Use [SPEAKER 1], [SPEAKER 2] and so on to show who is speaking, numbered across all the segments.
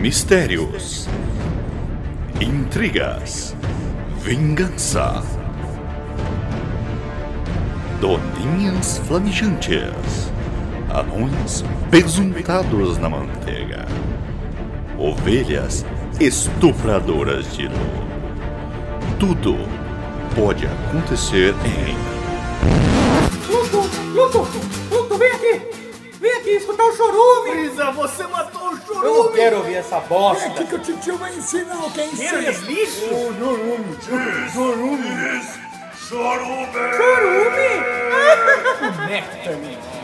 [SPEAKER 1] Mistérios, intrigas, vingança, doninhas flamejantes, anões pesuntados na manteiga, ovelhas estupradoras de luz. Tudo pode acontecer em
[SPEAKER 2] Luto, Luto, Luto, vem aqui! Vem aqui escutar o chorume!
[SPEAKER 3] Brisa, você matou o
[SPEAKER 2] Eu não
[SPEAKER 3] chorume!
[SPEAKER 2] quero ouvir essa bosta!
[SPEAKER 4] que o titio vai ensinar o que é ensino.
[SPEAKER 3] lixo?
[SPEAKER 2] Chorume!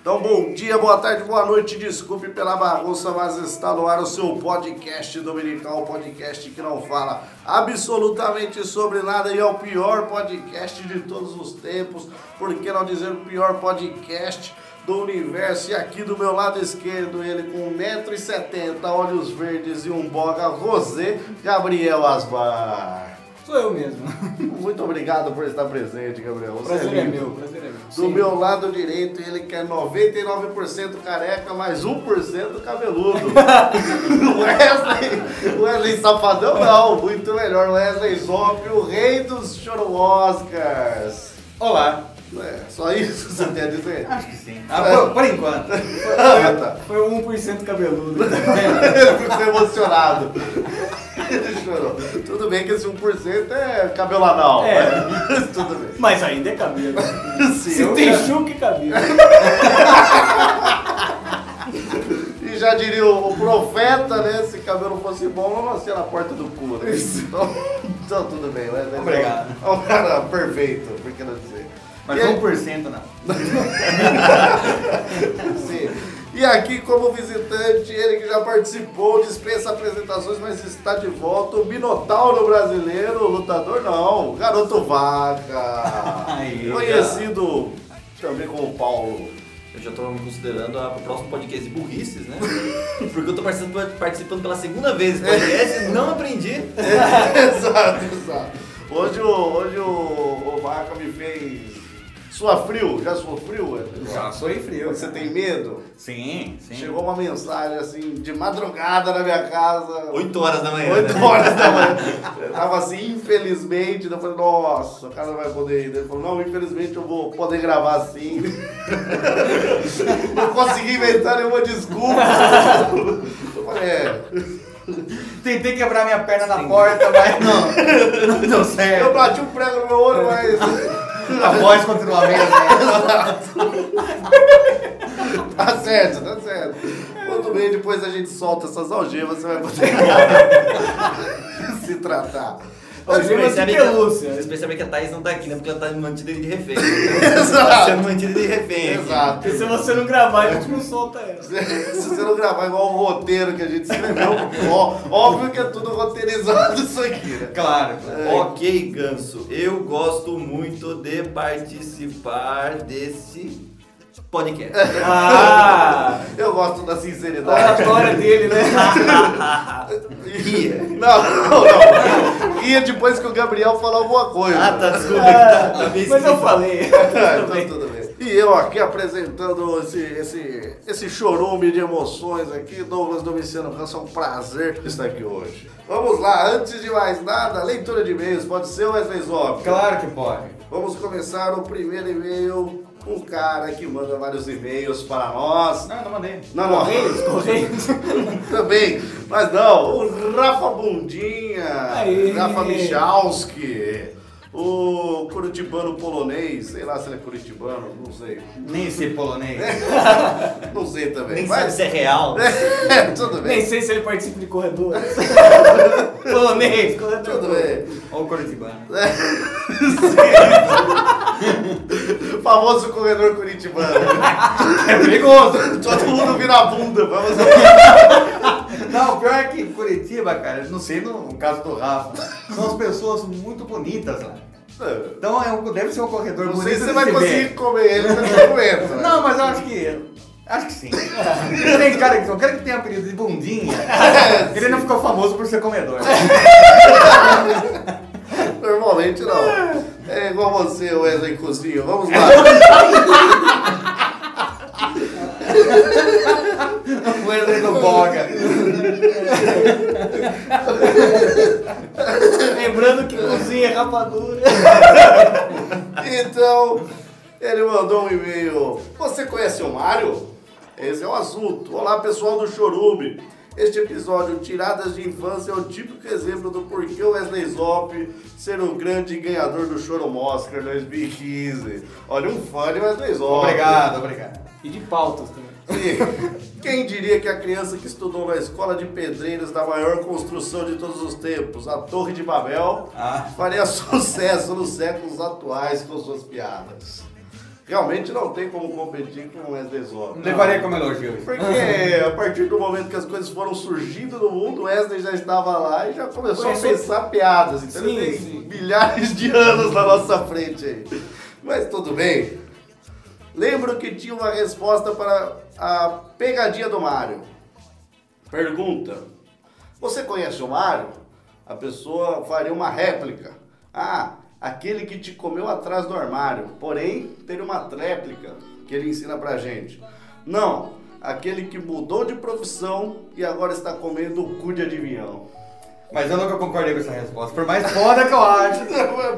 [SPEAKER 3] Então, bom dia, boa tarde, boa noite. Desculpe pela bagunça, mas está no ar o seu podcast dominical, o podcast que não fala absolutamente sobre nada e é o pior podcast de todos os tempos. Por que não dizer o pior podcast do universo? E aqui do meu lado esquerdo, ele com 1,70m, olhos verdes e um boga rosé, Gabriel Asbar.
[SPEAKER 4] Sou eu mesmo.
[SPEAKER 3] Muito obrigado por estar presente, Gabriel. Você
[SPEAKER 4] Prazer é
[SPEAKER 3] lindo.
[SPEAKER 4] meu, prazer é meu.
[SPEAKER 3] Do meu lado direito, ele que é 99% careca, mas 1% cabeludo. Wesley, Wesley Safadão não, muito melhor. Wesley Zop, o rei dos choro Oscars.
[SPEAKER 4] Olá.
[SPEAKER 3] É, só isso que você tem a dizer?
[SPEAKER 4] Acho que sim. Ah, por, por enquanto.
[SPEAKER 3] Ah, tá.
[SPEAKER 4] Foi o 1% cabeludo. é.
[SPEAKER 3] Eu fico emocionado. Ele chorou. Tudo bem que esse 1% é cabelo anal.
[SPEAKER 4] É.
[SPEAKER 3] mas Tudo bem.
[SPEAKER 4] Mas ainda é cabelo.
[SPEAKER 3] Sim,
[SPEAKER 4] Se
[SPEAKER 3] eu
[SPEAKER 4] tem
[SPEAKER 3] já-
[SPEAKER 4] chuca, é cabelo.
[SPEAKER 3] E já diria o, o profeta, né? Se cabelo fosse bom, não nascia na porta do cu, né? Então, então tudo bem, né?
[SPEAKER 4] Obrigado.
[SPEAKER 3] É um cara perfeito, por que não dizer?
[SPEAKER 4] Mas
[SPEAKER 3] E aí-
[SPEAKER 4] 1% não.
[SPEAKER 3] Sim. E aqui, como visitante, ele que já participou, dispensa apresentações, mas está de volta, o Minotauro brasileiro, lutador não, garoto vaca,
[SPEAKER 4] Aí,
[SPEAKER 3] conhecido também como Paulo.
[SPEAKER 5] Eu já tô me considerando a, pro próximo podcast de burrices, né? Porque eu tô participando, participando pela segunda vez do podcast e não aprendi.
[SPEAKER 3] exato, exato. Hoje, o, hoje o, o Vaca me fez. Sua frio, já sofreu? Wesley?
[SPEAKER 4] Já sou em frio.
[SPEAKER 3] Você tem medo?
[SPEAKER 4] Sim, sim.
[SPEAKER 3] Chegou uma mensagem assim, de madrugada na minha casa.
[SPEAKER 5] 8 horas da manhã.
[SPEAKER 3] oito
[SPEAKER 5] né?
[SPEAKER 3] horas da manhã. Eu tava assim, infelizmente. daí Eu falei, nossa, o cara não vai poder ir. Ele falou, não, infelizmente eu vou poder gravar assim. não consegui inventar nenhuma desculpa. Eu falei, é.
[SPEAKER 4] Tentei quebrar minha perna na porta, mas não. Não deu
[SPEAKER 3] Eu
[SPEAKER 5] É.
[SPEAKER 4] certo.
[SPEAKER 3] bati um prego no meu olho, mas.
[SPEAKER 4] A voz continua a mesma.
[SPEAKER 3] Tá certo, tá certo. Muito bem, depois a gente solta essas algemas, você vai poder se tratar.
[SPEAKER 4] Hoje
[SPEAKER 5] Vocês
[SPEAKER 4] vai ser
[SPEAKER 5] percebem,
[SPEAKER 4] pelúcia.
[SPEAKER 5] que, vocês percebem que a Thaís não tá aqui, né? Porque ela tá mantida de refém. tá
[SPEAKER 3] Exato.
[SPEAKER 5] sendo mantida de refém. aqui.
[SPEAKER 3] Exato.
[SPEAKER 4] Se você não gravar, a gente não solta ela.
[SPEAKER 3] Se você não gravar igual o roteiro que a gente escreveu, ó, óbvio que é tudo roteirizado isso aqui, né?
[SPEAKER 4] Claro.
[SPEAKER 5] É. Ok, Ganso, eu gosto muito de participar desse podcast.
[SPEAKER 4] Ah!
[SPEAKER 3] Eu gosto da
[SPEAKER 4] A
[SPEAKER 3] sinceridade.
[SPEAKER 4] oratória dele, né?
[SPEAKER 5] Guia.
[SPEAKER 3] Não, não, não. E depois que o Gabriel falar alguma coisa.
[SPEAKER 5] Ah, tá, desculpa. tá, tá bem
[SPEAKER 4] Ah! Mas eu
[SPEAKER 5] esquisito.
[SPEAKER 4] falei.
[SPEAKER 3] Ah, então tudo bem. E eu aqui apresentando esse, esse, esse chorume de emoções aqui, Douglas Domiciano Ramos, é um prazer estar aqui hoje. Vamos lá, antes de mais nada, leitura de e-mails, pode ser Wesley Zop?
[SPEAKER 4] Claro que pode.
[SPEAKER 3] Vamos começar o primeiro e-mail, um cara que manda vários e-mails para nós.
[SPEAKER 4] Não, não mandei.
[SPEAKER 3] Não, não.
[SPEAKER 4] Correios, correios.
[SPEAKER 3] Também, mas não, o Rafa Bundinha,
[SPEAKER 4] Aí.
[SPEAKER 3] Rafa Michalski, o curitibano polonês, sei lá se ele é curitibano, não sei.
[SPEAKER 4] Nem sei polonês.
[SPEAKER 3] Não sei também.
[SPEAKER 5] Nem sabe
[SPEAKER 3] mas...
[SPEAKER 5] se é real.
[SPEAKER 3] É, tudo
[SPEAKER 4] Nem
[SPEAKER 3] bem.
[SPEAKER 4] sei se ele participa de corredor. polonês, corredor.
[SPEAKER 3] Tudo bem.
[SPEAKER 4] Olha o Curitibano.
[SPEAKER 3] O famoso corredor curitibano.
[SPEAKER 4] É perigoso.
[SPEAKER 3] Todo mundo vira a bunda. Vamos...
[SPEAKER 4] Não, o pior é que em Curitiba, cara, não sei no caso do Rafa, são as pessoas muito bonitas lá. Então é um, deve ser um corredor
[SPEAKER 3] Não
[SPEAKER 4] bonito.
[SPEAKER 3] sei se você
[SPEAKER 4] de
[SPEAKER 3] vai
[SPEAKER 4] ver.
[SPEAKER 3] conseguir comer ele nesse momento. né?
[SPEAKER 4] Não, mas eu acho que Acho que sim. Tem cara que só cara que tem apelido de bundinha. Ele não ficou famoso por ser comedor.
[SPEAKER 3] Normalmente não. É igual você, Wesley Cozinho. Vamos lá.
[SPEAKER 4] Wesley é do Boga.
[SPEAKER 5] Lembrando que cozinha é rapadura.
[SPEAKER 3] Então, ele mandou um e-mail. Você conhece o Mário? Esse é o assunto. Olá, pessoal do Chorume. Este episódio, Tiradas de Infância, é o típico exemplo do porquê o Wesley Zop ser o grande ganhador do Chorum Oscar 2015. Olha, um fã de Wesley Zop.
[SPEAKER 4] Obrigado, obrigado.
[SPEAKER 2] E de pautas também.
[SPEAKER 3] E Quem diria que a criança que estudou na escola de pedreiros da maior construção de todos os tempos, a Torre de Babel,
[SPEAKER 4] Ah.
[SPEAKER 3] faria sucesso nos séculos atuais com suas piadas? Realmente não tem como competir com o Wesley Zop.
[SPEAKER 4] Levaria como elogio. isso.
[SPEAKER 3] Porque a partir do momento que as coisas foram surgindo no mundo, Wesley já estava lá e já começou a
[SPEAKER 2] Começou-
[SPEAKER 3] pensar piadas. Então
[SPEAKER 2] Sim,
[SPEAKER 3] ele tem
[SPEAKER 2] sim.
[SPEAKER 3] milhares de anos na nossa frente aí. Mas tudo bem. Lembro que tinha uma resposta para a pegadinha do Mário. Pergunta: Você conhece o Mário? A pessoa faria uma réplica. Ah, aquele que te comeu atrás do armário. Porém, teria uma tréplica que ele ensina pra gente. Não, aquele que mudou de profissão e agora está comendo o cu de adivinhão.
[SPEAKER 4] Mas eu nunca concordei com essa resposta. Por mais foda que eu acho.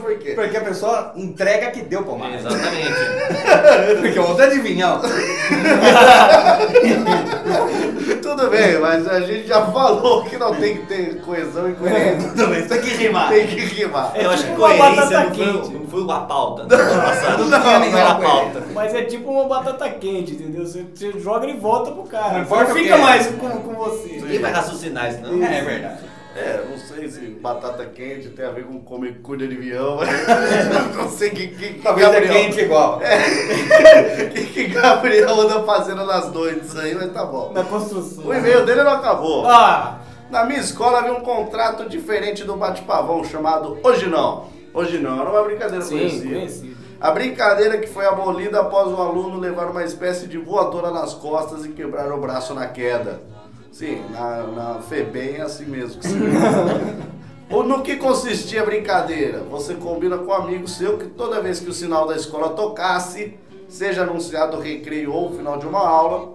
[SPEAKER 3] Por quê?
[SPEAKER 4] Porque a pessoa entrega que deu pra mais.
[SPEAKER 5] Exatamente.
[SPEAKER 4] Porque o outro é adivinhão.
[SPEAKER 3] Tudo bem, mas a gente já falou que não tem que ter coesão e coerência.
[SPEAKER 4] Tudo bem, isso aqui rimar.
[SPEAKER 3] Tem que rimar.
[SPEAKER 5] É, Eu acho que
[SPEAKER 2] tipo uma
[SPEAKER 5] coerência
[SPEAKER 2] batata
[SPEAKER 5] não foi,
[SPEAKER 2] quente.
[SPEAKER 5] não foi uma pauta. Não, não,
[SPEAKER 4] Não,
[SPEAKER 5] não, não era
[SPEAKER 4] não,
[SPEAKER 5] pauta.
[SPEAKER 2] Mas é tipo uma batata quente, entendeu? Você, você joga e volta pro cara.
[SPEAKER 4] Não importa
[SPEAKER 2] Não
[SPEAKER 4] o
[SPEAKER 2] fica
[SPEAKER 4] que é.
[SPEAKER 2] mais com, com você.
[SPEAKER 5] Ninguém vai raciocinar isso, não.
[SPEAKER 4] É, é verdade.
[SPEAKER 3] É, não sei se batata quente tem a ver com comer cu de avião, mas não sei o que, que, que
[SPEAKER 4] Talvez é
[SPEAKER 3] Gabriel-
[SPEAKER 4] quente igual.
[SPEAKER 3] o que, que Gabriel anda fazendo nas noites aí, mas tá bom.
[SPEAKER 2] Na construção.
[SPEAKER 3] O e-mail dele não acabou.
[SPEAKER 2] Ah!
[SPEAKER 3] Na minha escola havia um contrato diferente do bate-pavão chamado Hoje Não. Hoje Não era uma brincadeira
[SPEAKER 2] Sim,
[SPEAKER 3] conhecida.
[SPEAKER 2] conhecido.
[SPEAKER 3] A brincadeira que foi abolida após o aluno levar uma espécie de voadora nas costas e quebrar o braço na queda. Sim, na, na FEBEM é assim mesmo que se brinca. Ou no que consistia a brincadeira? Você combina com um amigo seu que toda vez que o sinal da escola tocasse, seja anunciado o recreio ou o final de uma aula,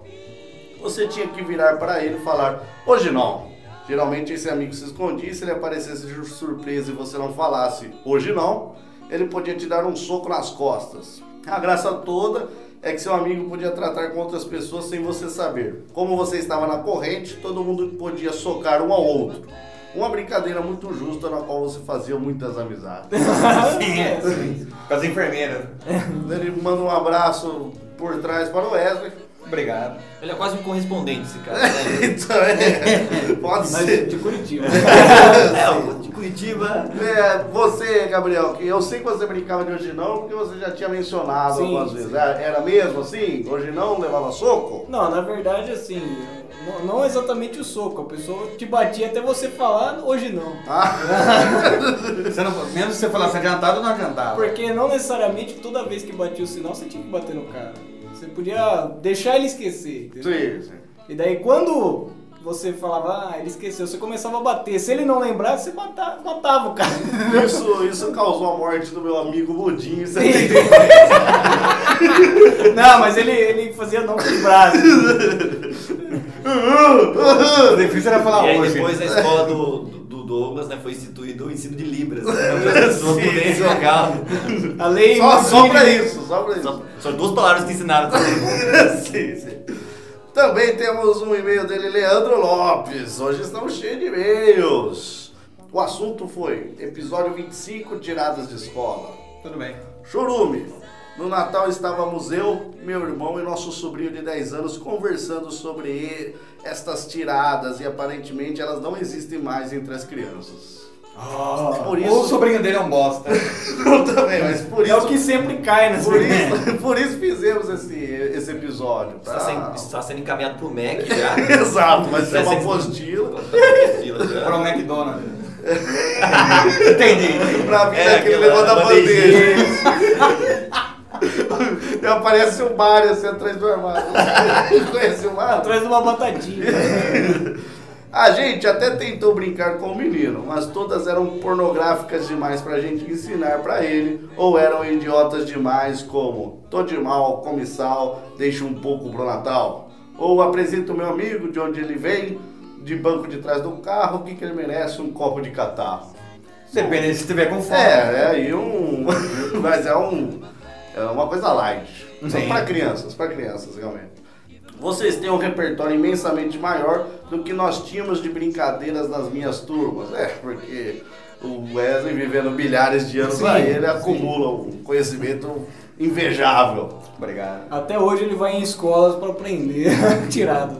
[SPEAKER 3] você tinha que virar para ele e falar: Hoje não. Geralmente esse amigo se escondia, e se ele aparecesse de surpresa e você não falasse hoje não, ele podia te dar um soco nas costas. A graça toda é que seu amigo podia tratar com outras pessoas sem você saber. Como você estava na corrente, todo mundo podia socar um ao outro. Uma brincadeira muito justa na qual você fazia muitas amizades.
[SPEAKER 4] Sim, é, sim. Com as enfermeiras.
[SPEAKER 3] ele manda um abraço por trás para o Wesley.
[SPEAKER 4] Obrigado.
[SPEAKER 5] Ele é quase um correspondente, esse cara. Né?
[SPEAKER 3] Então é. Pode ser.
[SPEAKER 2] Mas de Curitiba.
[SPEAKER 5] É, o de Curitiba.
[SPEAKER 3] É, você, Gabriel, que eu sei que você brincava de hoje não, porque você já tinha mencionado
[SPEAKER 2] Sim,
[SPEAKER 3] algumas
[SPEAKER 2] sim.
[SPEAKER 3] vezes. Era era mesmo assim? Hoje não levava soco?
[SPEAKER 2] Não, na verdade, assim, não, não exatamente o soco. A pessoa te batia até você falar, hoje não.
[SPEAKER 4] Ah. Você não, mesmo se você falasse adiantado, não adiantava.
[SPEAKER 2] Porque não necessariamente toda vez que batia o sinal, você tinha que bater no cara. Você podia deixar ele esquecer, entendeu?
[SPEAKER 3] Sim, sim.
[SPEAKER 2] E daí quando você falava, ah, ele esqueceu, você começava a bater. Se ele não lembrasse, você matava, matava o cara.
[SPEAKER 3] Isso, isso causou a morte do meu amigo Budinho. Você
[SPEAKER 2] Sim.
[SPEAKER 3] entendeu?
[SPEAKER 2] não, mas ele, ele fazia não com os braços.
[SPEAKER 4] O difícil era falar
[SPEAKER 5] e aí
[SPEAKER 4] hoje.
[SPEAKER 5] depois a escola do, do, do Douglas né, foi instituído o ensino de Libras. Né, para as pessoas
[SPEAKER 3] Sim,
[SPEAKER 5] poderem
[SPEAKER 3] sim.
[SPEAKER 5] jogar.
[SPEAKER 2] A lei...
[SPEAKER 3] Só, só pra isso, só pra isso.
[SPEAKER 5] Só, só duas palavras que ensinaram.
[SPEAKER 3] Sim, sim. Também temos um e-mail dele, Leandro Lopes. Hoje estamos cheios de e-mails. O assunto foi episódio 25, tiradas de escola.
[SPEAKER 4] Tudo bem.
[SPEAKER 3] Chorume. No Natal estávamos eu, meu irmão e nosso sobrinho de 10 anos conversando sobre e- estas tiradas e aparentemente elas não existem mais entre as crianças.
[SPEAKER 5] Ah.
[SPEAKER 4] Ou o
[SPEAKER 3] por isso,
[SPEAKER 4] sobrinho dele é um bosta.
[SPEAKER 3] eu também, mas por
[SPEAKER 2] É o que né?
[SPEAKER 3] isso,
[SPEAKER 2] sempre cai nessa
[SPEAKER 3] por isso, por isso fizemos esse, esse episódio.
[SPEAKER 5] Está
[SPEAKER 2] Tá
[SPEAKER 3] pra-
[SPEAKER 5] sendo, está sendo encaminhado pro Mac já.
[SPEAKER 3] Exato, mas é
[SPEAKER 2] Tá
[SPEAKER 5] Está
[SPEAKER 3] uma
[SPEAKER 5] sendo-
[SPEAKER 3] apostila
[SPEAKER 5] Apostila já.
[SPEAKER 4] Para o McDonald's. Entendi.
[SPEAKER 3] pra mim
[SPEAKER 5] É,
[SPEAKER 3] é, aquele
[SPEAKER 5] aquela
[SPEAKER 3] levanta a
[SPEAKER 5] bandejinha.
[SPEAKER 3] bandeja. Aparece o Mário assim atrás do armário. Conhece o Mário?
[SPEAKER 2] Atrás de uma batatinha.
[SPEAKER 3] A gente até tentou brincar com o menino, mas todas eram pornográficas demais pra gente ensinar pra ele, ou eram idiotas demais, como tô de mal, come sal, deixa um pouco pro Natal. Ou apresento meu amigo de onde ele vem, de banco de trás do carro, o que, que ele merece? Um copo de catarro.
[SPEAKER 4] Depende se tiver com fome.
[SPEAKER 3] É, é aí um. mas é um. É uma coisa light. Só
[SPEAKER 4] Sim.
[SPEAKER 3] pra crianças, pra crianças, realmente. Vocês têm um repertório imensamente maior do que nós tínhamos de brincadeiras nas minhas turmas. É, porque o Wesley vivendo milhares de anos
[SPEAKER 4] Sim,
[SPEAKER 3] aí, ele
[SPEAKER 4] sim.
[SPEAKER 3] acumula um conhecimento invejável.
[SPEAKER 4] Obrigado.
[SPEAKER 2] Até hoje ele vai em escolas pra aprender tirado.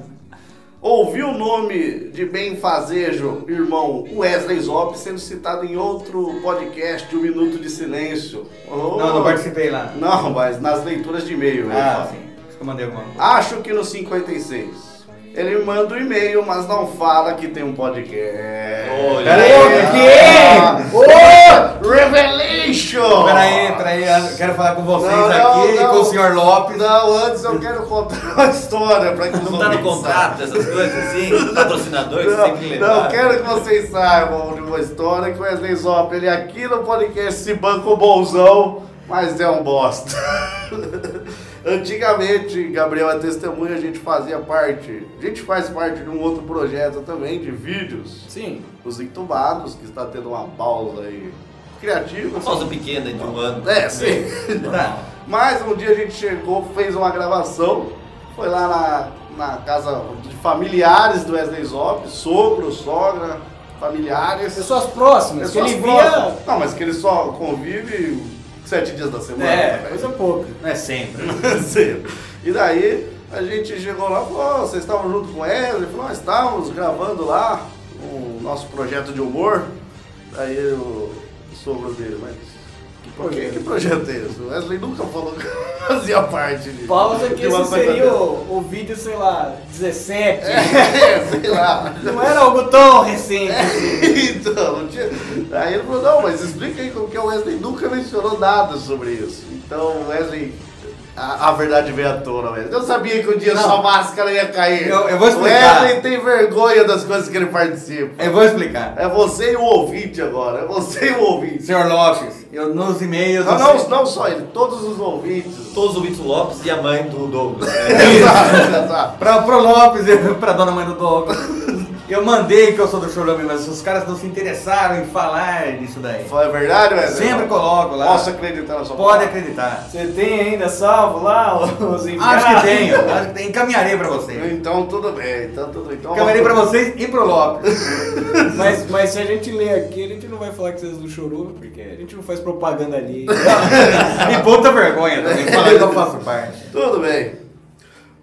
[SPEAKER 3] Ouvi o nome de benfazejo, irmão Wesley Zop, sendo citado em outro podcast, O Minuto de Silêncio.
[SPEAKER 4] Não, não
[SPEAKER 3] Oh.
[SPEAKER 4] participei lá.
[SPEAKER 3] Não, mas nas leituras de e-mail. ele
[SPEAKER 4] Ah,
[SPEAKER 3] fala.
[SPEAKER 4] sim.
[SPEAKER 5] assim.
[SPEAKER 4] Acho que eu mandei alguma coisa.
[SPEAKER 3] Acho que no 56. Ele manda um e-mail, mas não fala que tem um podcast.
[SPEAKER 5] Olha.
[SPEAKER 3] aí. Ah, oh, Revelation!
[SPEAKER 4] Peraí, peraí, eu quero falar com vocês
[SPEAKER 3] Não, não,
[SPEAKER 4] aqui
[SPEAKER 3] não.
[SPEAKER 4] e com o senhor Lopes.
[SPEAKER 3] Não, antes eu quero contar uma história pra que os
[SPEAKER 5] Não tá no
[SPEAKER 3] ouvintes
[SPEAKER 5] contrato essas coisas assim? Patrocinador, que você tem que
[SPEAKER 3] saibam. Não,
[SPEAKER 5] levar.
[SPEAKER 3] não, quero que vocês saibam de uma história que o Wesley Zop, ele aqui no podcast se banca o bonzão, mas é um bosta. Antigamente, Gabriel é testemunha, a gente fazia parte, a gente faz parte de um outro projeto também, de vídeos.
[SPEAKER 2] Sim.
[SPEAKER 3] os entubados, que está tendo uma pausa aí criativa.
[SPEAKER 5] Uma pausa pequena de um ano.
[SPEAKER 3] É, sim.
[SPEAKER 5] tá.
[SPEAKER 3] Mas um dia a gente chegou, fez uma gravação, foi lá na, na casa de familiares do Wesley Zop, sogro, sogra, familiares.
[SPEAKER 2] Pessoas próximas, que
[SPEAKER 3] Pessoas
[SPEAKER 2] ele
[SPEAKER 3] próximas.
[SPEAKER 2] via.
[SPEAKER 3] Não, mas que ele só convive sete dias da semana. né,
[SPEAKER 2] É,
[SPEAKER 3] velho?
[SPEAKER 2] coisa pouca.
[SPEAKER 4] Não é sempre.
[SPEAKER 3] Sim. E daí a gente chegou lá e falou, "Ô, vocês estavam junto com ela? Ele falou, nós estávamos gravando lá o nosso projeto de humor. Daí o sogro dele, mas que projeto, que projeto é esse? O Wesley nunca falou que fazia parte de,
[SPEAKER 2] Pausa é que
[SPEAKER 3] de uma
[SPEAKER 2] esse
[SPEAKER 3] coisa
[SPEAKER 2] seria
[SPEAKER 3] dessa."
[SPEAKER 2] o, o vídeo, sei lá, 17.
[SPEAKER 3] É, sei lá.
[SPEAKER 2] Não era algo tão recente.
[SPEAKER 3] então, não tinha... aí ele falou, não, mas explica aí como que é o Wesley nunca mencionou nada sobre isso. Então, o Wesley, a, a verdade veio à tona, Wesley. Eu sabia que um dia
[SPEAKER 4] Não.
[SPEAKER 3] sua máscara ia cair.
[SPEAKER 4] Eu- eu vou explicar.
[SPEAKER 3] O Wesley tem vergonha das coisas que ele participa.
[SPEAKER 4] Eu vou explicar.
[SPEAKER 3] É você e o ouvinte agora, é você e o ouvinte.
[SPEAKER 4] Senhor Lopes, eu, nos e-mails.
[SPEAKER 3] Não,
[SPEAKER 4] eu
[SPEAKER 3] não,
[SPEAKER 4] sei-
[SPEAKER 3] não só ele, todos os ouvintes.
[SPEAKER 5] Todos os Vitor Lopes e a mãe do Douglas.
[SPEAKER 4] É
[SPEAKER 5] né?
[SPEAKER 3] Exato, exato.
[SPEAKER 4] Pra, pro Lopes e pra dona mãe do Douglas. Eu mandei que eu sou do Chorome, mas os caras não se interessaram em falar disso daí.
[SPEAKER 3] Foi verdade, Wesley?
[SPEAKER 4] Sempre coloco lá.
[SPEAKER 3] Posso acreditar na sua
[SPEAKER 4] Pode
[SPEAKER 3] palavra?
[SPEAKER 4] acreditar.
[SPEAKER 2] Você tem ainda salvo lá os enviados?
[SPEAKER 4] Acho que tenho, acho que tenho. Encaminharei pra vocês.
[SPEAKER 3] Então tudo bem, então tudo então.
[SPEAKER 4] Encaminharei pra vocês e pro Lopes.
[SPEAKER 2] Mas, mas se a gente ler aqui, a gente não vai falar que vocês não chorou, porque a gente não faz propaganda ali.
[SPEAKER 4] E puta vergonha também, falar que eu faço parte.
[SPEAKER 3] Tudo bem.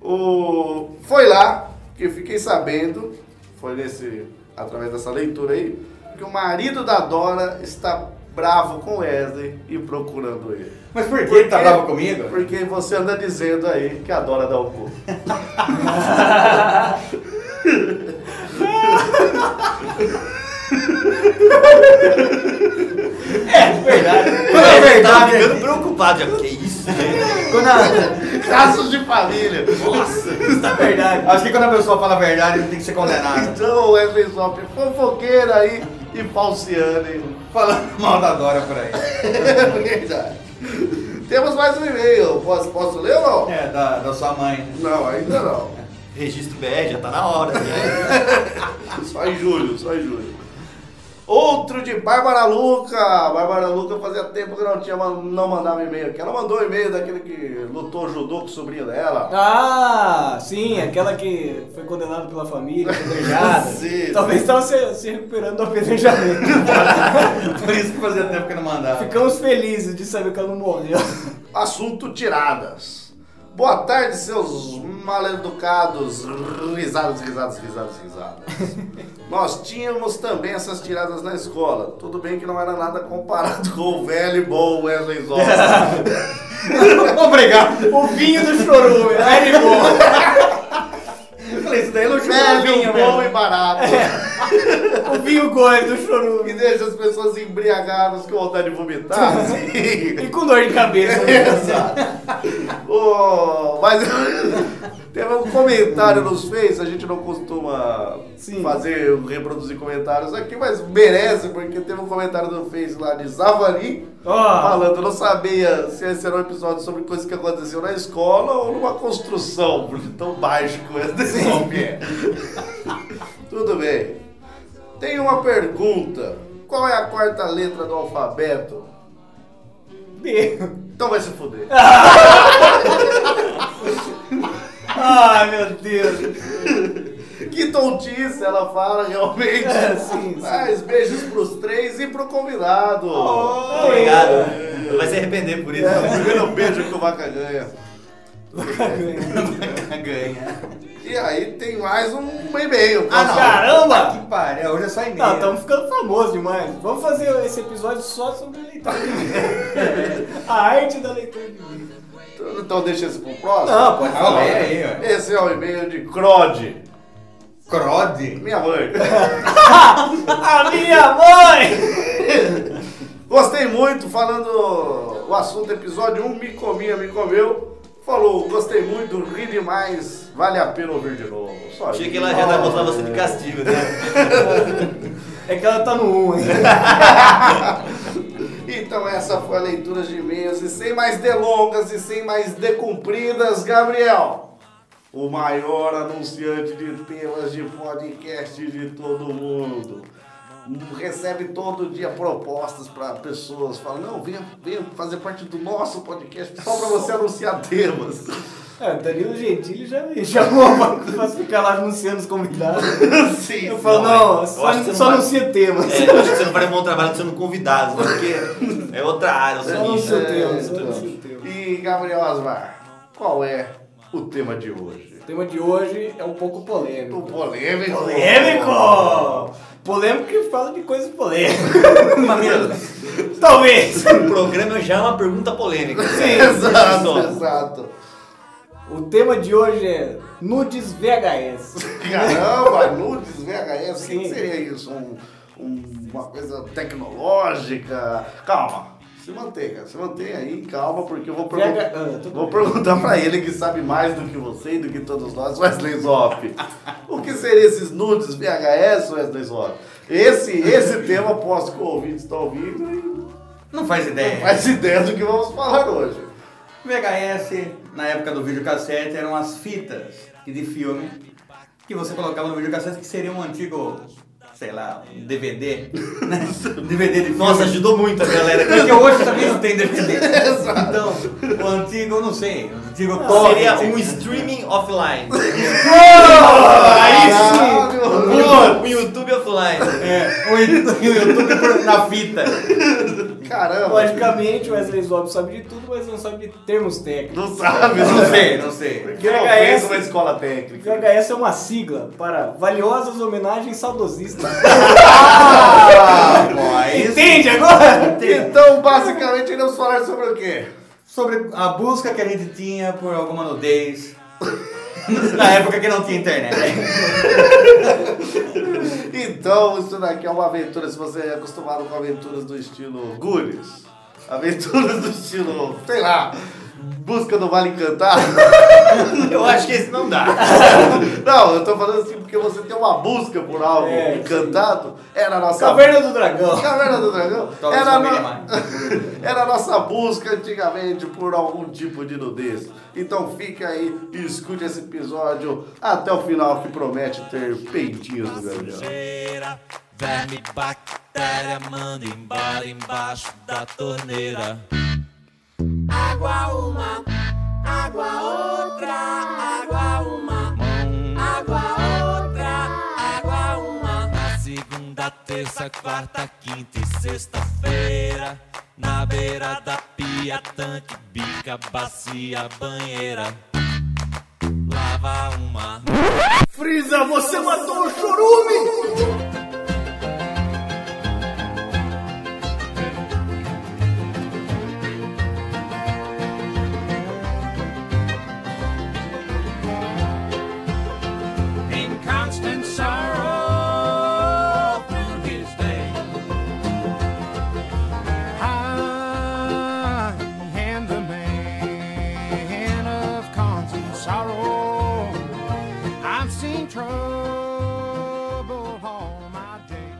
[SPEAKER 3] O... Foi lá que eu fiquei sabendo, foi nesse, através dessa leitura aí, que o marido da Dora está bravo com Wesley e procurando ele.
[SPEAKER 4] Mas por que ele tá bravo comigo?
[SPEAKER 3] Porque você anda dizendo aí que a Dora dá o cu.
[SPEAKER 4] É,
[SPEAKER 3] É
[SPEAKER 4] Quando a
[SPEAKER 5] Eu tava
[SPEAKER 4] verdade
[SPEAKER 5] ficando
[SPEAKER 4] é.
[SPEAKER 5] preocupado. Já, que isso, né?" gente?
[SPEAKER 4] Quando a-
[SPEAKER 3] Casos de família.
[SPEAKER 5] Nossa, isso tá verdade.
[SPEAKER 4] acho que quando a pessoa fala a verdade, não tem que ser condenada.
[SPEAKER 3] Então o Wesley Zop, fofoqueira aí e falciane.
[SPEAKER 4] Falando mal da Dora por aí.
[SPEAKER 3] É verdade. Temos mais um e-mail. Posso, posso ler ou não?
[SPEAKER 4] É, da, da sua mãe.
[SPEAKER 3] Não, ainda não.
[SPEAKER 5] Registro BR, já tá na hora. né?
[SPEAKER 3] Só em julho, só em julho. Outro de Bárbara Luca. Bárbara Luca fazia tempo que não tinha não mandava e-mail aqui. Ela mandou um e-mail daquele que lutou judô com o sobrinho dela.
[SPEAKER 2] Ah, sim, aquela que foi condenada pela família, apedrejada.
[SPEAKER 3] Sim.
[SPEAKER 2] Talvez estava se, se recuperando do apedrejamento. Tá,
[SPEAKER 4] Por isso que fazia tempo que não mandava.
[SPEAKER 2] Ficamos felizes de saber que ela não morreu.
[SPEAKER 3] Assunto tiradas. Boa tarde, seus maleducados. Risadas, risadas, risadas, risadas. Nós tínhamos também essas tiradas na escola. Tudo bem que não era nada comparado com o velho e bom Wesley Zop.
[SPEAKER 4] Obrigado.
[SPEAKER 2] O vinho do chorume, né?
[SPEAKER 3] é
[SPEAKER 4] Eu falei, isso daí não chegou
[SPEAKER 3] velho, bom e barato.
[SPEAKER 2] O É, O vinho gordo do chorume.
[SPEAKER 3] que deixa as pessoas embriagadas com vontade de vomitar. assim. Sim.
[SPEAKER 2] E com dor de cabeça.
[SPEAKER 3] Ô, mas teve um comentário nos fez, a gente não costuma
[SPEAKER 2] Sim.
[SPEAKER 3] fazer, reproduzir comentários aqui, mas merece, porque teve um comentário no Face lá de Zavari,
[SPEAKER 2] Ó,
[SPEAKER 3] falando, não sabia se esse era um episódio sobre coisas que aconteceu na escola ou numa construção, porque tão mágico é desse nome é. Tudo bem. Tem uma pergunta. Qual é a quarta letra do alfabeto?
[SPEAKER 2] D.
[SPEAKER 3] Então vai se fuder.
[SPEAKER 2] Ai, meu Deus.
[SPEAKER 3] Que tontice ela fala realmente.
[SPEAKER 2] É, sim, sim.
[SPEAKER 3] Mas beijos pros três e pro convidado.
[SPEAKER 2] Oh.
[SPEAKER 5] Tá Obrigado. né? Vai se arrepender por isso.
[SPEAKER 3] É, o primeiro beijo que o Vaca ganha.
[SPEAKER 5] Ganha.
[SPEAKER 3] E aí tem mais um e-mail. tá
[SPEAKER 2] Ah,
[SPEAKER 3] Posso-
[SPEAKER 2] caramba!
[SPEAKER 4] Que pariu, hoje é só e-mail.
[SPEAKER 2] Não, estamos Tá, ficando famosos demais. Vamos fazer esse episódio só sobre leitura de livro. A arte da leitura de livro.
[SPEAKER 3] Então deixa esse pro próximo.
[SPEAKER 2] Não, pode
[SPEAKER 4] Ah, olha aí, ó.
[SPEAKER 3] Esse é o e-mail de Crode.
[SPEAKER 4] Crode.
[SPEAKER 3] Minha mãe.
[SPEAKER 2] A minha mãe!
[SPEAKER 3] Gostei muito falando o assunto episódio 1, me comia, me comeu. Falou, gostei muito, ri demais, vale a pena ouvir de novo. Só
[SPEAKER 5] Achei
[SPEAKER 3] isso.
[SPEAKER 5] que ela já vai botar você de castigo, né?
[SPEAKER 2] É que ela tá no 1 ainda.
[SPEAKER 3] Então essa foi a leitura de e-mails e sem mais delongas e sem mais decumpridas, Gabriel, o maior anunciante de temas de podcast de todo mundo. Recebe todo dia propostas para pessoas, fala, não, venha, venha fazer parte do nosso podcast só para você anunciar temas.
[SPEAKER 2] É, o Danilo Gentili já me chamou pra- pra ficar lá anunciando os convidados.
[SPEAKER 3] Sim,
[SPEAKER 2] Eu falo,
[SPEAKER 5] Não,
[SPEAKER 2] não,
[SPEAKER 5] é. Eu
[SPEAKER 2] só,
[SPEAKER 5] acho que você
[SPEAKER 2] só
[SPEAKER 5] não vai-
[SPEAKER 2] anuncia temas.
[SPEAKER 5] É, eu acho que você não vai levar um trabalho sendo convidado, né? porque é outra área, o
[SPEAKER 2] Só
[SPEAKER 5] seu nicho.
[SPEAKER 2] anuncia
[SPEAKER 5] né?
[SPEAKER 2] temas, só
[SPEAKER 3] então.
[SPEAKER 2] anuncia temas.
[SPEAKER 3] E Gabriel Asmar, qual é o tema de hoje?
[SPEAKER 2] O tema de hoje é um pouco
[SPEAKER 3] O
[SPEAKER 2] polêmico.
[SPEAKER 3] polêmico.
[SPEAKER 2] Polêmico! Polêmico que fala de coisas polêmicas. Talvez.
[SPEAKER 5] O programa já é uma pergunta polêmica.
[SPEAKER 3] Exato,
[SPEAKER 5] Só.
[SPEAKER 3] exato.
[SPEAKER 2] O tema de hoje é nudes VHS.
[SPEAKER 3] Caramba, nudes, VHS, o que, que
[SPEAKER 2] Sim.
[SPEAKER 3] seria isso? Um- um- uma coisa tecnológica? Calma, se mantenha, se mantenha aí, calma, porque eu vou, pergun-
[SPEAKER 2] VH Ah, tô-
[SPEAKER 3] vou perguntar pra ele que sabe mais do que você e do que todos nós, Wesley Zop. O que seria esses nudes, VHS, Wesley Zop? Esse, esse tema eu posso que o ouvinte está ouvindo e
[SPEAKER 4] Não faz
[SPEAKER 3] não
[SPEAKER 4] ideia.
[SPEAKER 3] faz ideia do que vamos falar hoje.
[SPEAKER 4] VHS, na época do videocassete, eram as fitas de filme que você colocava no videocassete, que seria um antigo, sei lá, um DVD. né? DVD de filme.
[SPEAKER 5] Nossa, ajudou muito a galera.
[SPEAKER 4] porque hoje também não tem DVD. então, o antigo, eu não sei, o antigo
[SPEAKER 2] Ah,
[SPEAKER 4] assim. torrent.
[SPEAKER 5] Seria um streaming offline.
[SPEAKER 2] Aí sim!
[SPEAKER 3] Caralho!
[SPEAKER 5] Um um YouTube offline.
[SPEAKER 4] É, o YouTube por- na fita.
[SPEAKER 3] Caramba!
[SPEAKER 2] Logicamente, o Wesley Zop sabe de tudo, mas não sabe de termos técnicos.
[SPEAKER 3] Não sabe,
[SPEAKER 4] Eu
[SPEAKER 3] não
[SPEAKER 4] não
[SPEAKER 3] sei.
[SPEAKER 4] sei, não sei.
[SPEAKER 3] Porque não fez uma escola técnica.
[SPEAKER 2] VHS é uma sigla para valiosas homenagens saudosistas.
[SPEAKER 4] Ah, bom,
[SPEAKER 3] É
[SPEAKER 4] aí-
[SPEAKER 2] Entende agora?
[SPEAKER 3] Então, basicamente, iremos falar sobre o quê?
[SPEAKER 4] Sobre a busca que a gente tinha por alguma nudez. Na época que não tinha internet. né?
[SPEAKER 3] Então, isso daqui é uma aventura, se você é acostumado com aventuras do estilo Gules, aventuras do estilo, sei lá, busca do Vale Encantado.
[SPEAKER 5] Eu acho que esse não dá.
[SPEAKER 3] Não, eu tô falando assim porque você tem uma busca por algo
[SPEAKER 2] É,
[SPEAKER 3] encantado, era a nossa...
[SPEAKER 2] Caverna do Dragão.
[SPEAKER 3] Caverna do Dragão?
[SPEAKER 4] Talvez
[SPEAKER 3] Era a,
[SPEAKER 4] não
[SPEAKER 3] no-
[SPEAKER 4] venha mais.
[SPEAKER 3] era a nossa busca antigamente por algum tipo de nudez. Então fica aí e escute esse episódio até o final que promete ter peitinhos do Gabriel.
[SPEAKER 6] sujeira, verme, bactéria, manda embora embaixo da torneira. Água uma, água outra, água uma, água outra, água uma. Na segunda, terça, quarta, quinta e sexta-feira, na beira da pia, tanque, bica, bacia, banheira. Lava uma.
[SPEAKER 2] Frieza, você matou o chorume!
[SPEAKER 6] in constant sorrow through
[SPEAKER 7] I've seen trouble all my day.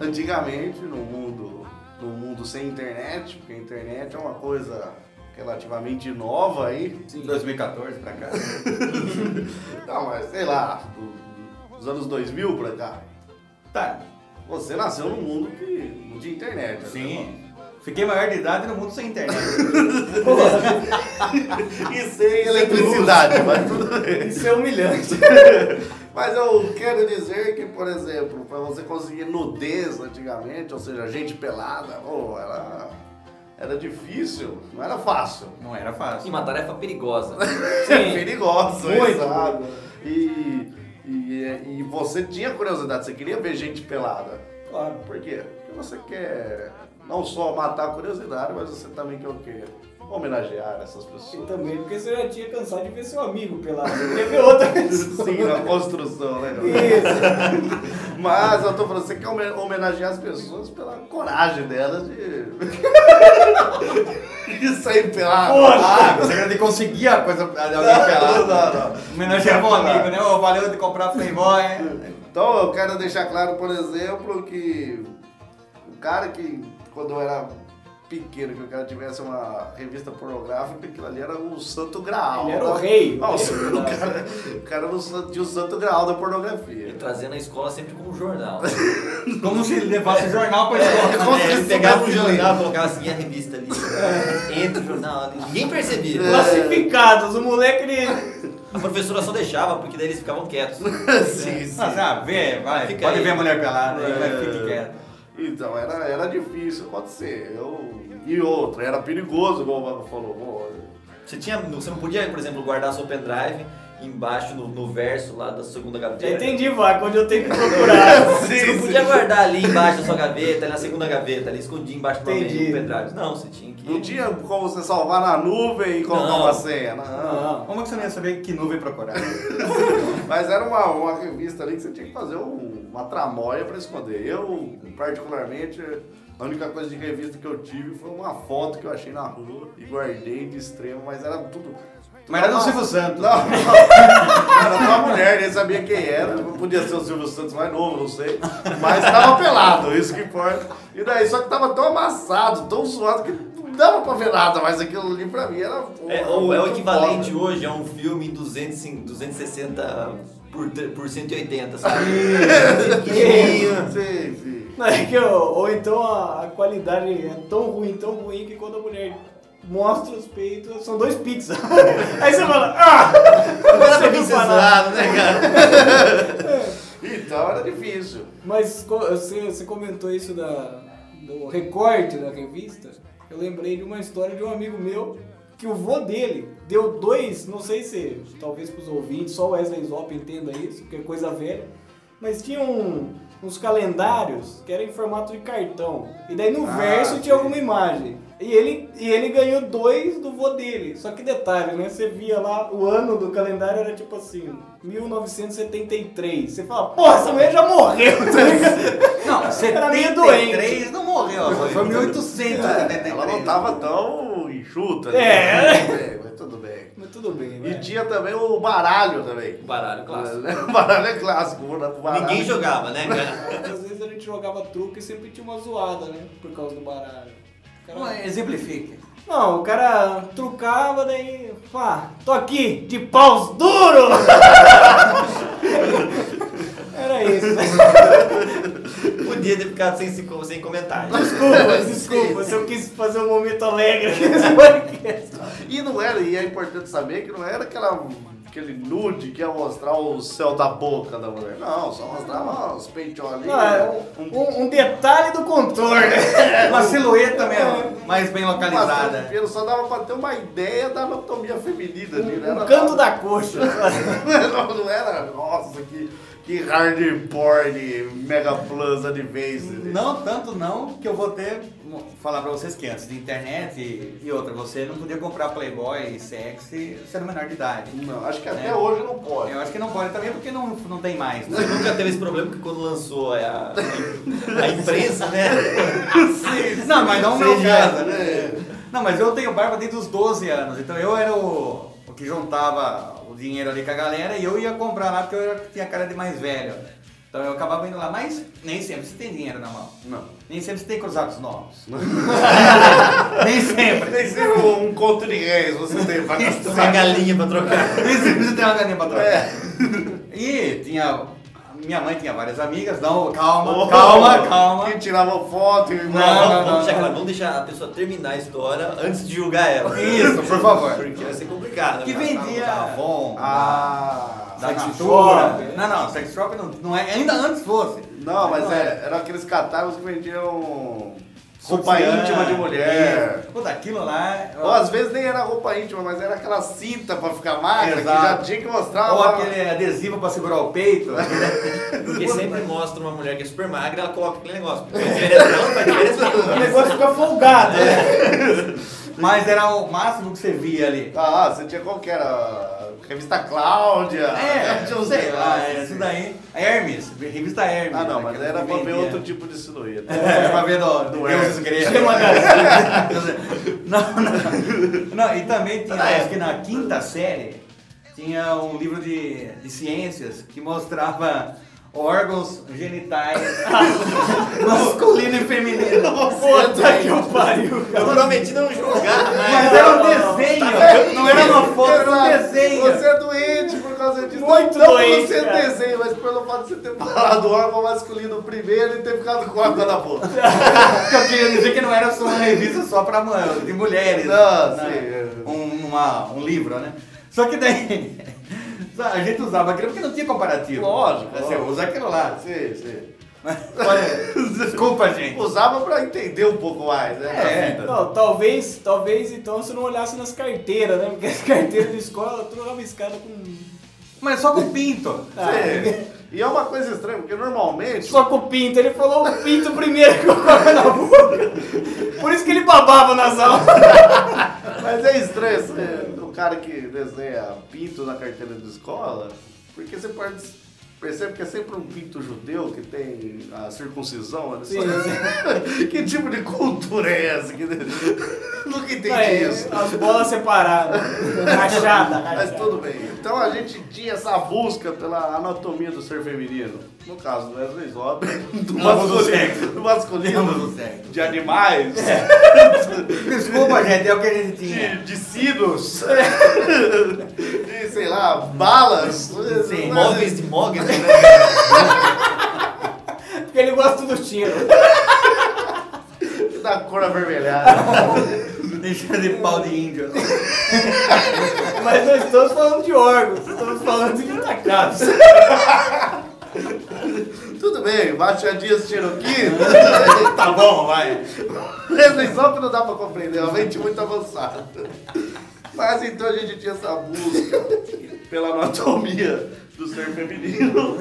[SPEAKER 3] Antigamente, no mundo, no mundo sem internet, porque a internet é uma coisa relativamente nova aí.
[SPEAKER 4] Sim. 2014 pra cá.
[SPEAKER 3] Não, mas sei lá, do- dos anos 2000 pra cá.
[SPEAKER 4] tá,
[SPEAKER 3] Você nasceu num mundo que não tinha internet. né?
[SPEAKER 4] sim. Fiquei maior de idade no mundo sem internet.
[SPEAKER 3] E sem eletricidade, mas tudo bem.
[SPEAKER 2] é Isso é humilhante.
[SPEAKER 3] Mas eu quero dizer que, por exemplo, pra você conseguir nudez antigamente, ou seja, gente pelada, oh, era, era difícil, não era fácil.
[SPEAKER 4] Não era
[SPEAKER 5] E
[SPEAKER 4] fácil.
[SPEAKER 5] uma tarefa perigosa.
[SPEAKER 3] É perigoso,
[SPEAKER 2] Muito.
[SPEAKER 3] exato. E, e, e você tinha curiosidade, você queria ver gente pelada.
[SPEAKER 2] Claro.
[SPEAKER 3] Por quê? Porque você quer não só matar a curiosidade, mas você também quer o quê? Homenagear essas
[SPEAKER 2] E
[SPEAKER 3] pessoas.
[SPEAKER 2] também porque você já tinha cansado de ver seu amigo pelado. Você queria ver outra pessoa.
[SPEAKER 3] Sim, na construção, né? galera?
[SPEAKER 2] Isso.
[SPEAKER 3] Mas eu tô falando, você quer homen- homenagear as pessoas pela coragem delas de. de sair pelado.
[SPEAKER 4] Ah, você ainda conseguia a coisa de alguém
[SPEAKER 3] Não,
[SPEAKER 4] pelado.
[SPEAKER 3] não, não.
[SPEAKER 4] Homenageava um amigo, né? Ô, valeu de comprar Playboy.
[SPEAKER 3] Então eu quero deixar claro, por exemplo, que o cara que, quando eu era pequeno, que o cara tivesse uma revista pornográfica, aquilo ali era o santo graal.
[SPEAKER 2] Ele era o
[SPEAKER 3] da-
[SPEAKER 2] rei.
[SPEAKER 3] Nossa,
[SPEAKER 2] Ele
[SPEAKER 3] o cara, o cara era o santo- tinha o santo graal da
[SPEAKER 5] E
[SPEAKER 3] pornografia.
[SPEAKER 5] trazendo a escola sempre como jornal.
[SPEAKER 4] Como se ele levasse o jornal pra escola.
[SPEAKER 3] como
[SPEAKER 4] né?
[SPEAKER 3] se-
[SPEAKER 5] Ele pegava um jornal, colocava assim a revista ali. Entra o jornal, ninguém percebia.
[SPEAKER 2] Classificados. O moleque, ele...
[SPEAKER 5] A professora só deixava, porque daí eles ficavam quietos.
[SPEAKER 3] sim, sim.
[SPEAKER 4] Ah, já vê, vai.
[SPEAKER 5] Fica
[SPEAKER 4] pode
[SPEAKER 5] aí.
[SPEAKER 4] ver a mulher pelada, aí vai,
[SPEAKER 3] É.
[SPEAKER 4] fique quieto.
[SPEAKER 3] Então, era, era difícil, pode ser. Eu... E outra, era perigoso, como o Mano falou. Bom,
[SPEAKER 5] Você, tinha, você não podia, por exemplo, guardar seu pendrive embaixo no, no verso lá da segunda
[SPEAKER 2] Já
[SPEAKER 5] gaveta.
[SPEAKER 2] entendi, Vaca, onde eu tenho que procurar.
[SPEAKER 5] Você não podia guardar ali embaixo da sua gaveta, ali na segunda gaveta, ali escondido embaixo do
[SPEAKER 2] Entendi.
[SPEAKER 5] pendrive. Não, você tinha que.
[SPEAKER 3] não tinha como você salvar na nuvem e colocar
[SPEAKER 5] Não.
[SPEAKER 3] uma senha. não.
[SPEAKER 2] Não.
[SPEAKER 4] Como é que você não ia saber que nuvem procurar?
[SPEAKER 3] Mas era uma, uma revista ali que você tinha que fazer um- uma tramóia pra esconder. Eu, particularmente, a única coisa de revista que eu tive foi uma foto que eu achei na rua e guardei de extremo, mas era tudo.
[SPEAKER 4] Mas era do
[SPEAKER 3] Nossa.
[SPEAKER 4] Silvio Santos.
[SPEAKER 3] Não, não. Era uma mulher, nem sabia quem era. Podia ser o Silvio Santos mais novo, não sei. Mas tava pelado, isso que importa. E daí, só que tava tão amassado, tão suado que não dava pra ver nada, mas aquilo ali pra mim era. um
[SPEAKER 5] É, o,
[SPEAKER 4] um
[SPEAKER 5] é o
[SPEAKER 3] muito
[SPEAKER 5] equivalente
[SPEAKER 3] foda.
[SPEAKER 5] hoje a um filme em 200, 260 por, tre- por 180, sabe? Pequenininho.
[SPEAKER 3] Sim, sim.
[SPEAKER 2] Não, é que, ou, ou então a, a qualidade é tão ruim, tão ruim, que quando a mulher mostra os peitos, são dois pixels. Aí você fala, ah!
[SPEAKER 5] Não era pra
[SPEAKER 2] Você
[SPEAKER 5] mim
[SPEAKER 2] não
[SPEAKER 5] ser
[SPEAKER 2] fala.
[SPEAKER 5] zoado, né, cara?
[SPEAKER 3] Então era difícil.
[SPEAKER 2] Mas co- você, você comentou isso da, do recorte da revista. Eu lembrei de uma história de um amigo meu que o vô dele deu dois, não sei se talvez para os ouvintes, só o Wesley Zop entenda isso, porque é coisa velha, mas tinha um- uns calendários que eram em formato de cartão. E daí no
[SPEAKER 3] Ah,
[SPEAKER 2] verso
[SPEAKER 3] sim.
[SPEAKER 2] tinha alguma imagem. E ele, e ele ganhou dois do vô dele. Só que detalhe, né? Você via lá, o ano do calendário era tipo assim, 1973. Você fala, porra, essa mulher já morreu, tá ligado?
[SPEAKER 4] Não,
[SPEAKER 2] Era meio
[SPEAKER 4] 73 não morreu, É, foi 1800.
[SPEAKER 3] Ela não
[SPEAKER 4] tá.
[SPEAKER 3] tava tão enxuta.
[SPEAKER 2] É.
[SPEAKER 3] Tudo bem, mas tudo bem.
[SPEAKER 2] Mas tudo bem,
[SPEAKER 3] E
[SPEAKER 2] né?
[SPEAKER 3] tinha também o baralho também.
[SPEAKER 5] É. Baralho, clássico.
[SPEAKER 3] O baralho é clássico. o baralho-
[SPEAKER 5] Ninguém jogava, né, cara?
[SPEAKER 2] Às vezes a gente jogava truque e sempre tinha uma zoada, né? Por causa do baralho. O cara-
[SPEAKER 4] Exemplifique.
[SPEAKER 2] Não, o cara trucava, daí. Pá, tô aqui, de paus duro! Era isso.
[SPEAKER 5] Podia ter ficado sem, se- sem comentários.
[SPEAKER 2] Desculpa, desculpa, se eu quis fazer um momento alegre aqui nesse podcast.
[SPEAKER 3] E não era, e é importante saber que não era aquela, aquele nude que ia mostrar o céu da boca da mulher. Não, só mostrava os né? peitolinhos.
[SPEAKER 2] Não, é um, um- um detalhe do É, contorno.
[SPEAKER 5] É,
[SPEAKER 4] Uma silhueta mesmo, mais bem
[SPEAKER 3] Bastante
[SPEAKER 4] localizada.
[SPEAKER 3] pelo, só dava pra ter uma ideia da anatomia feminina ali, né?
[SPEAKER 2] Um
[SPEAKER 3] Era-
[SPEAKER 2] canto da coxa. sabe?
[SPEAKER 3] não era, nossa, que, que hard porn, mega plus advance.
[SPEAKER 4] Não tanto não que eu vou ter vou falar pra vocês que antes de internet e, e outra, você não podia comprar Playboy e sexy sendo menor de idade.
[SPEAKER 3] Não, acho que até
[SPEAKER 4] É.
[SPEAKER 3] hoje não pode.
[SPEAKER 4] Eu acho que não pode também porque não, não tem mais. né?
[SPEAKER 5] Você nunca teve esse problema que quando lançou é, a, a imprensa, né?
[SPEAKER 4] Não, mas não o meu
[SPEAKER 5] Seja,
[SPEAKER 3] é,
[SPEAKER 4] caso, né? Não, mas eu tenho barba desde os 12 anos, então eu era o, o que juntava o dinheiro ali com a galera e eu ia comprar lá porque eu era- tinha cara de mais velho. Então eu acabava indo lá, mas nem sempre você tem dinheiro na mão.
[SPEAKER 3] Não.
[SPEAKER 4] Nem sempre você tem cruzados novos. nem sempre.
[SPEAKER 3] Nem se um conto de réis você tem pra gastar.
[SPEAKER 5] Uma galinha pra trocar.
[SPEAKER 4] Nem sempre você tem uma galinha pra trocar.
[SPEAKER 3] É.
[SPEAKER 4] E tinha. Minha mãe tinha várias amigas. Não, calma,
[SPEAKER 3] Oh,
[SPEAKER 4] calma, calma.
[SPEAKER 3] Que tirava foto e
[SPEAKER 4] Não, não, não,
[SPEAKER 5] Vamos, vamos, deixar
[SPEAKER 4] não.
[SPEAKER 5] claro, vamos deixar a pessoa terminar a história antes de julgar ela.
[SPEAKER 4] Isso, por favor.
[SPEAKER 5] Porque vai ser complicado.
[SPEAKER 4] Que
[SPEAKER 5] né?
[SPEAKER 3] tá,
[SPEAKER 4] vendia Avon,
[SPEAKER 3] Ah.
[SPEAKER 4] da
[SPEAKER 2] Sex
[SPEAKER 4] Natura.
[SPEAKER 2] shop.
[SPEAKER 4] Não, não, sex shop não, não é. Ainda antes fosse.
[SPEAKER 3] Não, mas
[SPEAKER 4] Não
[SPEAKER 3] é,
[SPEAKER 4] era.
[SPEAKER 3] eram aqueles catálogos que vendiam roupa íntima de mulher.
[SPEAKER 4] Isso. Puta, aquilo lá.
[SPEAKER 3] Ou às vezes nem era roupa íntima, mas era aquela cinta pra ficar magra que já
[SPEAKER 4] Exato.
[SPEAKER 3] tinha que mostrar.
[SPEAKER 4] Ou
[SPEAKER 3] lá.
[SPEAKER 4] aquele adesivo pra segurar o peito.
[SPEAKER 5] Porque sempre mostra uma mulher que é super magra, ela coloca aquele negócio. Porque faz diferença não, faz diferença
[SPEAKER 2] O
[SPEAKER 5] não.
[SPEAKER 2] um negócio fica
[SPEAKER 5] É
[SPEAKER 2] folgado, né?
[SPEAKER 4] Mas era o máximo que você via ali.
[SPEAKER 3] Ah, você tinha qualquer. ah, Revista Cláudia.
[SPEAKER 4] É,
[SPEAKER 3] tinha
[SPEAKER 4] eu
[SPEAKER 3] uns
[SPEAKER 4] sei lá,
[SPEAKER 3] negócios
[SPEAKER 4] isso
[SPEAKER 3] assim.
[SPEAKER 4] daí. Hermes, revista Hermes.
[SPEAKER 3] um Ah, não, mas
[SPEAKER 4] aquela
[SPEAKER 3] era
[SPEAKER 4] que
[SPEAKER 3] pra ver
[SPEAKER 4] vendia.
[SPEAKER 3] outro tipo de silhueta.
[SPEAKER 4] É, pra ver do, do
[SPEAKER 3] Hermes.
[SPEAKER 4] Deus grego. não, não. Não, e também tinha, acho que na quinta série, tinha um livro de, de ciências que mostrava órgãos genitais masculino e feminino.
[SPEAKER 3] tipo
[SPEAKER 2] Puta que eu pariu.
[SPEAKER 5] Eu prometi não julgar,
[SPEAKER 4] Mas
[SPEAKER 5] mas.
[SPEAKER 4] era um desenho, não era uma foto, era um
[SPEAKER 3] Exato.
[SPEAKER 4] desenho.
[SPEAKER 3] Você é doente por causa disso.
[SPEAKER 2] Muito
[SPEAKER 3] não
[SPEAKER 2] doente,
[SPEAKER 3] você
[SPEAKER 2] cara.
[SPEAKER 3] desenho, mas pelo fato de você ter falado órgão masculino primeiro e ter ficado com a água na boca.
[SPEAKER 4] Porque eu queria dizer que não era só uma revista só pra mu- de mulheres.
[SPEAKER 3] Não,
[SPEAKER 4] né?
[SPEAKER 3] sim.
[SPEAKER 4] Um, uma- um livro, né? Só que daí. A gente usava aquilo porque não tinha comparativo.
[SPEAKER 3] Lógico,
[SPEAKER 4] Você
[SPEAKER 3] lógico.
[SPEAKER 4] usa aquilo lá.
[SPEAKER 3] Sim, sim.
[SPEAKER 4] Olha, Desculpa, gente.
[SPEAKER 3] Usava pra entender um pouco mais, né?
[SPEAKER 4] É.
[SPEAKER 3] da vida.
[SPEAKER 2] Não, talvez, talvez então se não olhasse nas carteiras, né? Porque as carteiras de escola tudo rabiscada com.
[SPEAKER 4] Mas só com pinto.
[SPEAKER 3] Sim. E é uma coisa estranha, porque normalmente.
[SPEAKER 2] Só com o pinto, ele falou o pinto primeiro que eu coloquei na boca. Por isso que ele babava nas aulas.
[SPEAKER 3] Mas é estranho você- o cara que desenha pinto na carteira de escola, porque você pode. Percebe que é sempre um pinto judeu que tem a circuncisão? Olha só. que tipo de cultura é essa? Que... Nunca entendi
[SPEAKER 2] Aí,
[SPEAKER 3] isso.
[SPEAKER 2] as bolas separadas, rachada,
[SPEAKER 3] Mas
[SPEAKER 2] rachada.
[SPEAKER 3] tudo bem. Então a gente tinha essa busca pela anatomia do ser feminino. No caso do Wesley Zob, do
[SPEAKER 4] Ambos os
[SPEAKER 3] masculino,
[SPEAKER 4] sexos.
[SPEAKER 3] do
[SPEAKER 4] Ambos
[SPEAKER 3] masculino
[SPEAKER 4] os sexos.
[SPEAKER 3] de animais,
[SPEAKER 4] Desculpa, gente, é o que a gente
[SPEAKER 3] de,
[SPEAKER 4] tinha.
[SPEAKER 3] de sinos, de, sei lá, balas.
[SPEAKER 4] Sim,
[SPEAKER 3] Mas-
[SPEAKER 5] Móveis de mogno, né?
[SPEAKER 2] Porque ele gosta do tiro.
[SPEAKER 3] da cor avermelhada.
[SPEAKER 4] Deixa de pau de índio.
[SPEAKER 2] Mas nós estamos falando de órgãos, estamos falando de atacados.
[SPEAKER 3] Tudo bem, Machadinhas Cherokee.
[SPEAKER 4] Tá bom, vai.
[SPEAKER 3] Wesley Zob não dá pra compreender, é uma mente muito avançada. Mas então a gente tinha essa busca pela anatomia do ser feminino.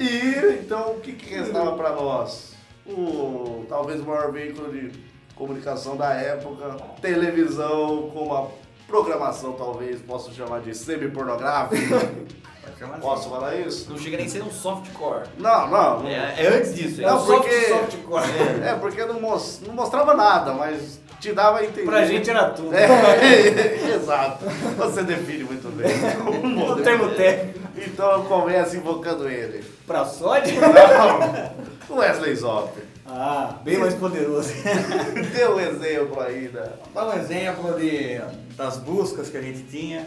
[SPEAKER 3] E então o que, que restava pra nós? O talvez o maior veículo de comunicação da época, televisão com uma programação talvez posso chamar de semi-pornográfica.
[SPEAKER 4] assim.
[SPEAKER 3] Posso falar isso?
[SPEAKER 5] Não chega nem a ser um softcore.
[SPEAKER 3] Não, não. não.
[SPEAKER 5] É, é antes disso.
[SPEAKER 2] É
[SPEAKER 5] É
[SPEAKER 2] o
[SPEAKER 3] Não,
[SPEAKER 5] um soft-
[SPEAKER 2] soft,
[SPEAKER 3] porque-
[SPEAKER 2] softcore.
[SPEAKER 3] É, porque não, mos- não mostrava nada, mas te dava a entender.
[SPEAKER 2] Pra gente era tudo.
[SPEAKER 3] É, exato. Você define muito bem.
[SPEAKER 2] O termo técnico.
[SPEAKER 3] Então eu começo invocando ele.
[SPEAKER 2] Pra sódio?
[SPEAKER 3] O Wesley Zop.
[SPEAKER 2] Ah, bem mais poderoso.
[SPEAKER 3] Dê um exemplo aí da.
[SPEAKER 4] Dá um exemplo de, das buscas que a gente tinha,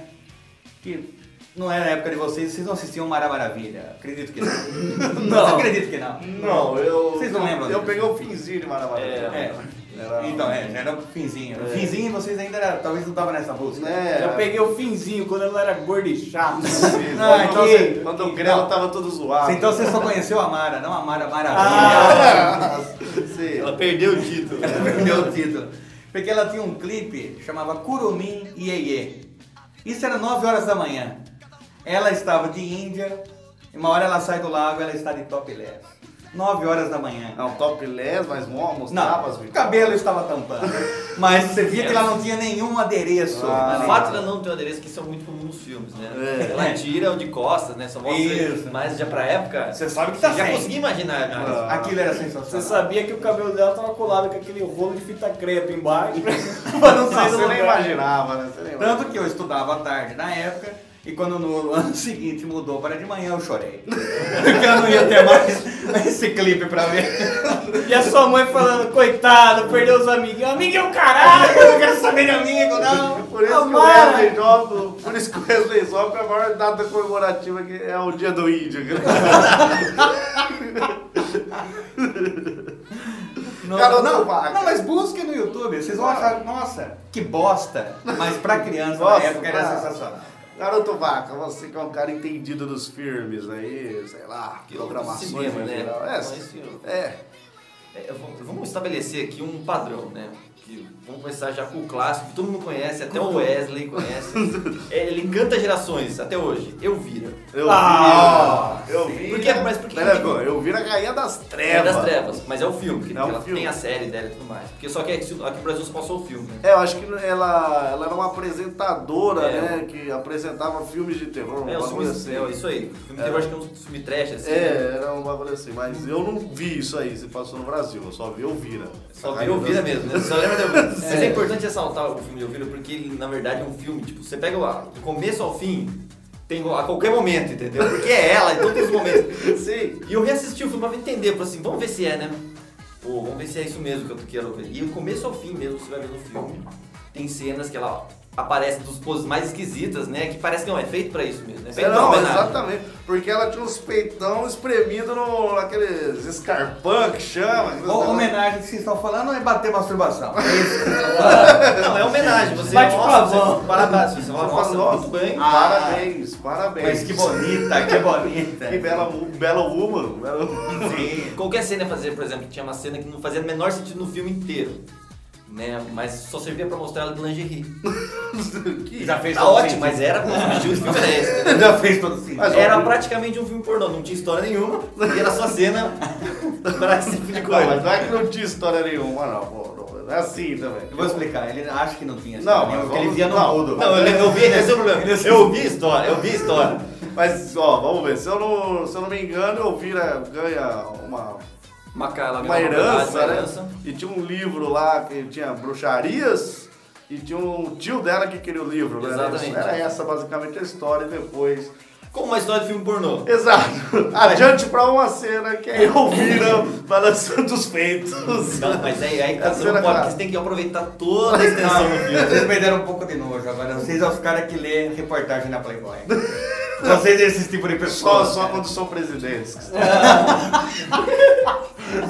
[SPEAKER 4] que não era a época de vocês, vocês não assistiam Mara Maravilha. Acredito que não.
[SPEAKER 2] Não.
[SPEAKER 4] Acredito que não.
[SPEAKER 3] Não, eu.
[SPEAKER 4] Vocês não lembram
[SPEAKER 3] Eu
[SPEAKER 4] disso?
[SPEAKER 3] peguei o finzinho de Maravilha.
[SPEAKER 4] É.
[SPEAKER 3] Era- um
[SPEAKER 4] Então, é, já era finzinho. Finzinho vocês ainda era, talvez não estavam nessa busca.
[SPEAKER 3] Né?
[SPEAKER 2] Eu peguei o finzinho quando ela era gorda e chata.
[SPEAKER 3] Sim,
[SPEAKER 4] Não,
[SPEAKER 3] quando,
[SPEAKER 4] então
[SPEAKER 2] você-
[SPEAKER 3] quando o Grelo tava todo zoado.
[SPEAKER 4] Então você só conheceu a Mara, não a Mara Maravilha.
[SPEAKER 3] Ah, sim.
[SPEAKER 5] Ela perdeu o título.
[SPEAKER 4] Ela perdeu o título. Porque ela tinha um clipe que chamava Curumim Iê. Isso era 9 horas da manhã. Ela estava de Índia, e uma hora ela sai do lago ela está de topless. 9 horas da manhã.
[SPEAKER 3] Não, topless, mas um mo- mostrava as
[SPEAKER 4] Não, o cabelo estava tampando. Mas você via que ela não tinha nenhum adereço.
[SPEAKER 3] Ah.
[SPEAKER 5] O
[SPEAKER 4] ali.
[SPEAKER 5] fato dela não ter um adereço, que são muito comuns nos filmes, né?
[SPEAKER 3] É.
[SPEAKER 5] Ela tira o de costas, né? Só mostra
[SPEAKER 4] Isso.
[SPEAKER 5] Mas já pra época,
[SPEAKER 4] Você sabe que tá
[SPEAKER 5] já
[SPEAKER 4] sem.
[SPEAKER 5] consegui imaginar. né? Mas...
[SPEAKER 3] Ah.
[SPEAKER 4] Aquilo era
[SPEAKER 2] Você
[SPEAKER 4] sensacional.
[SPEAKER 2] sabia que o cabelo dela tava colado com aquele rolo de fita crepe embaixo.
[SPEAKER 3] Não,
[SPEAKER 2] sei
[SPEAKER 3] você nem
[SPEAKER 5] tá
[SPEAKER 2] do lugar.
[SPEAKER 3] imaginava, né? Você nem imaginava.
[SPEAKER 4] Tanto que eu estudava à tarde na época e E quando no ano seguinte mudou para de manhã, eu chorei. Porque eu não ia ter mais esse clipe pra ver.
[SPEAKER 2] E a sua mãe falando, coitado, perdeu os amiguinhos. Amigo é o caralho, eu não quero saber de amigo,
[SPEAKER 5] tá
[SPEAKER 2] não.
[SPEAKER 3] Por isso, que o Wesley Zop, por isso que o Wesley Zop é a maior data comemorativa que é o dia do índio. Cara,
[SPEAKER 4] Não,
[SPEAKER 3] Garota
[SPEAKER 4] não,
[SPEAKER 3] vaca.
[SPEAKER 4] não, mas busquem no YouTube, vocês vão achar, nossa, que bosta. Mas pra criança
[SPEAKER 3] Nossa,
[SPEAKER 4] na época era
[SPEAKER 3] cara.
[SPEAKER 4] sensacional.
[SPEAKER 3] Garoto Vaca, você que é um cara entendido dos filmes aí, sei lá,
[SPEAKER 5] Que
[SPEAKER 3] programações
[SPEAKER 5] cinema,
[SPEAKER 3] em
[SPEAKER 5] né?
[SPEAKER 3] geral.
[SPEAKER 5] Mas,
[SPEAKER 3] É,
[SPEAKER 5] senhor.
[SPEAKER 3] é,
[SPEAKER 5] É, vamos vamos estabelecer aqui um padrão, né? Que vamos começar já com o clássico, que todo mundo conhece, até o Wesley conhece. É, Ele encanta gerações, até hoje. Eu vira.
[SPEAKER 3] eu vi.
[SPEAKER 4] Ah,
[SPEAKER 3] eu vi.
[SPEAKER 5] Por quê? Mas por quê?
[SPEAKER 3] Pera, pô, eu vi na Rainha das
[SPEAKER 5] É
[SPEAKER 3] Trevas.
[SPEAKER 5] das trevas, mas é o filme, que
[SPEAKER 3] É o
[SPEAKER 5] ela
[SPEAKER 3] filme.
[SPEAKER 5] tem a série dela e tudo mais. Porque só que aqui aqui no Brasil só passou o filme, né?
[SPEAKER 3] É, eu acho que ela, ela era uma apresentadora,
[SPEAKER 5] É.
[SPEAKER 3] né? Que apresentava filmes de terror, um
[SPEAKER 5] É, os
[SPEAKER 3] bagulho
[SPEAKER 5] filmes,
[SPEAKER 3] assim.
[SPEAKER 5] é isso aí. O filme
[SPEAKER 3] É.
[SPEAKER 5] terror acho que é um filme trash, assim. né?
[SPEAKER 3] É, era um bagulho assim, mas eu não vi isso aí, se passou no Brasil, eu só vi Elvira.
[SPEAKER 5] Só vê Elvira mesmo, né? Só lembra da Elvira. Mas é importante ressaltar o filme de Elvira porque ele, na verdade, é um filme, tipo, você pega lá, do começo ao fim, tem a qualquer momento, entendeu? Porque é ela, então tem os momentos.
[SPEAKER 3] Sim.
[SPEAKER 5] E eu reassisti o filme pra entender, falei assim, vamos ver se é, né? Pô, vamos ver se é isso mesmo que eu quero ver. E o começo ao fim mesmo, você vai ver no filme, tem cenas que ela aparece dos poses mais esquisitas, né? Que parece que não, é feito pra isso mesmo, né? Feito pra
[SPEAKER 3] não,
[SPEAKER 5] homenagem.
[SPEAKER 3] exatamente. Porque ela tinha uns peitão espremido no, naqueles escarpão que chama. aqueles
[SPEAKER 4] Ou
[SPEAKER 3] negócios.
[SPEAKER 4] homenagem que vocês estão falando é bater masturbação. É isso que vocês estão falando.
[SPEAKER 5] Não, é homenagem, você
[SPEAKER 4] Bate
[SPEAKER 5] nossa,
[SPEAKER 4] pavão.
[SPEAKER 5] você, parabéns, você fala,
[SPEAKER 3] Ela
[SPEAKER 5] nossa,
[SPEAKER 3] falou,
[SPEAKER 5] muito bem.
[SPEAKER 4] Ah,
[SPEAKER 3] Parabéns, parabéns.
[SPEAKER 4] Mas que bonita, é que bonita.
[SPEAKER 5] né?
[SPEAKER 3] Que bela, mu- bela woman. Bela... woman.
[SPEAKER 4] Sim.
[SPEAKER 5] Qualquer cena ia fazer, por exemplo, que tinha uma cena que não fazia o menor sentido no filme inteiro. Né? Mas só servia pra mostrar ela de lingerie.
[SPEAKER 3] Que-
[SPEAKER 4] Já fez
[SPEAKER 5] Tá
[SPEAKER 4] todo
[SPEAKER 5] ótimo,
[SPEAKER 4] sentido.
[SPEAKER 5] mas era como o estilo do filme era esse. entendeu?
[SPEAKER 4] Já fez todo sentido.
[SPEAKER 3] Mas-
[SPEAKER 5] Era praticamente um filme pornô, não tinha história nenhuma, e era só cena pra esse tipo de
[SPEAKER 3] Não, mas
[SPEAKER 5] coisa.
[SPEAKER 3] não é que não tinha história nenhuma, não. pô, não, é assim também.
[SPEAKER 4] Eu vou explicar, ele acha que não tinha
[SPEAKER 3] Não,
[SPEAKER 4] história nenhuma,
[SPEAKER 3] mas
[SPEAKER 4] porque ele
[SPEAKER 3] vamos-
[SPEAKER 4] via no
[SPEAKER 3] não.
[SPEAKER 4] mudo.
[SPEAKER 5] Não, eu, eu vi, esse é o problema. Eu vi história, eu vi história.
[SPEAKER 3] Mas, ó, vamos ver. Se eu não, se eu não me engano, eu vira, ganha uma,
[SPEAKER 5] Uma, cara, ela
[SPEAKER 3] uma
[SPEAKER 5] ganhou propriedade,
[SPEAKER 3] herança,
[SPEAKER 5] uma
[SPEAKER 3] né?
[SPEAKER 5] herança.
[SPEAKER 3] E tinha um livro lá que tinha bruxarias. E tinha um tio dela que queria o livro, né?
[SPEAKER 5] Exatamente.
[SPEAKER 3] Era essa basicamente a história e depois.
[SPEAKER 5] Como uma história de filme pornô.
[SPEAKER 3] Exato. Adiante pra uma cena que é Elvira balançando os peitos.
[SPEAKER 5] Não, mas aí, aí
[SPEAKER 3] É
[SPEAKER 5] tá,
[SPEAKER 3] a
[SPEAKER 5] você
[SPEAKER 3] cena clássica.
[SPEAKER 5] não pode, porque você tem que aproveitar toda a extensão do filme.
[SPEAKER 4] Vocês perderam um pouco de nojo agora. Vocês são os caras que lê reportagem na Playboy. Vocês é esse tipo de
[SPEAKER 3] Só,
[SPEAKER 4] pessoa.
[SPEAKER 3] só
[SPEAKER 4] cara.
[SPEAKER 3] quando são presidentes.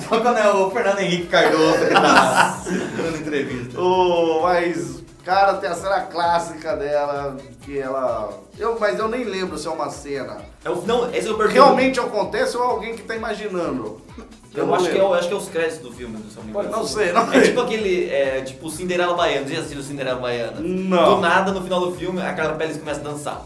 [SPEAKER 4] Só quando é o Fernando Henrique Cardoso que tá dando entrevista.
[SPEAKER 3] Ô, mas, cara, tem a cena clássica dela, que ela. Eu, mas eu nem lembro se é uma cena.
[SPEAKER 5] É o- não, esse é o perfil.
[SPEAKER 3] Realmente acontece ou é alguém que tá imaginando?
[SPEAKER 5] Eu,
[SPEAKER 3] não
[SPEAKER 5] acho que é,
[SPEAKER 3] lembro.
[SPEAKER 5] o- acho que é os créditos do filme, do São Miguel.
[SPEAKER 3] Não sei, não
[SPEAKER 5] É
[SPEAKER 3] sei.
[SPEAKER 5] tipo aquele, é, tipo Cinderela Baiana, já assistiu Cinderela Baiana?
[SPEAKER 3] Não.
[SPEAKER 5] Do nada, no final do filme, a Carla Pérez começa a dançar.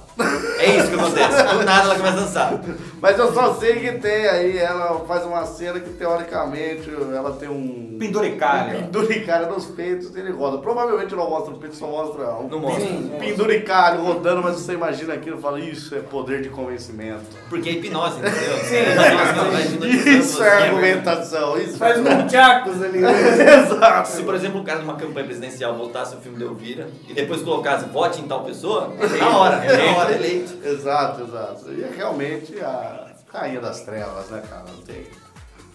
[SPEAKER 5] É isso que acontece, do nada ela começa a dançar.
[SPEAKER 3] Mas eu só sei que tem aí, ela faz uma cena que teoricamente ela tem um.
[SPEAKER 4] Penduricalho.
[SPEAKER 3] Penduricalho nos peitos e ele roda. Provavelmente não mostra o peito, só mostra um
[SPEAKER 5] Não mostra.
[SPEAKER 3] pin- penduricalho rodando, mas você imagina aquilo e fala, isso é poder de convencimento.
[SPEAKER 5] Porque é hipnose, entendeu? Ela vai hipnotizando
[SPEAKER 3] Isso
[SPEAKER 5] você.
[SPEAKER 3] é argumentação, isso
[SPEAKER 2] Faz
[SPEAKER 3] é...
[SPEAKER 2] munchacos ali.
[SPEAKER 3] Exato.
[SPEAKER 5] Se, por exemplo, o cara numa campanha presidencial botasse o filme de Elvira e depois colocasse vote em tal pessoa, na hora, na hora, eleito.
[SPEAKER 3] Exato, exato. E é realmente a rainha das trevas, né, cara? Não tem.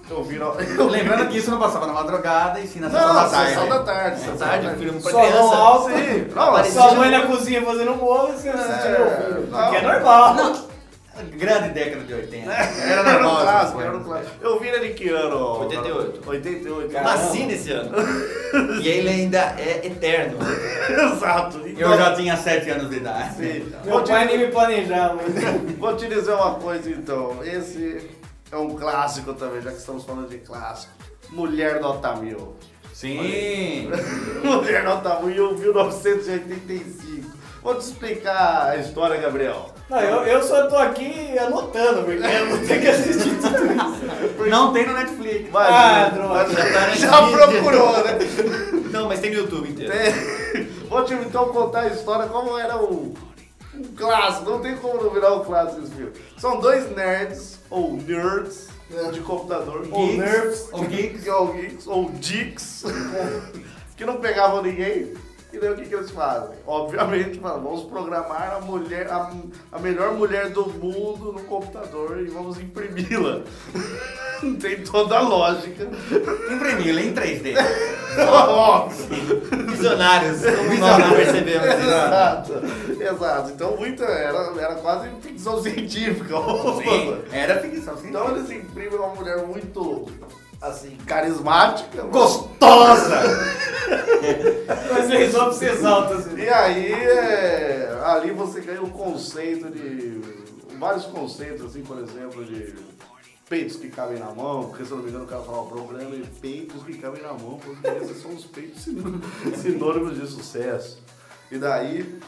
[SPEAKER 3] Eu viro. Eu...
[SPEAKER 4] Lembrando que isso não passava na madrugada e sim na sessão
[SPEAKER 3] Não,
[SPEAKER 4] da
[SPEAKER 3] sessão
[SPEAKER 4] tarde.
[SPEAKER 3] da tarde. sessão
[SPEAKER 5] É
[SPEAKER 3] da
[SPEAKER 5] tarde, filme pra
[SPEAKER 2] Só não
[SPEAKER 5] criança.
[SPEAKER 2] alto.
[SPEAKER 3] Sim, não,
[SPEAKER 5] Apareceu.
[SPEAKER 2] Sua mãe na cozinha fazendo bolo e você assistindo
[SPEAKER 3] É,
[SPEAKER 2] ao filho.
[SPEAKER 3] não.
[SPEAKER 2] Que é normal.
[SPEAKER 4] Grande década de 80.
[SPEAKER 3] Era
[SPEAKER 4] Era
[SPEAKER 3] no
[SPEAKER 4] normal. essas
[SPEAKER 3] clássico,
[SPEAKER 4] coisas.
[SPEAKER 3] era no clássico. Eu vi ele em que ano?
[SPEAKER 5] 88.
[SPEAKER 3] 88.
[SPEAKER 5] Eu Nasci nesse ano. E ele ainda é eterno.
[SPEAKER 3] Exato. Então,
[SPEAKER 4] Eu já tinha 7 anos de idade.
[SPEAKER 3] Sim. então. Vou
[SPEAKER 2] Meu
[SPEAKER 3] te-
[SPEAKER 2] pai nem me planejava.
[SPEAKER 3] Vou te dizer uma coisa então, esse é um clássico também, já que estamos falando de clássico. Mulher nota mil.
[SPEAKER 4] Sim.
[SPEAKER 3] Mulher nota mil, 1985. Vou te explicar a história, Gabriel.
[SPEAKER 2] Não, eu, eu só tô aqui anotando, porque eu vou ter que assistir tudo isso.
[SPEAKER 4] Não tem no Netflix.
[SPEAKER 3] Vai,
[SPEAKER 2] Ah,
[SPEAKER 3] Ju,
[SPEAKER 2] droga.
[SPEAKER 3] vai, Ju.
[SPEAKER 5] tá na
[SPEAKER 3] já
[SPEAKER 5] mídia.
[SPEAKER 3] procurou, né?
[SPEAKER 5] Não, mas tem no YouTube inteiro.
[SPEAKER 3] É. Vou te então contar a história como era um, um clássico. Não tem como não virar um clássico esse filme. São dois nerds, ou nerds, de computador.
[SPEAKER 2] É. Ou
[SPEAKER 3] geeks, é
[SPEAKER 2] nerds,
[SPEAKER 4] ou geeks.
[SPEAKER 3] ou geeks, ou dicks, que não pegavam ninguém. E daí o que, que eles fazem? Obviamente, falam, vamos programar a mulher, a, a melhor mulher do mundo no computador e vamos imprimi-la. Tem toda a lógica.
[SPEAKER 4] Imprimi-la em 3D.
[SPEAKER 3] Óbvio.
[SPEAKER 5] Visionários, como nós não percebemos isso.
[SPEAKER 3] Exato. Exato. Então muita era, era quase ficção científica.
[SPEAKER 4] Sim, era ficção científica.
[SPEAKER 3] Então eles imprimem uma mulher muito assim, carismática.
[SPEAKER 4] Gostosa!
[SPEAKER 2] Mas resolve ser exalta, assim.
[SPEAKER 3] E aí, é, ali você ganha o conceito de. Vários conceitos, assim, por exemplo, de peitos que cabem na mão, porque se eu não me engano o cara falava o problema é peitos que cabem na mão, porque esses são os peitos sinô- sinônimos de sucesso. E daí.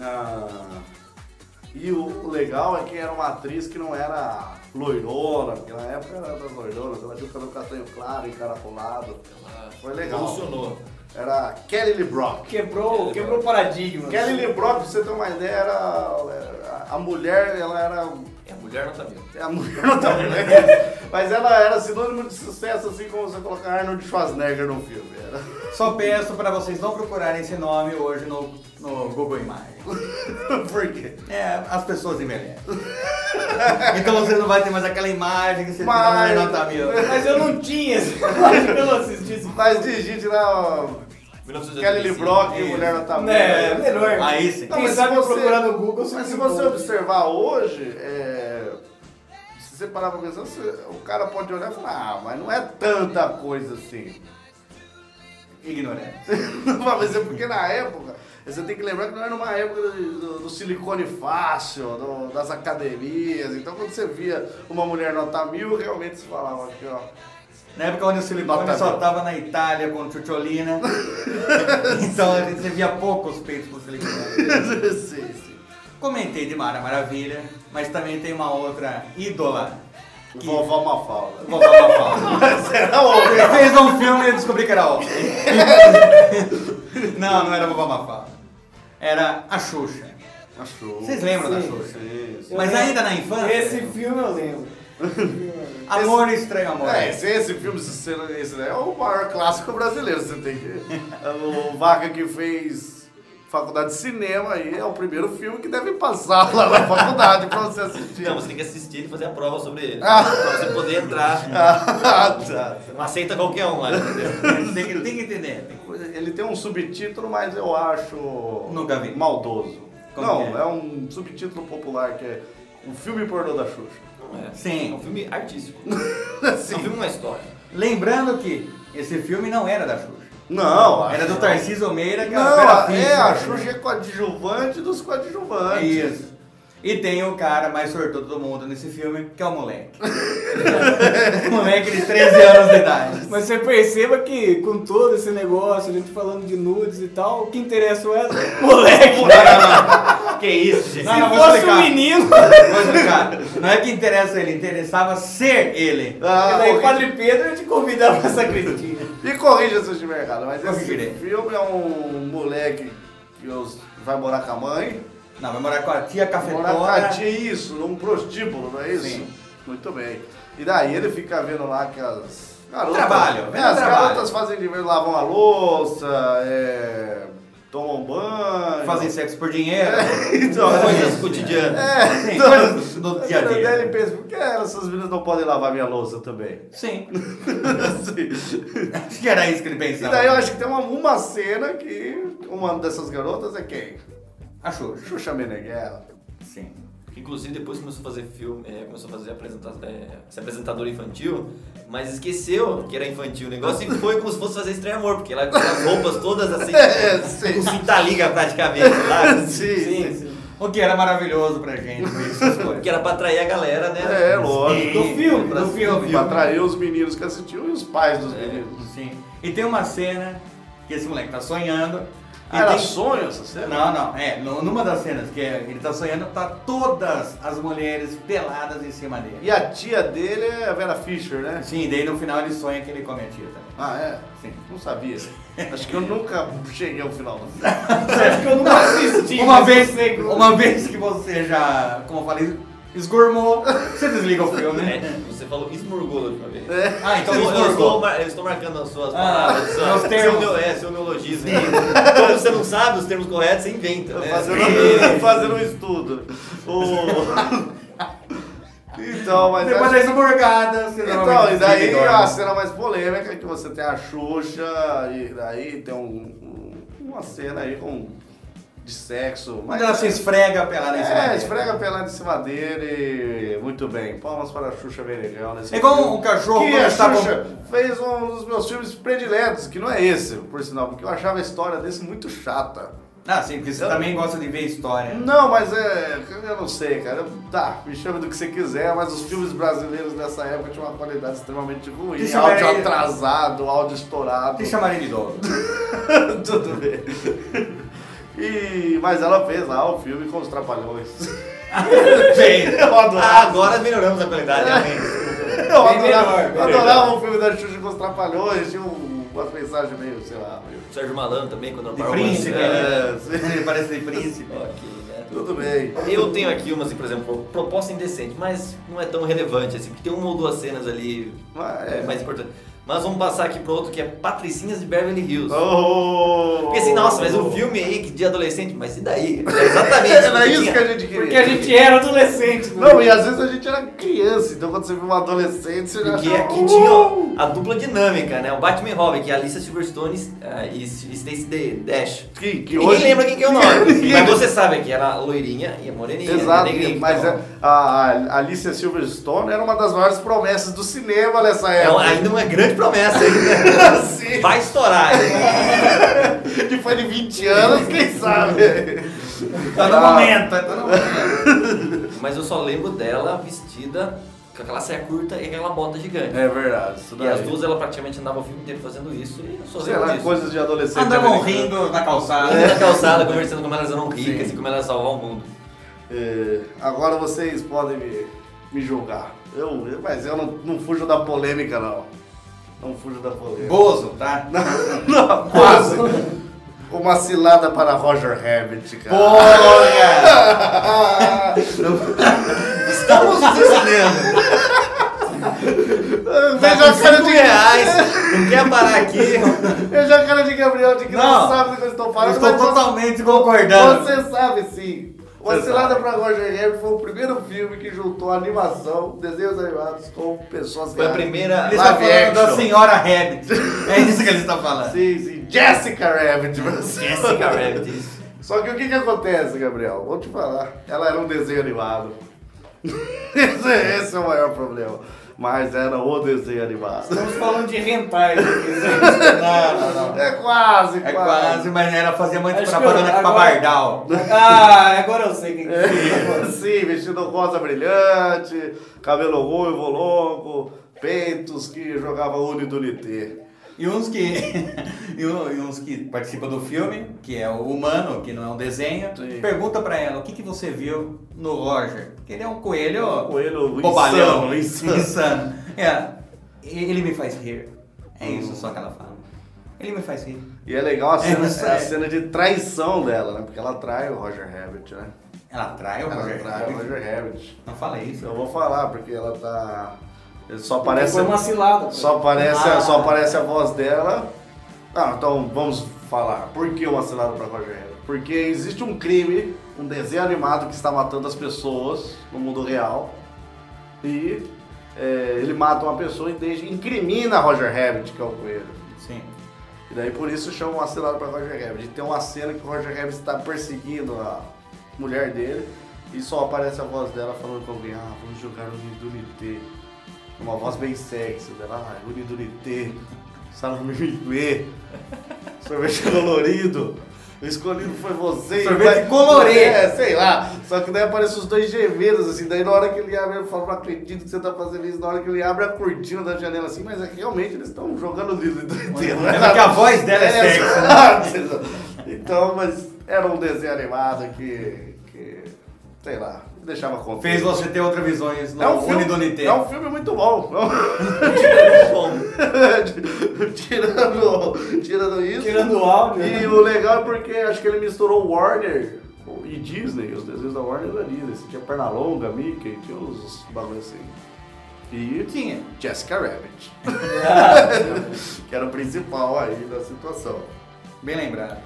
[SPEAKER 3] ah, e o legal é que era uma atriz que não era loirona, porque na época era das loironas, ela tinha o cabelo castanho claro, encaracolado. Foi legal.
[SPEAKER 5] Funcionou.
[SPEAKER 3] Era Kelly Lee Brock.
[SPEAKER 2] Quebrou, quebrou o paradigma.
[SPEAKER 3] Kelly Lee Brock, pra você ter uma ideia, era, era- a mulher, ela era.
[SPEAKER 5] É, a mulher não tá vendo.
[SPEAKER 3] A mulher não tá né? Mas ela era sinônimo de sucesso, assim como você colocar Arnold Schwarzenegger no filme. Era.
[SPEAKER 4] Só peço pra vocês não procurarem esse nome hoje no, no Google Imagens.
[SPEAKER 3] Por quê?
[SPEAKER 4] É, as pessoas envelhecem. então você não vai ter mais aquela imagem que você
[SPEAKER 3] Mas-
[SPEAKER 4] fica no nota mil.
[SPEAKER 2] Mas eu não tinha esse eu não assisti esse
[SPEAKER 3] Mas digite lá, ó, Kelly Lee Brock,
[SPEAKER 4] Isso.
[SPEAKER 3] Mulher Nota Mil.
[SPEAKER 2] É, melhor.
[SPEAKER 4] Aí sim.
[SPEAKER 3] Não,
[SPEAKER 2] Quem
[SPEAKER 3] Então, mas
[SPEAKER 2] sabe
[SPEAKER 3] se você-
[SPEAKER 2] procurar no Google,
[SPEAKER 3] Mas se
[SPEAKER 2] encontra.
[SPEAKER 3] você observar hoje, é, se você parar pra pensar, você- o cara pode olhar e falar, ah, mas não é tanta coisa assim.
[SPEAKER 4] Ignorante.
[SPEAKER 3] Mas é porque na época, você tem que lembrar que não era uma época do, do- do silicone fácil, do- das academias. Então quando você via uma mulher nota mil, realmente se falava aqui, ó.
[SPEAKER 4] Na época onde o silicone
[SPEAKER 3] Nota
[SPEAKER 4] só
[SPEAKER 3] mil.
[SPEAKER 4] tava na Itália com Chucholina. então a gente via poucos peitos com silicone.
[SPEAKER 3] sim, sim.
[SPEAKER 4] Comentei de Mara Maravilha, mas também tem uma outra ídola. Que...
[SPEAKER 3] Vovó Mafalda.
[SPEAKER 4] Vovó Mafalda.
[SPEAKER 3] Será outra?
[SPEAKER 4] Fez um filme e eu descobri que era outra. não, não era Vovó Mafalda. Era a Xuxa.
[SPEAKER 3] Achou.
[SPEAKER 4] Vocês lembram da Xuxa?
[SPEAKER 3] Sim, sim.
[SPEAKER 2] Eu
[SPEAKER 4] Mas
[SPEAKER 2] lembro.
[SPEAKER 4] ainda na infância?
[SPEAKER 2] Esse filme eu lembro.
[SPEAKER 4] Amor estranho, amor.
[SPEAKER 3] É, esse, esse filme, esse, cena- esse daí é o maior clássico brasileiro, você tem que... O Vaca que fez faculdade de cinema aí é o primeiro filme que deve passar lá na faculdade pra você assistir.
[SPEAKER 5] Não, você tem que assistir e fazer a prova sobre ele.
[SPEAKER 3] Ah.
[SPEAKER 5] Pra você poder entrar.
[SPEAKER 3] Ah, tá.
[SPEAKER 5] Não aceita qualquer um lá, entendeu?
[SPEAKER 4] Tem que, tem que entender. tem que-
[SPEAKER 3] Ele tem um subtítulo, mas eu acho.
[SPEAKER 4] Nunca vi.
[SPEAKER 3] Maldoso.
[SPEAKER 4] Como
[SPEAKER 3] não,
[SPEAKER 4] que
[SPEAKER 3] é?
[SPEAKER 4] é?
[SPEAKER 3] um subtítulo popular que é o filme pornô da Xuxa.
[SPEAKER 5] Não é. É um
[SPEAKER 4] Sim.
[SPEAKER 5] filme artístico. É um filme uma história.
[SPEAKER 4] Lembrando que esse filme não era da Xuxa.
[SPEAKER 3] Não, a-
[SPEAKER 4] Era do Tarcísio Meira, que
[SPEAKER 3] Não,
[SPEAKER 4] era né?
[SPEAKER 3] a- é, a Xuxa é coadjuvante dos coadjuvantes.
[SPEAKER 4] Isso. E tem o cara mais sortudo do mundo nesse filme, que é o moleque. o moleque de 13 anos de idade.
[SPEAKER 2] Mas você perceba que com todo esse negócio, a gente falando de nudes e tal, o que interessa é essa moleque.
[SPEAKER 5] Que isso, gente?
[SPEAKER 4] Não,
[SPEAKER 2] Se
[SPEAKER 4] não, vou
[SPEAKER 2] fosse um
[SPEAKER 4] explicar.
[SPEAKER 2] menino,
[SPEAKER 4] Vou explicar. Não é que interessa ele, interessava ser ele.
[SPEAKER 3] Ah,
[SPEAKER 2] e daí
[SPEAKER 3] ok.
[SPEAKER 2] o Padre Pedro ia te convidar pra essa cristinha.
[SPEAKER 3] Me corrija se eu estiver errado, mas esse
[SPEAKER 4] Corrigirei.
[SPEAKER 3] filme é um moleque que os- vai morar com a mãe.
[SPEAKER 4] Não, vai morar com a tia
[SPEAKER 3] Morar com a
[SPEAKER 4] cafetona.
[SPEAKER 3] tia, isso, num prostíbulo, não é isso?
[SPEAKER 4] Sim.
[SPEAKER 3] Muito bem. E daí ele fica vendo lá que as garotas.
[SPEAKER 4] Trabalho,
[SPEAKER 3] é,
[SPEAKER 4] vendo
[SPEAKER 3] as
[SPEAKER 4] trabalho.
[SPEAKER 3] garotas fazem diversão, lavam a louça, é, tomam banho.
[SPEAKER 4] Fazem sexo por dinheiro.
[SPEAKER 3] Então,
[SPEAKER 5] Coisas cotidianas.
[SPEAKER 3] é,
[SPEAKER 4] Sim,
[SPEAKER 3] então-
[SPEAKER 4] coisas do dia a
[SPEAKER 3] Daí
[SPEAKER 4] dia.
[SPEAKER 3] ele pensa, por que essas meninas não podem lavar minha louça também?
[SPEAKER 4] Sim.
[SPEAKER 3] Assim.
[SPEAKER 4] Acho que era isso que ele
[SPEAKER 3] E
[SPEAKER 4] pensava.
[SPEAKER 3] daí eu acho que tem uma, uma cena que uma dessas garotas é quem?
[SPEAKER 4] A Xuxa.
[SPEAKER 3] Xuxa Meneghel.
[SPEAKER 4] Sim.
[SPEAKER 5] Inclusive, depois começou a fazer filme, é, começou a fazer apresenta é, ser apresentadora infantil, mas esqueceu que era infantil o negócio e foi como se fosse fazer estranho amor, porque ela com as roupas todas assim,
[SPEAKER 3] É, sim.
[SPEAKER 5] com cinta-liga praticamente lá,
[SPEAKER 3] sim. sim.
[SPEAKER 4] O que era maravilhoso pra gente, essas coisas.
[SPEAKER 5] que era pra atrair a galera, né?
[SPEAKER 3] É, lógico.
[SPEAKER 2] Do filme,
[SPEAKER 5] pra-
[SPEAKER 2] do filme.
[SPEAKER 3] Pra atrair os meninos que assistiam e os pais dos meninos.
[SPEAKER 4] Sim. E tem uma cena que esse moleque tá sonhando. E
[SPEAKER 3] Ah, era
[SPEAKER 4] tem-
[SPEAKER 3] sonho essa cena?
[SPEAKER 4] Não, não. É, nu- numa das cenas que é- ele tá sonhando, tá todas as mulheres peladas em cima dele.
[SPEAKER 3] E a tia dele é a Vera Fischer, né?
[SPEAKER 4] Sim, daí no final ele sonha que ele come a tia também.
[SPEAKER 3] Ah, é?
[SPEAKER 4] Sim.
[SPEAKER 3] Não sabia. Acho que eu nunca cheguei ao final do filme.
[SPEAKER 2] Acho que eu nunca assisti.
[SPEAKER 4] Uma
[SPEAKER 2] mas eu
[SPEAKER 4] vez,
[SPEAKER 2] sei que-
[SPEAKER 4] uma vez que você já, como eu falei,
[SPEAKER 2] Esgormou.
[SPEAKER 4] Você desliga o filme, né?
[SPEAKER 5] É, você falou esmurgou da última vez.
[SPEAKER 4] Ah, então
[SPEAKER 5] eu, eu, estou,
[SPEAKER 4] esmurgou.
[SPEAKER 5] mar- eu estou marcando as suas
[SPEAKER 4] Ah,
[SPEAKER 5] palavras. só-
[SPEAKER 4] meus
[SPEAKER 5] seu
[SPEAKER 4] termos.
[SPEAKER 5] neo- é, seu neologismo. Como você não sabe os termos corretos, você inventa.
[SPEAKER 3] Tô
[SPEAKER 5] Né?
[SPEAKER 3] Fazendo, tô fazendo um estudo. O- Então, mas
[SPEAKER 4] Depois
[SPEAKER 3] acho-
[SPEAKER 4] da esmurgada, você
[SPEAKER 3] Então,
[SPEAKER 4] normalmente
[SPEAKER 3] e daí
[SPEAKER 4] desliga e
[SPEAKER 3] a
[SPEAKER 4] dorme.
[SPEAKER 3] cena mais polêmica é que você tem a Xuxa, e daí tem um- um- uma cena aí com, de sexo. Mas
[SPEAKER 4] Quando ela se esfrega pelada em cima
[SPEAKER 3] É,
[SPEAKER 4] dele.
[SPEAKER 3] esfrega pelado em cima dele. Muito bem. Palmas para a Xuxa Meneghel nesse
[SPEAKER 4] É igual
[SPEAKER 3] filme.
[SPEAKER 4] um cachorro
[SPEAKER 3] Que
[SPEAKER 4] quando
[SPEAKER 3] a
[SPEAKER 4] está
[SPEAKER 3] Xuxa fez um dos meus filmes prediletos, que não é esse, por sinal, porque eu achava a história desse muito chata.
[SPEAKER 4] Ah, sim, porque você
[SPEAKER 3] Eu-
[SPEAKER 4] também gosta de ver história.
[SPEAKER 3] Não, mas é. Eu não sei, cara. Tá, me chama do que você quiser, mas os filmes brasileiros dessa época tinham uma qualidade extremamente ruim.
[SPEAKER 4] Te chamaria-
[SPEAKER 3] áudio atrasado, áudio estourado.
[SPEAKER 4] Te chamaria de dono.
[SPEAKER 3] Tudo bem. E, mas ela fez lá o filme com os trapalhões.
[SPEAKER 4] Bem,
[SPEAKER 3] Eu
[SPEAKER 5] Ah,
[SPEAKER 3] adorava.
[SPEAKER 5] agora melhoramos a qualidade, realmente.
[SPEAKER 3] Eu
[SPEAKER 2] Bem
[SPEAKER 3] adorava,
[SPEAKER 2] melhor, bem
[SPEAKER 3] adorava o filme da Xuxa com os Trapalhões, tinha um- umas mensagens meio, sei lá, meio...
[SPEAKER 5] Sérgio Malan também, quando
[SPEAKER 4] de
[SPEAKER 5] eu assim,
[SPEAKER 4] príncipe.
[SPEAKER 3] É,
[SPEAKER 4] né?
[SPEAKER 3] sim.
[SPEAKER 4] Ele parece de príncipe.
[SPEAKER 5] Ok, né?
[SPEAKER 3] Tudo bem.
[SPEAKER 5] Eu tenho aqui umas, por exemplo, proposta indecente, mas não é tão relevante assim, porque tem uma ou duas cenas ali
[SPEAKER 3] Mas, é.
[SPEAKER 5] mais importantes. Mas vamos passar aqui pro outro que é Patricinhas de Beverly Hills.
[SPEAKER 3] Oh!
[SPEAKER 5] Porque assim, nossa, mas um filme aí que de adolescente, mas e daí? É exatamente.
[SPEAKER 3] Era
[SPEAKER 5] porque
[SPEAKER 3] isso
[SPEAKER 5] tinha-
[SPEAKER 3] que a gente queria.
[SPEAKER 2] Porque a gente era adolescente. né?
[SPEAKER 3] Não, e às vezes a gente era criança, então quando você viu um adolescente, você já
[SPEAKER 5] Porque
[SPEAKER 3] achava,
[SPEAKER 5] aqui tinha
[SPEAKER 3] "Uh!"
[SPEAKER 5] a dupla dinâmica, né? O Batman e Robin, que é a Alicia Silverstone ah, e S- e Stacey Da- Dash.
[SPEAKER 3] Que, que
[SPEAKER 5] Ninguém
[SPEAKER 3] hoje...
[SPEAKER 5] lembra quem que é o nome.
[SPEAKER 3] Ninguém-
[SPEAKER 5] mas você sabe que era loirinha e a moreninha.
[SPEAKER 3] Exato,
[SPEAKER 5] né? Negrinha,
[SPEAKER 3] mas
[SPEAKER 5] então.
[SPEAKER 3] é- a, a Alicia Silverstone era uma das maiores promessas do cinema nessa
[SPEAKER 5] É um-
[SPEAKER 3] época.
[SPEAKER 5] ainda uma grande promessa ainda.
[SPEAKER 3] Sim.
[SPEAKER 5] Vai estourar. hein?
[SPEAKER 3] Depois de 20 anos, quem sabe?
[SPEAKER 4] Tá no momento, tá no momento.
[SPEAKER 5] Mas eu só lembro dela vestida com aquela saia curta e aquela bota gigante.
[SPEAKER 3] É verdade, isso
[SPEAKER 5] E as duas, ela praticamente andava o filme inteiro fazendo isso e eu só
[SPEAKER 3] Sei
[SPEAKER 5] lembro
[SPEAKER 3] lá,
[SPEAKER 5] disso.
[SPEAKER 3] coisas de adolescente.
[SPEAKER 4] Andavam
[SPEAKER 3] americano.
[SPEAKER 4] rindo na calçada.
[SPEAKER 5] Indo na calçada, conversando como elas eram ricas e como elas salvar o mundo.
[SPEAKER 3] É, agora vocês podem me, me julgar. Eu, eu- mas eu não, não fujo da polêmica, não. Não fujo da polêmica.
[SPEAKER 4] Bozo, tá?
[SPEAKER 3] Não, quase. Uma cilada para Roger Rabbit, cara.
[SPEAKER 4] Olha!
[SPEAKER 5] Estamos ensinando.
[SPEAKER 3] Veja
[SPEAKER 4] é
[SPEAKER 3] a cara de
[SPEAKER 5] reais. Não quer parar aqui.
[SPEAKER 3] Veja a cara de Gabriel de que não,
[SPEAKER 4] Não.
[SPEAKER 3] sabe do que eu estou
[SPEAKER 4] Eu
[SPEAKER 3] falando.
[SPEAKER 4] estou
[SPEAKER 3] mas você-
[SPEAKER 4] totalmente concordando.
[SPEAKER 3] Você sabe sim. Uma
[SPEAKER 4] Você
[SPEAKER 3] cilada para Roger Rabbit foi o primeiro filme que juntou animação, desenhos animados com pessoas
[SPEAKER 5] Foi a
[SPEAKER 3] reais.
[SPEAKER 5] primeira.
[SPEAKER 4] Ele
[SPEAKER 3] Live
[SPEAKER 4] está falando assim, da
[SPEAKER 3] action.
[SPEAKER 4] senhora Rabbit. É isso que ele está falando.
[SPEAKER 3] Sim, sim. Jessica Rabbit.
[SPEAKER 5] Jessica Rabbit. isso.
[SPEAKER 3] Só que o que que acontece, Gabriel? Vou te falar. Ela era um desenho animado. esse, esse é o maior problema. Mas era o desenho animado.
[SPEAKER 2] Estamos falando de rentar.
[SPEAKER 4] Não, não, não.
[SPEAKER 3] É quase,
[SPEAKER 4] É quase, mas era fazer muito
[SPEAKER 2] Acho que
[SPEAKER 4] propaganda
[SPEAKER 2] eu-
[SPEAKER 4] com a
[SPEAKER 2] agora-
[SPEAKER 4] Bardal.
[SPEAKER 2] Ah, agora eu sei quem que é.
[SPEAKER 3] Sim, vestido rosa brilhante, cabelo ruivo, longo, peitos que jogava Uni do Nitê.
[SPEAKER 4] E uns que. e um- e uns que participam do filme, que é o humano, que não é um desenho,
[SPEAKER 3] Sim.
[SPEAKER 4] pergunta pra ela o que, que você viu no Roger. Porque ele é um coelho.
[SPEAKER 3] Coelho
[SPEAKER 4] bobalhão.
[SPEAKER 3] insano, insano.
[SPEAKER 4] É. E- Ele me faz rir. É
[SPEAKER 3] Hum.
[SPEAKER 4] isso só que ela fala. Ele me faz rir.
[SPEAKER 3] E é legal a cena,
[SPEAKER 4] isso
[SPEAKER 3] a
[SPEAKER 4] é.
[SPEAKER 3] cena de traição dela, né? Porque ela trai o Roger Rabbit, né?
[SPEAKER 4] Ela atrai É o
[SPEAKER 3] Ela
[SPEAKER 4] Roger.
[SPEAKER 3] trai o Roger Rabbit.
[SPEAKER 4] Não fala isso.
[SPEAKER 3] Eu vou falar, porque ela tá. Ele só aparece.
[SPEAKER 2] Foi uma cilada. pô.
[SPEAKER 3] Só aparece,
[SPEAKER 4] Ah.
[SPEAKER 3] só aparece a voz dela. Ah, então vamos falar. Por que uma cilada pra Roger Rabbit? Porque existe um crime, um desenho animado que está matando as pessoas no mundo real. E é, ele mata uma pessoa e deixa, incrimina Roger Rabbit, que é o coelho.
[SPEAKER 4] Sim.
[SPEAKER 3] E daí por isso chama uma cilada pra Roger Rabbit. E tem uma cena que o Roger Rabbit está perseguindo a mulher dele e só aparece a voz dela falando com alguém, ah, vamos jogar o Nidunité. Uma voz bem sexy dela, ah, o Nidunité, Salve sorvete colorido. O escolhido foi você.
[SPEAKER 4] Sorvete
[SPEAKER 3] vai-
[SPEAKER 4] colorido.
[SPEAKER 3] É, sei lá. Só que daí aparecem os dois gemelos, assim. Daí na hora que ele abre, eu falo, não acredito que você tá fazendo isso. Na hora que ele abre a cortina da janela, assim. Mas é que realmente eles estão jogando o livro inteiro.
[SPEAKER 4] É porque a voz dela é sexy.
[SPEAKER 3] exato. Então, mas era um desenho animado que... que sei lá, me deixava contente.
[SPEAKER 4] Fez você ter outras visões no
[SPEAKER 3] é um,
[SPEAKER 4] Unido
[SPEAKER 3] filme, é um filme muito bom. tirando, tirando isso.
[SPEAKER 2] Tirando o áudio,
[SPEAKER 3] E
[SPEAKER 2] né?
[SPEAKER 3] o legal é porque acho que ele misturou Warner e Disney, os desenhos da Warner da Disney. Você tinha Pernalonga, Mickey, tinha uns bagulho assim. E tinha Jessica Rabbit. que era o principal aí da situação.
[SPEAKER 4] Bem lembrado.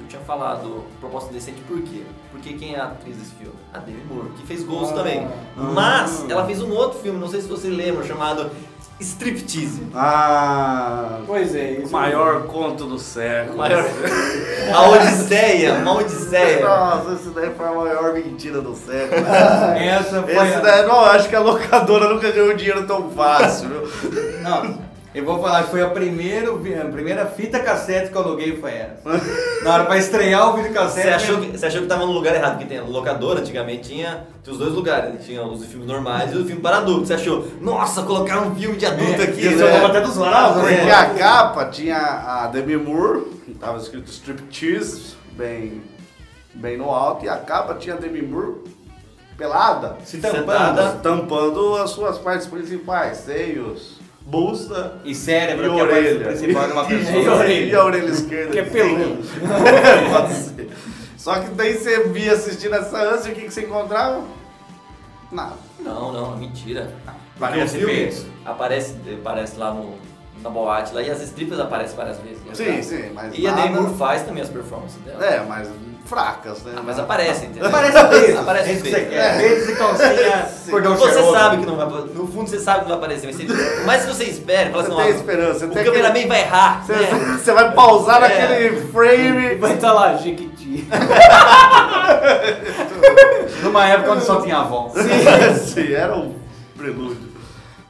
[SPEAKER 5] Eu tinha falado proposta decente por quê? Porque quem é a atriz desse filme? A Demi Moore, que fez gols
[SPEAKER 2] Ah.
[SPEAKER 5] também. Mas ela fez um outro filme, não sei se você lembra, chamado Striptease.
[SPEAKER 3] Ah,
[SPEAKER 2] Pois é,
[SPEAKER 3] o
[SPEAKER 2] isso.
[SPEAKER 3] maior conto do século.
[SPEAKER 5] Maior... a Odisseia, uma Odisseia.
[SPEAKER 3] Nossa, isso daí foi a maior mentira do século.
[SPEAKER 4] Essa foi
[SPEAKER 3] Esse
[SPEAKER 4] a-
[SPEAKER 3] daí, não, acho que a locadora nunca ganhou um dinheiro tão fácil, viu?
[SPEAKER 4] Não, eu vou falar que foi a, primeiro, vi- a primeira fita cassete que eu aluguei foi essa. Na hora pra estrear o vídeo
[SPEAKER 5] Você
[SPEAKER 4] cassete. né?
[SPEAKER 5] achou, que, você achou que tava no lugar errado, porque tem a locadora, antigamente tinha, tinha os dois lugares, né? tinha os filmes normais e o filme para adulto. Você achou, nossa, colocaram um filme de adulto
[SPEAKER 4] É,
[SPEAKER 5] aqui.
[SPEAKER 4] isso
[SPEAKER 5] né?
[SPEAKER 4] eu tava até dos lados,
[SPEAKER 3] Porque
[SPEAKER 4] né?
[SPEAKER 3] a capa tinha a Demi Moore, que tava escrito striptease, bem, bem no alto, e a capa tinha a Demi Moore pelada,
[SPEAKER 4] Se
[SPEAKER 5] Sentada.
[SPEAKER 4] tampando.
[SPEAKER 3] tampando as suas partes principais, seios, busta
[SPEAKER 4] E
[SPEAKER 3] e
[SPEAKER 4] cérebro, que é a parte
[SPEAKER 3] orelha.
[SPEAKER 4] principal de uma pessoa.
[SPEAKER 2] E orelha.
[SPEAKER 3] E a orelha esquerda.
[SPEAKER 2] Que é peludo.
[SPEAKER 3] Pode ser. Só que daí você via assistindo essa ânsia, o que, que você encontrava? Nada.
[SPEAKER 5] Não, não, é mentira.
[SPEAKER 4] Parece
[SPEAKER 5] Porque o filme
[SPEAKER 4] peso.
[SPEAKER 5] Aparece, aparece lá no, na boate lá, e as strippers aparecem várias vezes. né,
[SPEAKER 3] Sim,
[SPEAKER 5] cara?
[SPEAKER 3] sim, mas
[SPEAKER 5] E a
[SPEAKER 3] nada-
[SPEAKER 5] Demi Moore faz também as performances dela.
[SPEAKER 3] É, mas fracas, né?
[SPEAKER 5] Ah, mas aparece, entendeu?
[SPEAKER 4] Parece peso.
[SPEAKER 5] Aparece
[SPEAKER 4] é isso que
[SPEAKER 5] peso.
[SPEAKER 4] você quer. É, Beijos e calcinha, cordão
[SPEAKER 5] Você
[SPEAKER 4] cheiroso.
[SPEAKER 5] sabe que não vai aparecer. No fundo você sabe que não vai aparecer. Mas, você- mas se você espera, fala
[SPEAKER 3] Você
[SPEAKER 5] assim,
[SPEAKER 3] tem
[SPEAKER 5] ó,
[SPEAKER 3] esperança, você
[SPEAKER 5] o
[SPEAKER 3] tem
[SPEAKER 5] cameraman vai errar.
[SPEAKER 3] Você,
[SPEAKER 5] né?
[SPEAKER 3] você vai pausar
[SPEAKER 5] É.
[SPEAKER 3] naquele frame.
[SPEAKER 2] Vai estar lá, Jequiti.
[SPEAKER 4] Numa época onde só tinha avó.
[SPEAKER 3] Sim, era um prelúdio.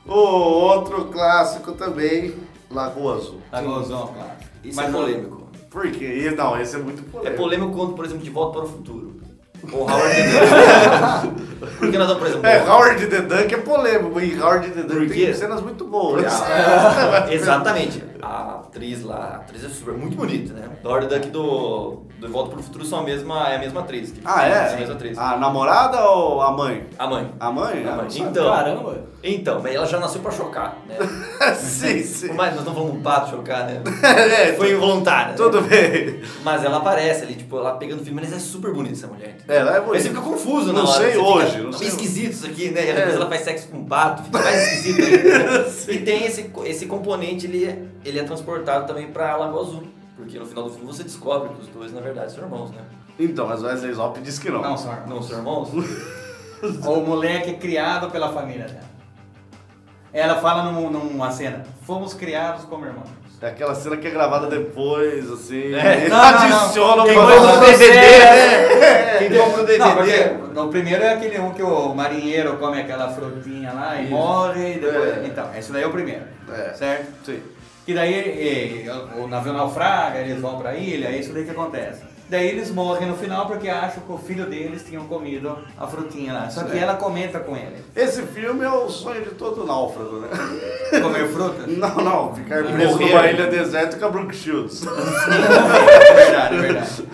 [SPEAKER 3] O outro clássico também, Lagoa Azul.
[SPEAKER 4] Tá gozão, claro.
[SPEAKER 5] Isso
[SPEAKER 4] Mas
[SPEAKER 5] é polêmico.
[SPEAKER 3] Por quê? E Não, esse é muito
[SPEAKER 5] É
[SPEAKER 3] polêmico.
[SPEAKER 5] polêmico quando, por exemplo, de volta para o futuro. Ou Howard the Duck. Porque nós vamos, por exemplo.
[SPEAKER 3] É, Howard the Duck é polêmico. E Howard the Duck
[SPEAKER 5] Por
[SPEAKER 3] tem
[SPEAKER 5] quê?
[SPEAKER 3] cenas muito boas. Ah, é.
[SPEAKER 5] Exatamente. A atriz lá, a atriz é super, muito bonita, né? Howard the Duck do, do Volta para o Futuro são a mesma, é a mesma atriz. que-
[SPEAKER 3] Ah,
[SPEAKER 5] a
[SPEAKER 3] é?
[SPEAKER 5] mesma atriz.
[SPEAKER 3] A namorada ou a mãe?
[SPEAKER 5] A mãe.
[SPEAKER 3] A mãe?
[SPEAKER 5] A mãe.
[SPEAKER 3] Ah,
[SPEAKER 5] Então,
[SPEAKER 2] Caramba.
[SPEAKER 5] então, mas ela já nasceu pra chocar, né?
[SPEAKER 3] sim, sim.
[SPEAKER 5] Mas nós estamos falando um pato chocar, né?
[SPEAKER 3] É,
[SPEAKER 5] Foi involuntária. né?
[SPEAKER 3] Tudo bem.
[SPEAKER 5] Mas ela aparece ali, tipo, ela pegando filme, mas é super bonita essa mulher. entendeu?
[SPEAKER 3] Ela é
[SPEAKER 5] Aí
[SPEAKER 3] bonita.
[SPEAKER 5] você fica confuso
[SPEAKER 3] Não
[SPEAKER 5] na hora.
[SPEAKER 3] sei
[SPEAKER 5] você fica,
[SPEAKER 3] hoje, não sei
[SPEAKER 5] esquisito isso aqui, né? E às
[SPEAKER 3] É.
[SPEAKER 5] vezes ela faz sexo com um pato, fica mais esquisito ainda. né? e tem esse, esse componente, ele, é- ele é transportado também pra Lagoa Azul. Porque no final do filme você descobre que os dois, na verdade, são irmãos, né?
[SPEAKER 3] Então, mas o Wesley Zop disse que não.
[SPEAKER 4] Não, senhor.
[SPEAKER 5] Não são irmãos?
[SPEAKER 4] O moleque é criado pela família dela. Ela fala num- numa cena, fomos criados como irmãos.
[SPEAKER 3] É aquela cena que é gravada depois, assim.
[SPEAKER 5] É.
[SPEAKER 4] Não, não, não.
[SPEAKER 3] adiciona
[SPEAKER 4] Quem
[SPEAKER 3] uma
[SPEAKER 4] compra
[SPEAKER 3] coisa
[SPEAKER 4] o
[SPEAKER 3] no DVD,
[SPEAKER 4] DVD,
[SPEAKER 3] né? Quem compra o
[SPEAKER 4] Não, porque
[SPEAKER 3] DVD.
[SPEAKER 4] no primeiro é aquele um que o marinheiro come aquela frutinha lá e
[SPEAKER 3] Isso.
[SPEAKER 4] morre e depois...
[SPEAKER 3] É.
[SPEAKER 4] Então, esse daí é o primeiro,
[SPEAKER 3] É.
[SPEAKER 4] certo?
[SPEAKER 3] Sim.
[SPEAKER 4] Que daí eh, o navio naufraga, eles vão pra ilha, é isso daí que acontece. Daí eles morrem no final porque acham que o filho deles tinha comido a frutinha lá. Só que
[SPEAKER 3] Certo.
[SPEAKER 4] ela comenta com ele.
[SPEAKER 3] Esse filme é o sonho de todo náufrago, né?
[SPEAKER 4] Comer fruta?
[SPEAKER 3] Não, não, ficar
[SPEAKER 5] E
[SPEAKER 3] preso
[SPEAKER 5] morrer.
[SPEAKER 3] numa ilha deserta com a Brooke Shields.
[SPEAKER 4] É verdade, é verdade.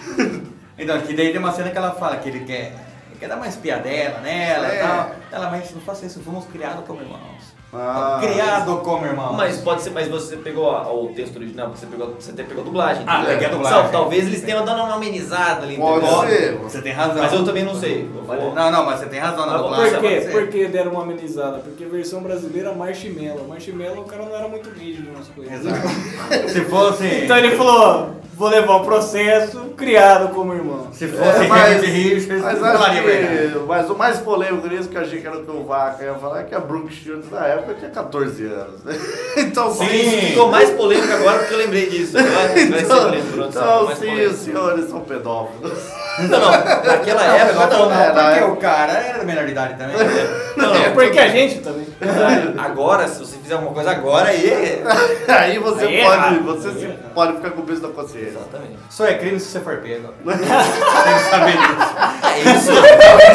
[SPEAKER 4] Então, que daí tem uma cena que ela fala que ele quer, ele quer dar uma espiadela nela e
[SPEAKER 3] É.
[SPEAKER 4] tal. Ela, mas não faça isso, fomos criados como irmãos.
[SPEAKER 3] Ah.
[SPEAKER 4] Criado como irmãos.
[SPEAKER 5] Mas pode ser, mas você pegou a- o texto original, você pegou, você até pegou a dublagem.
[SPEAKER 4] Ah,
[SPEAKER 3] é
[SPEAKER 5] entendeu?
[SPEAKER 4] peguei a dublagem.
[SPEAKER 5] Só, talvez eles tenham dado uma amenizada ali,
[SPEAKER 3] Pode
[SPEAKER 5] entendeu?
[SPEAKER 3] ser.
[SPEAKER 4] Você tem razão.
[SPEAKER 5] Mas eu também não sei. Eu vou-
[SPEAKER 4] Não, não, mas você tem razão na
[SPEAKER 5] Mas
[SPEAKER 4] dublagem.
[SPEAKER 2] Por
[SPEAKER 4] pode
[SPEAKER 2] quê?
[SPEAKER 4] ser.
[SPEAKER 2] Por que deram uma amenizada? Porque a versão brasileira é marshmallow. Marshmallow, o cara não era muito rígido nas coisas.
[SPEAKER 4] Exato. Se fosse.
[SPEAKER 2] Então ele falou, vou levar o processo criado como irmão.
[SPEAKER 4] Se fosse
[SPEAKER 3] É,
[SPEAKER 4] Richard
[SPEAKER 3] mas,
[SPEAKER 4] Richards,
[SPEAKER 3] mas,
[SPEAKER 4] não
[SPEAKER 3] acho
[SPEAKER 4] falaria verdade.
[SPEAKER 3] que, mas o mais polêmico nisso que eu achei que era o que o Vaca ia falar é que a Brooke Shields na época tinha 14 anos. né? Então,
[SPEAKER 4] Sim.
[SPEAKER 5] Isso ficou mais polêmico agora porque eu lembrei disso. Vai, vai ser
[SPEAKER 3] Então,
[SPEAKER 5] polêmico, Bruno, ficou
[SPEAKER 3] então
[SPEAKER 5] mais
[SPEAKER 3] sim,
[SPEAKER 5] polêmico.
[SPEAKER 3] os senhores são pedófilos.
[SPEAKER 5] Não, não. Naquela
[SPEAKER 4] Não,
[SPEAKER 5] época,
[SPEAKER 4] não, não,
[SPEAKER 5] não.
[SPEAKER 3] né,
[SPEAKER 4] porque
[SPEAKER 3] né?
[SPEAKER 4] o cara era da menor de idade também.
[SPEAKER 5] Não,
[SPEAKER 4] É,
[SPEAKER 5] não.
[SPEAKER 2] Porque a gente também.
[SPEAKER 5] Agora, se você fizer alguma coisa agora, aí.
[SPEAKER 3] Aí você
[SPEAKER 2] Aí é
[SPEAKER 3] pode,
[SPEAKER 2] errado.
[SPEAKER 3] você se- pode ficar com o peso da consciência.
[SPEAKER 5] Exatamente.
[SPEAKER 4] Só é crime se você for pego. Tem que saber disso.
[SPEAKER 5] É isso.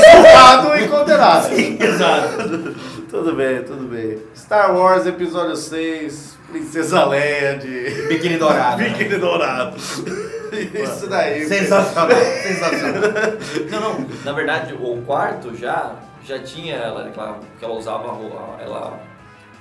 [SPEAKER 3] Culpado e condenado.
[SPEAKER 4] Exato.
[SPEAKER 3] Tudo bem, tudo bem. Star Wars Episódio 6, Princesa Leia de
[SPEAKER 4] Biquíni dourado. né?
[SPEAKER 3] Biquíni Dourado. Isso daí.
[SPEAKER 4] Sensacional, sensacional.
[SPEAKER 5] Não, não. Na verdade, o quarto já, já tinha ela, claro, que ela usava a roupa. Ela,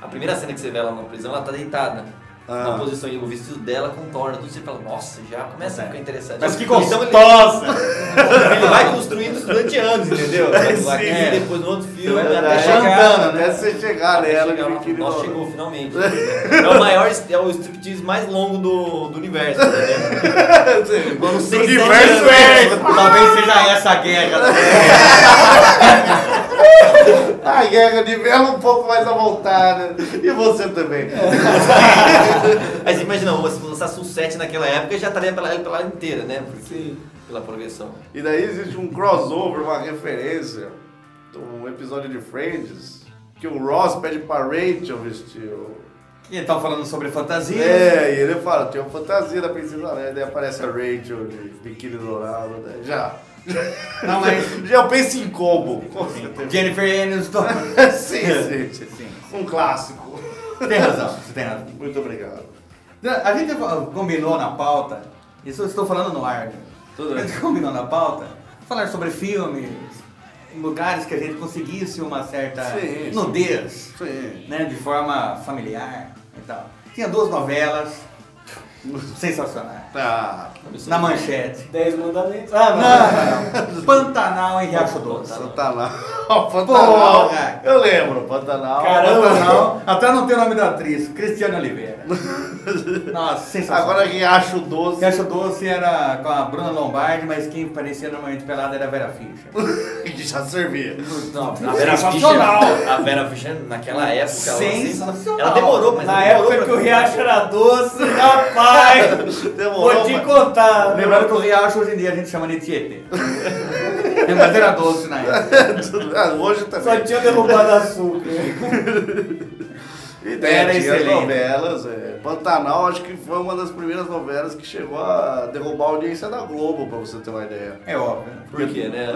[SPEAKER 5] a primeira cena que você vê ela na prisão, ela tá deitada. na posição e o vestido dela contorna tudo, você fala, nossa, já começa a ficar interessante.
[SPEAKER 4] Mas que
[SPEAKER 5] Então ele-
[SPEAKER 4] gostosa!
[SPEAKER 5] Ele vai construindo isso durante anos, entendeu? Aqui,
[SPEAKER 4] sim.
[SPEAKER 5] depois no outro filme,
[SPEAKER 4] Vai
[SPEAKER 5] até
[SPEAKER 4] até
[SPEAKER 5] chegar.
[SPEAKER 4] chegar,
[SPEAKER 3] É Jantando, né? até você chegar
[SPEAKER 5] até
[SPEAKER 3] nela
[SPEAKER 5] chegar
[SPEAKER 3] de
[SPEAKER 5] lá,
[SPEAKER 3] biquíni
[SPEAKER 5] Nossa,
[SPEAKER 3] não.
[SPEAKER 5] chegou finalmente. É o maior, é o striptease mais longo do, do universo, entendeu?
[SPEAKER 3] Quando
[SPEAKER 5] Seis,
[SPEAKER 3] o
[SPEAKER 5] sete
[SPEAKER 3] universo
[SPEAKER 5] anos.
[SPEAKER 3] é.
[SPEAKER 4] Talvez seja essa a guerra.
[SPEAKER 3] A guerra nivela um pouco mais à vontade. E você também.
[SPEAKER 5] Mas imagina, se lançasse o 7 naquela época, já estaria pela, pela inteira, né? Porque-
[SPEAKER 2] Sim.
[SPEAKER 5] Pela progressão.
[SPEAKER 3] E daí existe um crossover, uma referência, um episódio de Friends, que o Ross pede pra Rachel vestir. o-
[SPEAKER 4] E estão tá falando sobre fantasia.
[SPEAKER 3] É, e ele fala, tem uma fantasia da Princesa Leia, daí aparece a Rachel de biquíni dourado, né? Já.
[SPEAKER 4] Não, mas
[SPEAKER 3] Já pensa em combo. Com certeza.
[SPEAKER 4] Jennifer Aniston.
[SPEAKER 3] Sim, gente. Um clássico.
[SPEAKER 4] Tem razão, você tem razão.
[SPEAKER 3] Muito obrigado.
[SPEAKER 4] A gente combinou na pauta, isso eu estou falando no ar, né?
[SPEAKER 5] Tudo
[SPEAKER 4] a gente combinou na pauta, falar sobre filmes, lugares que a gente conseguisse uma certa
[SPEAKER 3] Sim, sim.
[SPEAKER 4] nudez,
[SPEAKER 3] Sim.
[SPEAKER 4] né, de forma familiar e tal. Tinha duas novelas sensacionais,
[SPEAKER 3] Tá.
[SPEAKER 4] na manchete.
[SPEAKER 2] Dez mandamentos. Ah, não.
[SPEAKER 4] Pantanal em Riacho Doce.
[SPEAKER 3] Pantanal. Pantanal.
[SPEAKER 4] Porra.
[SPEAKER 3] Eu lembro, Pantanal.
[SPEAKER 4] Pantanal, até não tem o nome da atriz, Cristiane Oliveira. Nossa, sensacional.
[SPEAKER 3] Agora Riacho 12.
[SPEAKER 4] Riacho Doce era com a Bruna Lombardi, mas quem parecia normalmente pelada era a Vera Fischer.
[SPEAKER 3] que já servia.
[SPEAKER 5] Não, a Vera Fischer.
[SPEAKER 4] Sensacional.
[SPEAKER 5] A Vera Fischer naquela época. ela-
[SPEAKER 4] Sensacional.
[SPEAKER 5] Ela demorou, mas
[SPEAKER 2] Na
[SPEAKER 5] ela demorou pra-
[SPEAKER 2] época que o Riacho era doce, rapaz!
[SPEAKER 3] Demorou.
[SPEAKER 2] Vou te
[SPEAKER 3] mas-
[SPEAKER 2] contar.
[SPEAKER 4] Lembrando que o Riacho hoje em dia a gente chama de Tietê. É madeira doce na época.
[SPEAKER 3] Ah, Hoje
[SPEAKER 2] Só
[SPEAKER 3] também.
[SPEAKER 2] tinha derrubado açúcar.
[SPEAKER 3] E
[SPEAKER 4] Era
[SPEAKER 3] daí tinha as
[SPEAKER 4] excelente.
[SPEAKER 3] novelas. é. Pantanal acho que foi uma das primeiras novelas que chegou a derrubar a audiência da Globo, pra você ter uma ideia.
[SPEAKER 4] É óbvio. né?
[SPEAKER 5] Por quê, né?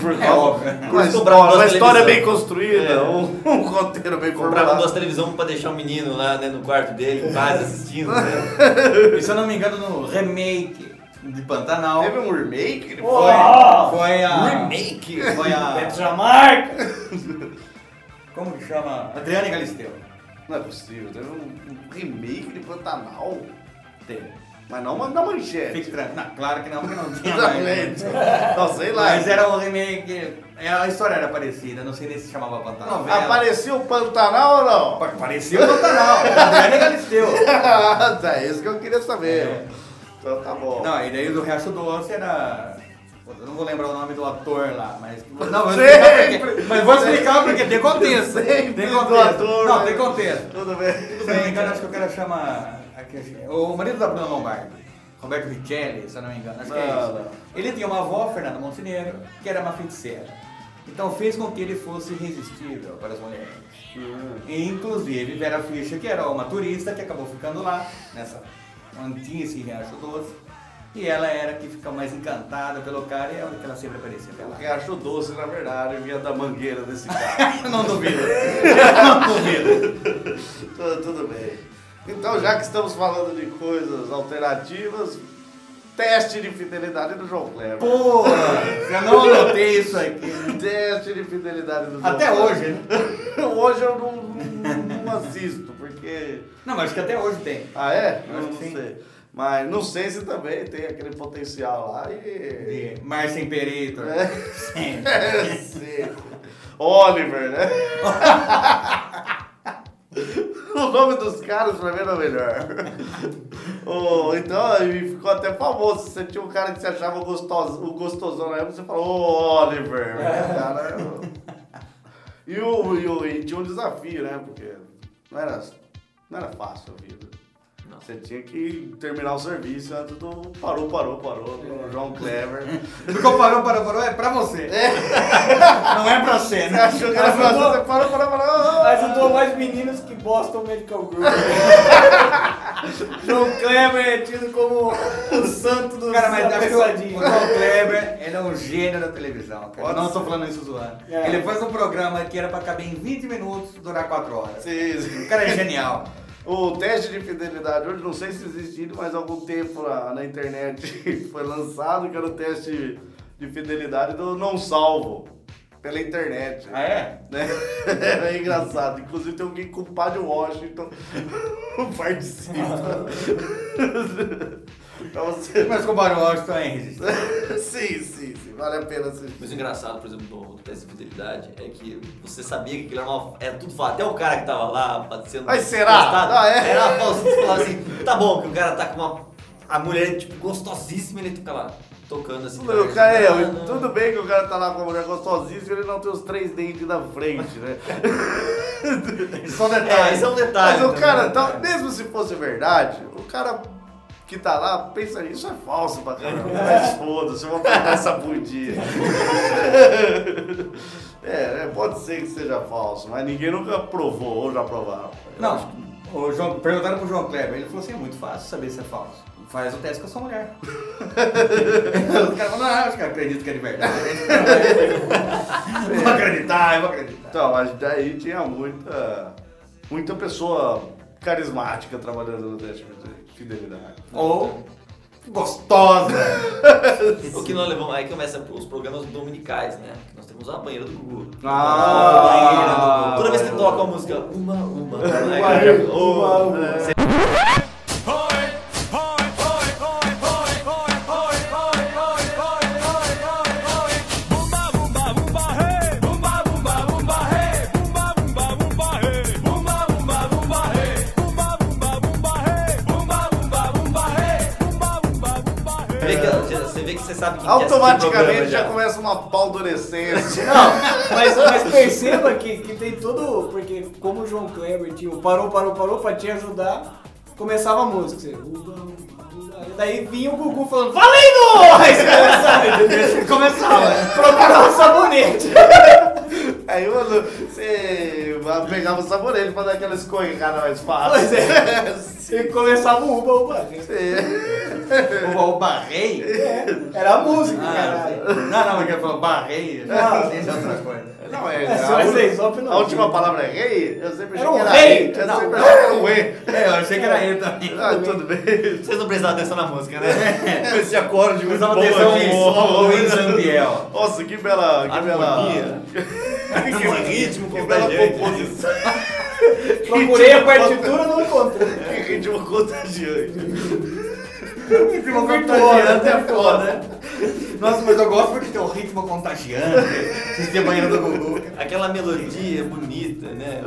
[SPEAKER 3] Por
[SPEAKER 4] É óbvio. né?
[SPEAKER 3] Uma
[SPEAKER 5] Eles
[SPEAKER 3] história,
[SPEAKER 5] compravam
[SPEAKER 3] uma
[SPEAKER 5] duas
[SPEAKER 3] história bem
[SPEAKER 5] televisão.
[SPEAKER 3] construída,
[SPEAKER 5] É.
[SPEAKER 3] um, um roteiro bem
[SPEAKER 5] Compravam duas
[SPEAKER 3] formado.
[SPEAKER 5] televisões pra deixar o menino lá né, no quarto dele, em casa, assistindo, né?
[SPEAKER 4] E se eu não me engano, no remake de Pantanal.
[SPEAKER 3] Teve um remake? Ele
[SPEAKER 4] Foi,
[SPEAKER 3] foi-
[SPEAKER 4] foi a.
[SPEAKER 5] Remake?
[SPEAKER 4] Foi a.
[SPEAKER 2] Beto Jamarca!
[SPEAKER 4] Como que chama? Adriane Galisteu.
[SPEAKER 3] Não é possível, teve um, um remake de Pantanal.
[SPEAKER 4] Teve.
[SPEAKER 3] Mas não uma- na manchete.
[SPEAKER 4] Fique tranquilo. Não, claro que não, porque não tinha mais. né?
[SPEAKER 3] É. Exatamente. Não, sei lá.
[SPEAKER 4] Mas era um remake. é, A história era parecida, não sei nem se chamava Pantanal. Novela.
[SPEAKER 3] Apareceu o Pantanal ou não?
[SPEAKER 4] Pa- Parecia o Pantanal. Adriane Galisteu.
[SPEAKER 3] Ah, é isso que eu queria saber.
[SPEAKER 4] É.
[SPEAKER 3] Então tá bom.
[SPEAKER 4] Não, e daí do Riacho Doce era. Pô, Eu não vou lembrar o nome do ator lá, mas. Não, eu vou explicar
[SPEAKER 3] Sempre.
[SPEAKER 4] porque... Mas vou explicar porque tem contexto.
[SPEAKER 3] Sempre
[SPEAKER 4] tem
[SPEAKER 3] do
[SPEAKER 4] contexto.
[SPEAKER 3] ator,
[SPEAKER 4] não,
[SPEAKER 3] né?
[SPEAKER 4] tem contexto.
[SPEAKER 3] Tudo bem.
[SPEAKER 4] Se eu não me engano, acho que eu quero chamar. aquele- O marido da Bruna Lombardi, Roberto Richelli, se eu não me engano, acho que é
[SPEAKER 3] Não,
[SPEAKER 4] isso.
[SPEAKER 3] não.
[SPEAKER 4] Ele tinha uma avó, Fernanda Montenegro, que era uma feiticeira. Então fez com que ele fosse irresistível para as mulheres. E, inclusive Vera Fischer, que era uma turista que acabou ficando lá, nessa onde tinha esse riacho doce. E ela era a que fica mais encantada pelo cara e é onde que ela sempre aparecia
[SPEAKER 3] O
[SPEAKER 4] pelada.
[SPEAKER 3] que achou doce, na verdade, vinha da mangueira desse cara.
[SPEAKER 4] Eu não duvido. Eu não duvido.
[SPEAKER 3] tudo, tudo bem. Então, já que estamos falando de coisas alternativas, teste de fidelidade do João Kleber.
[SPEAKER 4] Pô, eu não anotei isso aqui.
[SPEAKER 3] Teste de fidelidade do João
[SPEAKER 4] Até
[SPEAKER 3] Kleber.
[SPEAKER 4] hoje, né?
[SPEAKER 3] hoje eu não, não- não assisto, porque.
[SPEAKER 4] Não, mas acho que até hoje tem.
[SPEAKER 3] Ah, é?
[SPEAKER 4] Eu acho
[SPEAKER 3] não
[SPEAKER 4] que sim.
[SPEAKER 3] sei. Mas não sei se também tem aquele potencial lá e.
[SPEAKER 4] De Marcia Imperator.
[SPEAKER 3] É.
[SPEAKER 4] Sim.
[SPEAKER 3] É, sim. Oliver, né? o nome dos caras pra mim era o melhor. Ô, então, ele ficou até famoso. Você tinha um cara que você achava gostoso, o gostosão na época, você falou, ô Oliver, né, cara? E, o, e, o- e tinha um desafio, né? Porque não era, não era fácil a vida.
[SPEAKER 5] Não.
[SPEAKER 3] Você tinha que terminar o serviço antes do parou, parou, parou, do João Clever.
[SPEAKER 4] Ficou parou, parou, parou, é pra você. Não é pra você,
[SPEAKER 3] Você
[SPEAKER 4] né?
[SPEAKER 3] achou que era
[SPEAKER 2] Mas eu tô-
[SPEAKER 3] fácil? Você parou, parou, parou.
[SPEAKER 2] Ajudou mais meninos que Boston Medical Group. João Kleber é tido como o santo dos
[SPEAKER 4] Um Cara, mas acho que o- o
[SPEAKER 2] apressadinhos.
[SPEAKER 4] João Kleber, ele é um gênio da televisão, cara.
[SPEAKER 3] Pode
[SPEAKER 4] Eu não
[SPEAKER 3] ser.
[SPEAKER 4] tô falando isso zoando.
[SPEAKER 2] É.
[SPEAKER 4] Ele faz um programa que era pra caber em 20 minutos, durar 4 horas.
[SPEAKER 3] Sim,
[SPEAKER 4] O
[SPEAKER 3] sim.
[SPEAKER 4] cara é genial.
[SPEAKER 3] O teste de fidelidade hoje, não sei se existe ainda, mas há algum tempo na, na internet foi lançado que era o teste de fidelidade do não salvo. pela internet.
[SPEAKER 4] Ah, é?
[SPEAKER 3] Né? Era engraçado. Inclusive tem alguém com o Padre Washington participa. então você.
[SPEAKER 4] Mas com o Barry Washington é irresistível.
[SPEAKER 3] sim, sim, sim. Vale a pena assistir.
[SPEAKER 5] Mas o engraçado, por exemplo, do, do teste de fidelidade é que você sabia que aquilo era, uma, era tudo falso. Até o cara que tava lá sendo.
[SPEAKER 3] Mas será?
[SPEAKER 5] testado,
[SPEAKER 3] Ah, é?
[SPEAKER 5] Era falso. Você falava assim: tá bom, que o cara tá com uma. A mulher, tipo, gostosíssima, ele fica lá tocando assim.
[SPEAKER 3] Tudo, o cara, é,
[SPEAKER 5] Ah, não.
[SPEAKER 3] tudo bem que o cara tá lá com a mulher gostosíssima, ele não tem os três dentes da frente, né? Só detalhes.
[SPEAKER 5] É, isso é um detalhe
[SPEAKER 3] Mas o
[SPEAKER 5] também,
[SPEAKER 3] cara,
[SPEAKER 5] né,
[SPEAKER 3] tá-
[SPEAKER 5] cara?
[SPEAKER 3] mesmo se fosse verdade, o cara que tá lá pensa, isso é falso pra caramba. Mas foda-se, eu vou pegar essa bundinha. é, é, pode ser que seja falso, mas ninguém nunca provou, ou já provaram.
[SPEAKER 4] Não, o João, perguntaram pro João Kleber, ele falou assim, é muito fácil saber se é falso. Faz o teste com a sua mulher. Os caras falaram, não, acho que eu acredito que é de verdade. Eu vou acreditar, eu vou acreditar.
[SPEAKER 3] Então, mas daí tinha muita, muita pessoa carismática trabalhando no teste de fidelidade.
[SPEAKER 4] Ou gostosa.
[SPEAKER 5] O que nós levamos aí começa os programas dominicais, né? Que nós temos a banheira do Gugu.
[SPEAKER 3] Ah,
[SPEAKER 5] A banheira do Gugu. Toda vez que
[SPEAKER 3] banheira
[SPEAKER 5] toca a música, uma, uma, né? uma.
[SPEAKER 3] uma,
[SPEAKER 5] uma,
[SPEAKER 3] uma.
[SPEAKER 5] Você vê que ela- Você vê que você sabe quem que é assiste o
[SPEAKER 3] Automaticamente
[SPEAKER 4] é
[SPEAKER 5] programa
[SPEAKER 3] já começa uma paldorescência.
[SPEAKER 2] Mas, mas perceba que, que tem todo. Porque como o João Kleber tinha o parou, parou, parou pra te ajudar, começava a música. Você, uba, uba, uba. E daí vinha o Gugu falando, valendo! Aí você começava, entendeu? Começava,
[SPEAKER 3] É.
[SPEAKER 2] procurava o sabonete.
[SPEAKER 3] Aí mano, você pegava o sabonete pra dar aquela escorregada mais
[SPEAKER 2] Pois
[SPEAKER 3] fácil.
[SPEAKER 2] é. E começava o uba, né? uba.
[SPEAKER 3] É.
[SPEAKER 4] Ou barrei.
[SPEAKER 2] Era a música,
[SPEAKER 4] Ah,
[SPEAKER 3] é.
[SPEAKER 2] caralho.
[SPEAKER 4] não, não, porque ele falou barrei. Não, isso é outra coisa.
[SPEAKER 3] Não, é.
[SPEAKER 2] É,
[SPEAKER 3] a,
[SPEAKER 2] só isso aí,
[SPEAKER 3] última-
[SPEAKER 2] só pelo
[SPEAKER 3] a última palavra é rei? Eu sempre achei
[SPEAKER 2] Era um
[SPEAKER 3] que era
[SPEAKER 2] rei.
[SPEAKER 3] rei. Eu
[SPEAKER 4] Não,
[SPEAKER 3] sempre achei que era um rei.
[SPEAKER 4] É, eu achei que era ele também.
[SPEAKER 3] Ah, tudo bem.
[SPEAKER 5] Vocês não prestaram atenção na música, né?
[SPEAKER 3] Esse acorde muito
[SPEAKER 4] Precisava
[SPEAKER 3] bom.
[SPEAKER 4] atenção
[SPEAKER 3] é
[SPEAKER 4] em
[SPEAKER 3] bom.
[SPEAKER 4] Luiz Ambiel.
[SPEAKER 3] Nossa, que bela... Que bela...
[SPEAKER 5] Harmonia.
[SPEAKER 3] Que
[SPEAKER 5] ritmo
[SPEAKER 3] Que bela
[SPEAKER 5] contagiante.
[SPEAKER 3] composição.
[SPEAKER 2] Procurei a
[SPEAKER 3] Ritmo
[SPEAKER 2] partitura, não encontrei.
[SPEAKER 3] Que ritmo contagiante.
[SPEAKER 4] Ritmo né?
[SPEAKER 3] Contagiante é foda.
[SPEAKER 4] Nossa, mas eu gosto porque tem um ritmo contagiante. Vocês têm banheiro do Gugu.
[SPEAKER 5] Aquela melodia bonita, né?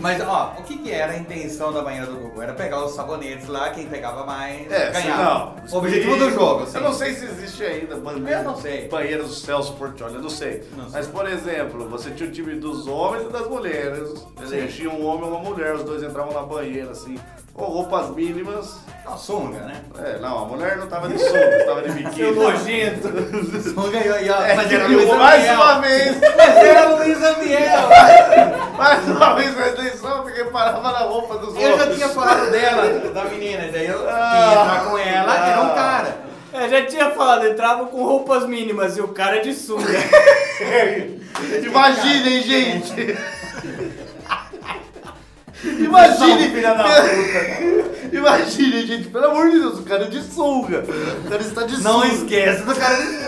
[SPEAKER 4] Mas, ó, o que, que era a intenção da banheira do Gugu? Era pegar os sabonetes lá, quem pegava mais
[SPEAKER 3] É,
[SPEAKER 4] ganhava.
[SPEAKER 3] se
[SPEAKER 4] o objetivo do jogo, assim.
[SPEAKER 3] Eu não sei se existe ainda banheiro,
[SPEAKER 4] Eu não sei.
[SPEAKER 3] banheiro do Celso Portioli, eu não sei.
[SPEAKER 4] Não sei.
[SPEAKER 3] Mas, por exemplo, você tinha o time dos homens e das mulheres. Eles tinham um homem e uma mulher, os dois entravam na banheira, assim, com roupas mínimas.
[SPEAKER 4] Não, sunga, né?
[SPEAKER 3] É, não, a mulher não tava de sunga, estava de biquíni.
[SPEAKER 2] nojento.
[SPEAKER 4] Sunga e, e ó,
[SPEAKER 3] É,
[SPEAKER 4] mas era
[SPEAKER 3] que
[SPEAKER 4] Luiz
[SPEAKER 3] mais
[SPEAKER 4] Ambiel.
[SPEAKER 3] uma vez,
[SPEAKER 4] Mas era Luiz Ambiel.
[SPEAKER 3] mais uma vez na eleição, porque parava na roupa dos
[SPEAKER 4] Eu já
[SPEAKER 3] homens.
[SPEAKER 4] tinha falado dela, da menina, e daí eu
[SPEAKER 3] Ah.
[SPEAKER 4] ia entrar com ela, era um cara.
[SPEAKER 2] É, já tinha falado, entrava com roupas mínimas e o cara é de sunga.
[SPEAKER 3] Imaginem, gente! Imaginem,
[SPEAKER 4] Filha da
[SPEAKER 3] Imaginem, gente, pelo amor de Deus, o cara é de sunga. O cara está de
[SPEAKER 4] Não
[SPEAKER 3] sunga.
[SPEAKER 4] esquece do cara né? de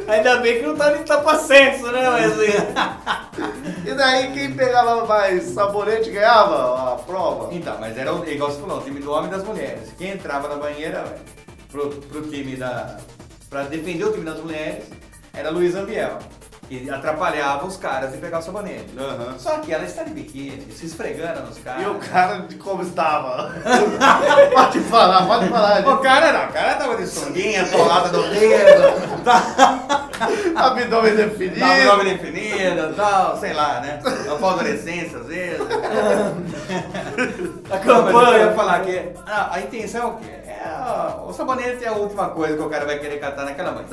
[SPEAKER 4] sunga.
[SPEAKER 2] Ainda bem que não tá nem tapa-senso, né, Wesley?
[SPEAKER 4] assim.
[SPEAKER 3] E daí quem pegava mais sabonete ganhava a prova.
[SPEAKER 4] Então, mas era o- igual você falou, o time do homem e das mulheres. Quem entrava na banheira velho, pro, pro time da. pra defender o time das mulheres era Luiz Ambiel. Que atrapalhava os caras de pegar o sabonete.
[SPEAKER 3] Aham.
[SPEAKER 4] Só que ela está de biquíni, se esfregando nos caras.
[SPEAKER 3] E o cara de como estava? pode falar, pode falar.
[SPEAKER 4] O
[SPEAKER 3] Gente.
[SPEAKER 4] cara não, o cara tava de sunguinha, atolada do dedo,
[SPEAKER 3] Abdômen definido.
[SPEAKER 4] tava logo definida tal, sei lá, né? Uma favorescência às vezes.
[SPEAKER 2] A
[SPEAKER 4] Não, mas eu
[SPEAKER 2] campanha.
[SPEAKER 4] ia falar que ah, a intenção é o quê? É, a- o sabonete é a última coisa que o cara vai querer catar naquela mãe.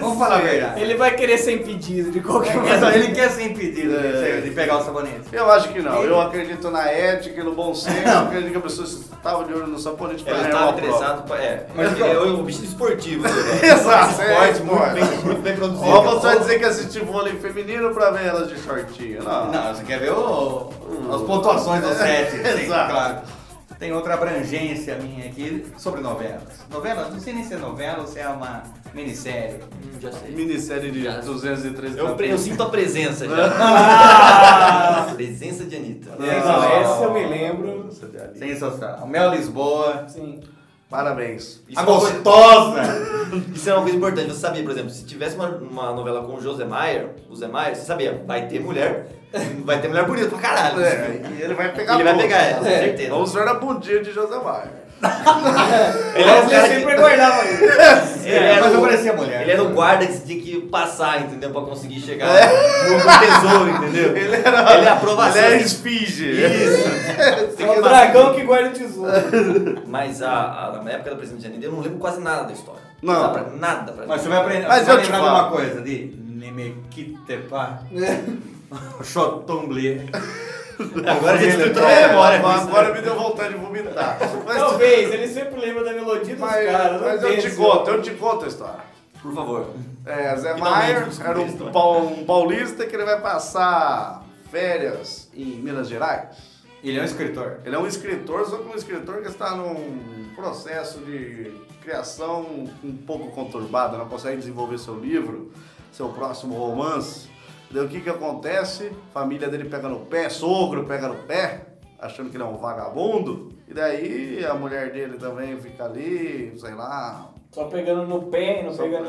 [SPEAKER 4] Vamos falar a verdade.
[SPEAKER 2] Ele vai querer ser impedido de qualquer
[SPEAKER 4] Mas
[SPEAKER 2] maneira.
[SPEAKER 4] ele quer ser impedido
[SPEAKER 3] É.
[SPEAKER 4] de, ser- de pegar o sabonete.
[SPEAKER 3] Eu acho que não. Eu acredito na ética e no bom senso. Eu acredito que a pessoa estava de olho no sabonete para
[SPEAKER 5] Ela
[SPEAKER 4] tá
[SPEAKER 3] ganhar É, uma
[SPEAKER 5] estava
[SPEAKER 3] prova.
[SPEAKER 5] interessado. pra- É, mas é um bicho esportivo. né?
[SPEAKER 3] Exato, é,
[SPEAKER 5] Esporte muito bem, muito bem produzido.
[SPEAKER 3] Ou você vai dizer que assistiu vôlei feminino pra ver elas de shortinho. Não.
[SPEAKER 4] Não, você quer ver o, as pontuações do set. tem,
[SPEAKER 3] Exato.
[SPEAKER 4] Claro. Tem outra abrangência minha aqui sobre novelas. Novelas? Não sei nem se é novela ou se é uma minissérie.
[SPEAKER 5] Hum, já sei.
[SPEAKER 3] Minissérie de 213
[SPEAKER 5] Eu, pre- eu sinto a presença
[SPEAKER 3] Ah!
[SPEAKER 5] já. presença de Anitta.
[SPEAKER 3] É,
[SPEAKER 2] Essa, essa eu me lembro. assim.
[SPEAKER 4] Sensacional. Mel Lisboa.
[SPEAKER 2] Sim.
[SPEAKER 3] Parabéns.
[SPEAKER 5] Isso
[SPEAKER 4] A
[SPEAKER 5] é uma coisa-
[SPEAKER 4] gostosa!
[SPEAKER 5] Isso é uma coisa importante, você sabia, por exemplo, se tivesse uma, uma novela com o José Maier, o Zé Maier, você sabia, vai ter mulher, vai ter mulher bonita pra caralho.
[SPEAKER 3] É, e ele vai pegar
[SPEAKER 5] ele vai
[SPEAKER 3] tudo.
[SPEAKER 5] pegar ela,
[SPEAKER 2] É.
[SPEAKER 5] certeza.
[SPEAKER 3] Vamos ver a bundinha de José Maia.
[SPEAKER 5] Ele era o
[SPEAKER 2] eu
[SPEAKER 5] cara que-
[SPEAKER 2] sempre guardava isso.
[SPEAKER 5] ele era
[SPEAKER 4] mas
[SPEAKER 5] o-
[SPEAKER 4] eu parecia mulher.
[SPEAKER 5] Ele era o guarda que você tinha que passar, entendeu? Pra conseguir chegar no, no tesouro, entendeu? Ele era ele é a aprovação.
[SPEAKER 3] Ele é esfinge.
[SPEAKER 5] Isso. Tem
[SPEAKER 2] É
[SPEAKER 5] que
[SPEAKER 2] o
[SPEAKER 5] passar.
[SPEAKER 2] dragão que guarda o tesouro.
[SPEAKER 5] Mas a, a- na época da presidente Janine, eu não lembro quase nada da história.
[SPEAKER 3] Não.
[SPEAKER 5] Dá pra- nada pra
[SPEAKER 4] Mas
[SPEAKER 5] mim.
[SPEAKER 4] você vai aprender.
[SPEAKER 3] Mas
[SPEAKER 4] você
[SPEAKER 3] eu
[SPEAKER 4] vai
[SPEAKER 3] te
[SPEAKER 4] lembrar de
[SPEAKER 3] falo.
[SPEAKER 4] uma coisa, de Nemequitepa. Chotomble.
[SPEAKER 5] Agora já destruiu a
[SPEAKER 3] É,
[SPEAKER 5] memória. com
[SPEAKER 3] agora,
[SPEAKER 5] isso, né?
[SPEAKER 3] me deu vontade de vomitar. Mas,
[SPEAKER 2] Talvez, ele sempre lembra da melodia dos
[SPEAKER 3] mas-
[SPEAKER 2] caras. não
[SPEAKER 3] mas eu
[SPEAKER 2] tem
[SPEAKER 3] te
[SPEAKER 2] esse-
[SPEAKER 3] conto, eu te conto a história.
[SPEAKER 5] Por favor.
[SPEAKER 3] É, Zé
[SPEAKER 5] Finalmente
[SPEAKER 3] Maier
[SPEAKER 5] descobri
[SPEAKER 3] era
[SPEAKER 5] a história.
[SPEAKER 3] um, pau- um paulista que ele vai passar férias em Minas Gerais.
[SPEAKER 4] Ele é um escritor.
[SPEAKER 3] Ele é um escritor, só que um escritor que está num processo de criação um pouco conturbada, não consegue desenvolver seu livro, seu próximo romance. Daí o que que acontece? A família dele pega no pé, sogro pega no pé, achando que ele é um vagabundo. E daí a mulher dele também fica ali, sei lá,
[SPEAKER 2] Só pegando no pé, não pegando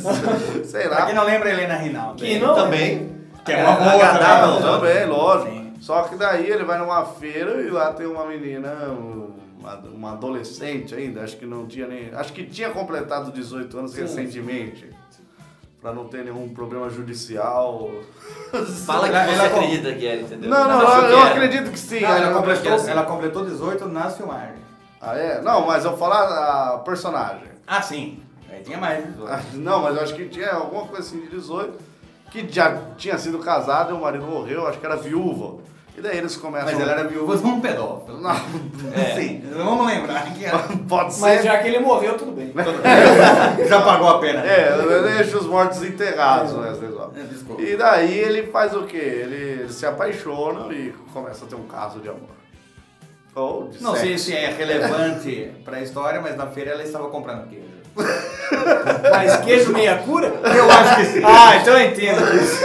[SPEAKER 2] coisas.
[SPEAKER 3] sei
[SPEAKER 4] Pra quem
[SPEAKER 3] lá.
[SPEAKER 4] não lembra, Helena Rinaldi.
[SPEAKER 2] Que não?
[SPEAKER 5] Também.
[SPEAKER 4] Que é uma boa
[SPEAKER 3] Ah,
[SPEAKER 4] também.
[SPEAKER 5] agradável aos olhos.
[SPEAKER 3] Também, é, lógico.
[SPEAKER 4] Sim.
[SPEAKER 3] Só que daí ele vai numa feira e lá tem uma menina, uma, uma adolescente ainda, acho que não tinha nem. Acho que tinha completado 18 anos recentemente. Pra não ter nenhum problema judicial.
[SPEAKER 5] Fala que
[SPEAKER 4] Ela-
[SPEAKER 5] você
[SPEAKER 4] ela-
[SPEAKER 5] acredita que era, entendeu?
[SPEAKER 3] Não, não,
[SPEAKER 5] Acho
[SPEAKER 3] eu,
[SPEAKER 5] que
[SPEAKER 3] eu
[SPEAKER 5] era.
[SPEAKER 3] acredito que sim.
[SPEAKER 4] Não,
[SPEAKER 3] ela
[SPEAKER 4] ela,
[SPEAKER 3] completou.
[SPEAKER 4] completou, ela completou 18 na filmagem.
[SPEAKER 3] Ah, é? Não, mas eu falo a a personagem.
[SPEAKER 4] Ah, sim. Aí tinha mais. 18.
[SPEAKER 3] Ah, Não, mas eu acho que tinha alguma coisa assim de 18, que já tinha sido casada e o marido morreu, acho que era viúva. E daí eles começam.
[SPEAKER 4] Mas ela era viúva de um pedófilo.
[SPEAKER 3] Não,
[SPEAKER 4] Sim, É. vamos lembrar que é. ela
[SPEAKER 3] pode ser.
[SPEAKER 2] Mas já que ele morreu, tudo bem.
[SPEAKER 4] já pagou a pena.
[SPEAKER 3] É, deixa os mortos enterrados, né? vocês falam.
[SPEAKER 4] É, desculpa.
[SPEAKER 3] E daí ele faz o quê? Ele se apaixona e começa a ter um caso de amor. Ou de
[SPEAKER 4] Não
[SPEAKER 3] sexo.
[SPEAKER 4] sei se é relevante pra história, mas na feira ela estava comprando queijo.
[SPEAKER 2] Mas queijo meia cura?
[SPEAKER 4] Eu acho que sim.
[SPEAKER 2] Ah, então eu entendo isso.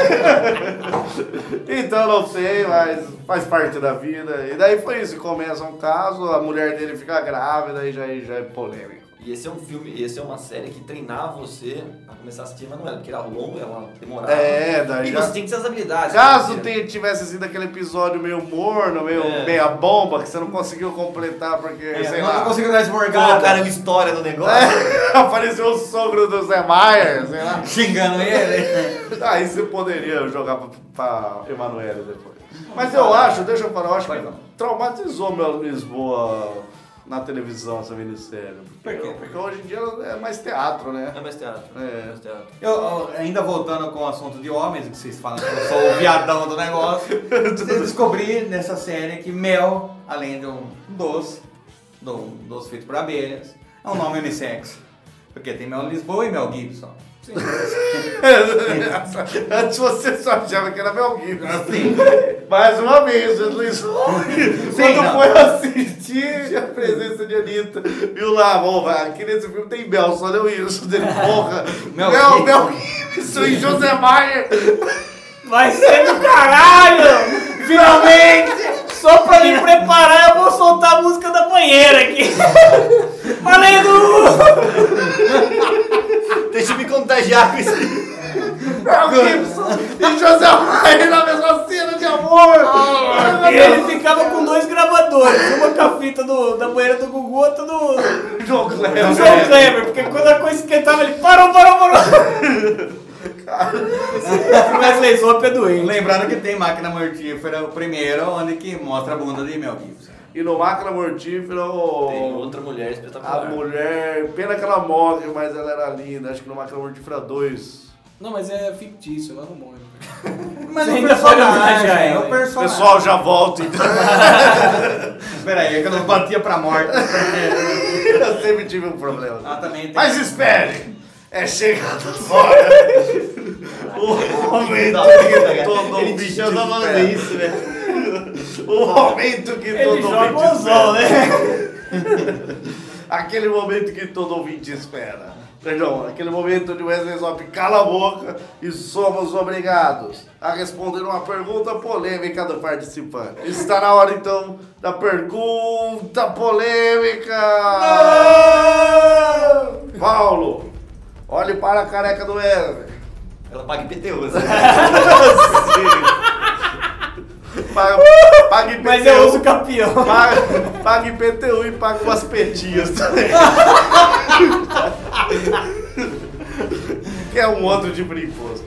[SPEAKER 3] Então não sei, mas faz parte da vida. E daí foi isso, começa um caso, a mulher dele fica grávida e já, já é polêmico.
[SPEAKER 5] E esse é um filme, esse é uma série que treinava você a começar a assistir, mas não era, porque era longo, ela demorava.
[SPEAKER 3] É, daí
[SPEAKER 5] Tá. E
[SPEAKER 3] já-
[SPEAKER 5] você tem que ter as habilidades. né?
[SPEAKER 3] Caso
[SPEAKER 5] tem
[SPEAKER 3] tenha- tivesse sido aquele episódio meio morno, meio
[SPEAKER 5] É.
[SPEAKER 3] meia bomba, que você não conseguiu completar porque, sei
[SPEAKER 4] não, não
[SPEAKER 3] lá,
[SPEAKER 4] consigo dar esmorgada.
[SPEAKER 5] Colocaram a história do negócio.
[SPEAKER 3] apareceu o sogro do Zé Maier, sei lá.
[SPEAKER 4] Xingando ele.
[SPEAKER 3] Aí você Ah, poderia jogar pra, pra Emanuele depois. Mas eu acho, deixa eu falar, eu acho
[SPEAKER 4] Vai não.
[SPEAKER 3] que traumatizou meu Lisboa na televisão, essa minissérie.
[SPEAKER 4] Por quê?
[SPEAKER 3] Porque hoje em dia é mais teatro, né?
[SPEAKER 5] É mais teatro.
[SPEAKER 3] É.
[SPEAKER 5] mais teatro.
[SPEAKER 4] Eu, eu- ainda voltando com o assunto de homens, que vocês falam que eu sou o viadão do negócio, eu descobri nessa série que mel, além de um doce, de um doce feito por abelhas, é um nome unissex. Porque tem Mel Lisboa e Mel Gibson.
[SPEAKER 3] Antes você só achava que era Mel Gibson.
[SPEAKER 4] Assim,
[SPEAKER 3] Mais uma vez, Luiz. Quando
[SPEAKER 4] não.
[SPEAKER 3] foi assistir a presença de Anitta, viu lá, bom, vai, aqui nesse filme tem Mel, só deu isso dele, porra.
[SPEAKER 4] Mel
[SPEAKER 3] Mel,
[SPEAKER 4] Gibson.
[SPEAKER 3] Mel Gibson e José Maier.
[SPEAKER 2] Vai ser do caralho! Finalmente! Só pra me preparar, eu vou soltar a música da banheira aqui. Valendo!
[SPEAKER 5] Deixa eu me contagiar com isso.
[SPEAKER 3] Mel Gibson e José Maier na mesma cena de amor.
[SPEAKER 2] Ele ficava com dois gravadores, uma com a fita do, da banheira do Gugu, outra do, do
[SPEAKER 3] João
[SPEAKER 2] João
[SPEAKER 3] Kleber.
[SPEAKER 2] Kleber, porque quando a coisa esquentava, ele parou, parou, parou! Esse Wesley Zop é doente.
[SPEAKER 4] lembrando que tem Máquina Mortífera, o primeiro, onde que mostra a bunda de Mel Gibson.
[SPEAKER 3] E no Máquina Mortífera, o-
[SPEAKER 5] Tem outra mulher espetacular.
[SPEAKER 3] a mulher, pena que ela morre, mas ela era linda. Acho que no Máquina Mortífera 2.
[SPEAKER 2] Não, mas é fictício, ela não morre.
[SPEAKER 4] Mas
[SPEAKER 2] Sim,
[SPEAKER 4] o personagem,
[SPEAKER 2] personagem,
[SPEAKER 4] é o
[SPEAKER 2] é.
[SPEAKER 4] personagem.
[SPEAKER 3] Pessoal, já volta então.
[SPEAKER 4] Pera aí, é que eu não batia pra morte.
[SPEAKER 3] Eu sempre tive um problema.
[SPEAKER 4] Ah, também tem.
[SPEAKER 3] Mas espere! É chegada agora! o momento
[SPEAKER 5] Tá ouvindo,
[SPEAKER 3] que
[SPEAKER 5] cara?
[SPEAKER 3] todo
[SPEAKER 5] Ele
[SPEAKER 3] ouvinte
[SPEAKER 5] te chama
[SPEAKER 3] espera.
[SPEAKER 5] falando isso, velho.
[SPEAKER 3] O momento que
[SPEAKER 2] Ele
[SPEAKER 3] todo
[SPEAKER 2] joga
[SPEAKER 3] ouvinte
[SPEAKER 2] Tá bonzão,
[SPEAKER 3] espera.
[SPEAKER 2] né?
[SPEAKER 3] Aquele momento que todo ouvinte espera. Perdão, aquele momento de Wesley Zop cala a boca e somos obrigados a responder uma pergunta polêmica do participante. Está na hora então da pergunta polêmica! Paulo, olhe para a careca do Wesley.
[SPEAKER 5] Ela paga IPTU, né?
[SPEAKER 3] Paga, paga IPTU.
[SPEAKER 2] Mas é eu uso campeão.
[SPEAKER 3] Paga, paga IPTU e paga umas petinhas também. que é um outro tipo de imposto.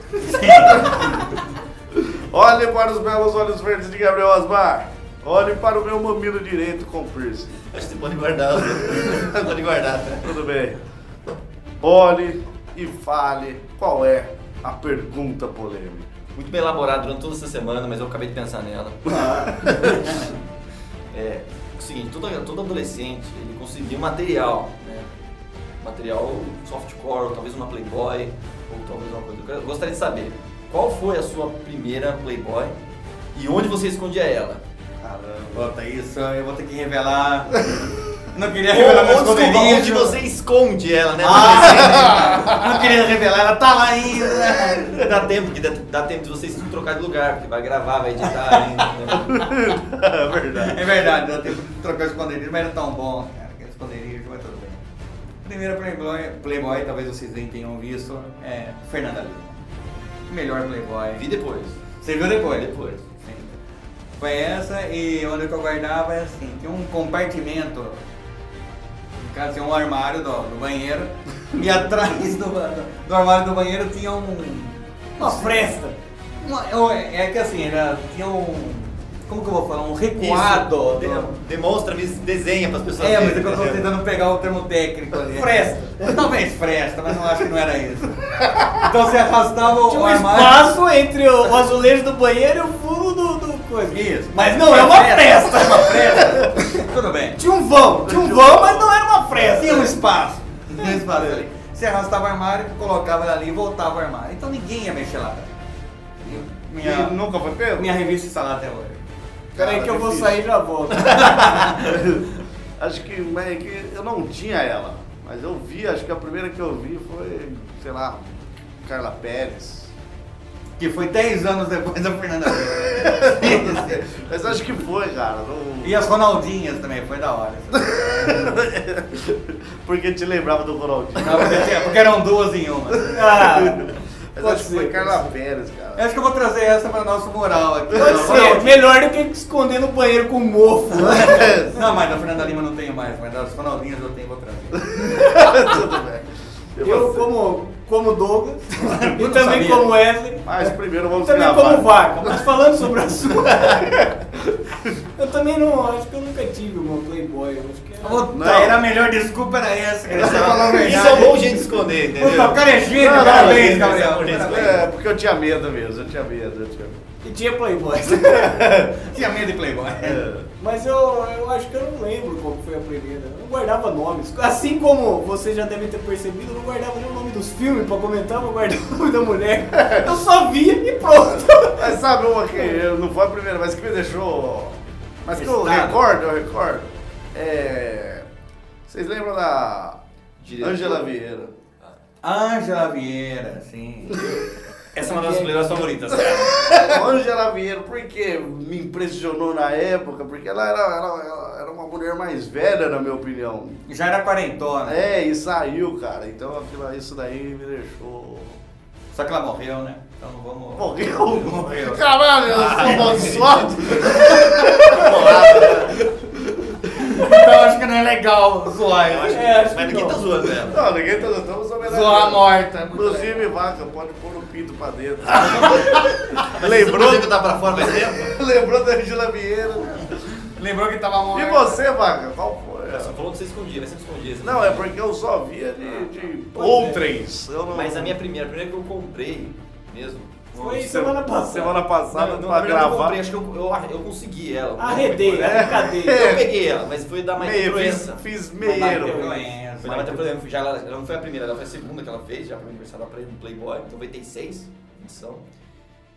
[SPEAKER 3] Olhe para os belos olhos verdes de Gabriel Osmar. Olhe para o meu mamilo direito com piercing.
[SPEAKER 5] Acho que você pode guardar. Você pode guardar.
[SPEAKER 3] Tudo bem. Olhe e fale qual é a pergunta polêmica.
[SPEAKER 5] Muito bem elaborado durante toda essa semana, mas eu acabei de pensar nela. é, é o seguinte, todo, todo adolescente, ele conseguiu material, né? Material softcore, ou talvez uma Playboy, ou talvez uma coisa. Eu gostaria de saber, qual foi a sua primeira Playboy e onde você escondia ela?
[SPEAKER 3] Caramba.
[SPEAKER 4] Bota isso, eu vou ter que revelar. Não queria revelar meu
[SPEAKER 5] Ou, ou, desculpa,
[SPEAKER 4] esconderijo.
[SPEAKER 5] onde você esconde ela, né?
[SPEAKER 4] Ah, não queria revelar, ela tá lá ainda.
[SPEAKER 5] Dá tempo, que dá, dá tempo de vocês trocar de lugar, porque vai gravar, vai editar ainda. né?
[SPEAKER 3] É verdade.
[SPEAKER 4] É verdade, dá tempo de trocar o esconderijo, mas era tão bom, cara, aquele esconderijo, mas tudo bem. Primeira Playboy, Playboy, talvez vocês nem tenham visto, é Fernanda Lima. Melhor Playboy.
[SPEAKER 5] Vi depois.
[SPEAKER 4] Você viu depois?
[SPEAKER 5] Depois.
[SPEAKER 4] Sim. Foi essa e onde que eu guardava é assim, tinha um compartimento, no caso tinha um armário do, do banheiro, e atrás do, do armário do banheiro tinha um.
[SPEAKER 2] Uma fresta.
[SPEAKER 4] uma- eu- é que assim, era, tinha um. Como que eu vou falar? Um recuado.
[SPEAKER 5] Isso,
[SPEAKER 4] do-
[SPEAKER 5] de- demonstra, desenha para as pessoas.
[SPEAKER 4] é, mas é
[SPEAKER 5] verem,
[SPEAKER 4] que eu tô
[SPEAKER 5] né?
[SPEAKER 4] tentando pegar o termo técnico ali.
[SPEAKER 2] Fresta.
[SPEAKER 4] Talvez fresta, mas não acho que não era isso. Então você afastava o
[SPEAKER 2] Tinha um
[SPEAKER 4] armário.
[SPEAKER 2] espaço entre o azulejo do banheiro e o furo do, do coisa.
[SPEAKER 4] Isso.
[SPEAKER 2] Mas não é uma
[SPEAKER 4] É
[SPEAKER 2] fresta.
[SPEAKER 4] uma fresta. Tudo bem.
[SPEAKER 2] Tinha um vão, tinha um vão, mas não era uma fresta.
[SPEAKER 4] Tinha um espaço. Tinha um espaço ali. Você arrastava o armário, colocava ele ali e voltava o armário. Então ninguém ia mexer lá. atrás.
[SPEAKER 3] E
[SPEAKER 4] Minha,
[SPEAKER 3] nunca foi pego?
[SPEAKER 4] minha revista está lá até hoje.
[SPEAKER 2] Peraí que eu vou sair e já volto.
[SPEAKER 3] Acho que, mas é que eu não tinha ela, mas eu vi, acho que a primeira que eu vi foi, sei lá, Carla Pérez.
[SPEAKER 4] Que foi 10 anos depois da Fernanda. Isso.
[SPEAKER 3] mas acho que foi, cara. não-
[SPEAKER 4] e as Ronaldinhas também, foi da hora.
[SPEAKER 3] Porque te lembrava do Ronaldinho.
[SPEAKER 4] Não, porque, tinha- porque eram duas em uma.
[SPEAKER 2] Ah,
[SPEAKER 3] Mas
[SPEAKER 2] pode
[SPEAKER 3] acho que
[SPEAKER 2] ser,
[SPEAKER 3] foi
[SPEAKER 2] pode
[SPEAKER 3] Carla
[SPEAKER 2] ser. É,
[SPEAKER 3] Pérez, cara.
[SPEAKER 4] Eu acho que eu vou trazer essa para nosso mural aqui.
[SPEAKER 2] Pode ser.
[SPEAKER 4] Ronaldinho.
[SPEAKER 2] Melhor do que esconder no banheiro com mofo.
[SPEAKER 4] Não, mas da Fernanda Lima eu não tenho mais, mas das Ronaldinhas eu tenho, vou trazer.
[SPEAKER 3] Tudo bem. E
[SPEAKER 2] Eu
[SPEAKER 3] você?
[SPEAKER 2] como, como Douglas, e
[SPEAKER 4] não
[SPEAKER 2] também
[SPEAKER 4] sabia.
[SPEAKER 2] como Wesley,
[SPEAKER 3] Mas primeiro
[SPEAKER 2] e
[SPEAKER 3] vamos
[SPEAKER 2] também
[SPEAKER 3] gravar.
[SPEAKER 2] como Vaca. Mas falando sobre a sua... eu também não, acho que eu nunca tive uma Playboy. Eu acho que é- era...
[SPEAKER 4] Puta,
[SPEAKER 3] Não.
[SPEAKER 4] era a melhor desculpa era essa, cara. Você falou a verdade.
[SPEAKER 5] Isso é um bom jeito de esconder, entendeu?
[SPEAKER 4] Puta, o cara é gênio,
[SPEAKER 3] Não, não,
[SPEAKER 4] parabéns,
[SPEAKER 5] não, não,
[SPEAKER 4] Gabriel.
[SPEAKER 5] não, não, não,
[SPEAKER 4] Parabéns.
[SPEAKER 3] É, porque eu tinha medo mesmo, eu tinha medo, eu tinha medo.
[SPEAKER 2] E tinha Playboy.
[SPEAKER 4] Tinha medo de Playboy.
[SPEAKER 3] É.
[SPEAKER 2] Mas eu, eu acho que eu não lembro qual que foi a primeira. Eu não guardava nomes. Assim como vocês já devem ter percebido, eu não guardava nem o nome dos filmes pra comentar, eu guardava o nome da mulher. Eu só via e pronto.
[SPEAKER 3] Mas sabe uma que eu- não foi a primeira, mas que me deixou. Mas que eu
[SPEAKER 4] Estado.
[SPEAKER 3] recordo, eu recordo. É. Vocês lembram da.
[SPEAKER 5] Diretor?
[SPEAKER 3] Angela Vieira.
[SPEAKER 4] Ângela Vieira, sim.
[SPEAKER 5] Essa é uma das minhas melhores favoritas.
[SPEAKER 3] Angela Vieira, porque me impressionou na época, porque ela era, ela- ela era uma mulher mais velha, na minha opinião.
[SPEAKER 4] Já era quarentona.
[SPEAKER 3] É, e saiu, cara. Então aquilo, isso daí me deixou.
[SPEAKER 4] Só que ela morreu, né? Então não vamos.
[SPEAKER 3] Morreu!
[SPEAKER 4] Morreu. Ah.
[SPEAKER 3] Caralho, eu sou amaldiçoado!
[SPEAKER 4] Então acho que não é legal zoar
[SPEAKER 5] Ah, Eu acho que-
[SPEAKER 2] É, acho que
[SPEAKER 5] mas ninguém
[SPEAKER 2] não.
[SPEAKER 5] tá zoando ela.
[SPEAKER 3] Não, ninguém tá estamos
[SPEAKER 4] Zoar a morta. é
[SPEAKER 3] Inclusive, vaca, pode pôr o pinto pra dentro.
[SPEAKER 5] Lembrou
[SPEAKER 3] lembrou,
[SPEAKER 5] que tá pra fora faz tempo?
[SPEAKER 3] lembrou da Angela Vieira.
[SPEAKER 4] Lembrou que tava
[SPEAKER 3] E
[SPEAKER 4] morta.
[SPEAKER 3] você, vaca? Qual foi?
[SPEAKER 5] Você falou que você escondia, mas sempre escondia. você
[SPEAKER 3] Não, é porque eu só via de, de
[SPEAKER 2] Pois é.
[SPEAKER 3] outrens. Eu não-
[SPEAKER 5] Mas a minha primeira, a primeira que eu comprei mesmo.
[SPEAKER 2] Foi semana passada.
[SPEAKER 3] Semana passada,
[SPEAKER 5] Não, não, na
[SPEAKER 3] pra
[SPEAKER 5] verdade, eu
[SPEAKER 3] gravar.
[SPEAKER 5] comprei, acho que eu, eu, eu consegui ela.
[SPEAKER 2] Arredei, arrecadei.
[SPEAKER 3] É.
[SPEAKER 5] Eu peguei ela, mas foi da Maite
[SPEAKER 3] Meia, fiz,
[SPEAKER 5] Proença.
[SPEAKER 3] fiz
[SPEAKER 4] Mas
[SPEAKER 3] meieiro.
[SPEAKER 4] doença.
[SPEAKER 5] Foi da Maite Proença. Já, ela, ela não foi então a primeira, ela foi a segunda que ela fez, já foi o aniversário da Playboy, em 96, edição.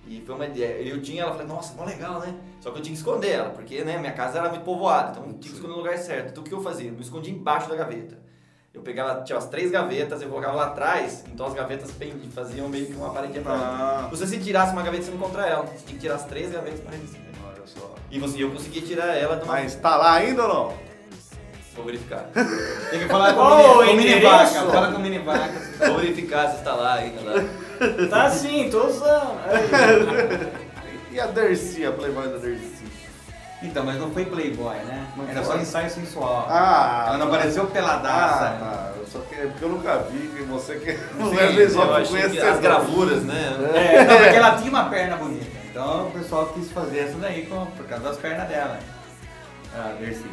[SPEAKER 5] E foi uma ideia. Eu tinha ela, falei, nossa, mó legal, né? Só que eu tinha que esconder ela, porque né, minha casa era muito povoada, então eu tinha que esconder no lugar certo. Então o que eu fazia? Eu me escondia embaixo da gaveta. Eu pegava, tinha as três gavetas, eu colocava lá atrás, então as gavetas pen- faziam meio que uma paredinha pra outra.
[SPEAKER 4] Ah,
[SPEAKER 5] Você se tirasse uma gaveta, você não encontra ela. Você tinha que tirar as três gavetas pra eles.
[SPEAKER 4] olha só.
[SPEAKER 5] E você, eu consegui tirar ela de uma.
[SPEAKER 3] Mas tá lá ainda ou não?
[SPEAKER 5] Vou verificar.
[SPEAKER 4] Tem que falar com,
[SPEAKER 2] Qual
[SPEAKER 4] o mini, com o mini
[SPEAKER 2] endereço?
[SPEAKER 4] vaca. Fala com o mini vaca.
[SPEAKER 5] Vou verificar se está lá ainda. Lá.
[SPEAKER 2] Tá sim, tô usando.
[SPEAKER 3] E a Dercy, a Playboy da Dercy?
[SPEAKER 4] Então, mas não foi Playboy, né?
[SPEAKER 3] Não
[SPEAKER 4] Era
[SPEAKER 3] foi.
[SPEAKER 4] só ensaio sensual.
[SPEAKER 3] Ah,
[SPEAKER 4] Ela não apareceu peladaça.
[SPEAKER 3] Ah, tá. Eu só queria, porque eu nunca vi, que você que não
[SPEAKER 5] Sim,
[SPEAKER 3] leva
[SPEAKER 5] eu
[SPEAKER 3] só
[SPEAKER 5] achei que
[SPEAKER 3] conhecer.
[SPEAKER 5] as gravuras, né?
[SPEAKER 4] É, não, porque ela tinha uma perna bonita. Então o pessoal quis fazer essa daí com- por causa das pernas dela. Ah, Dercy.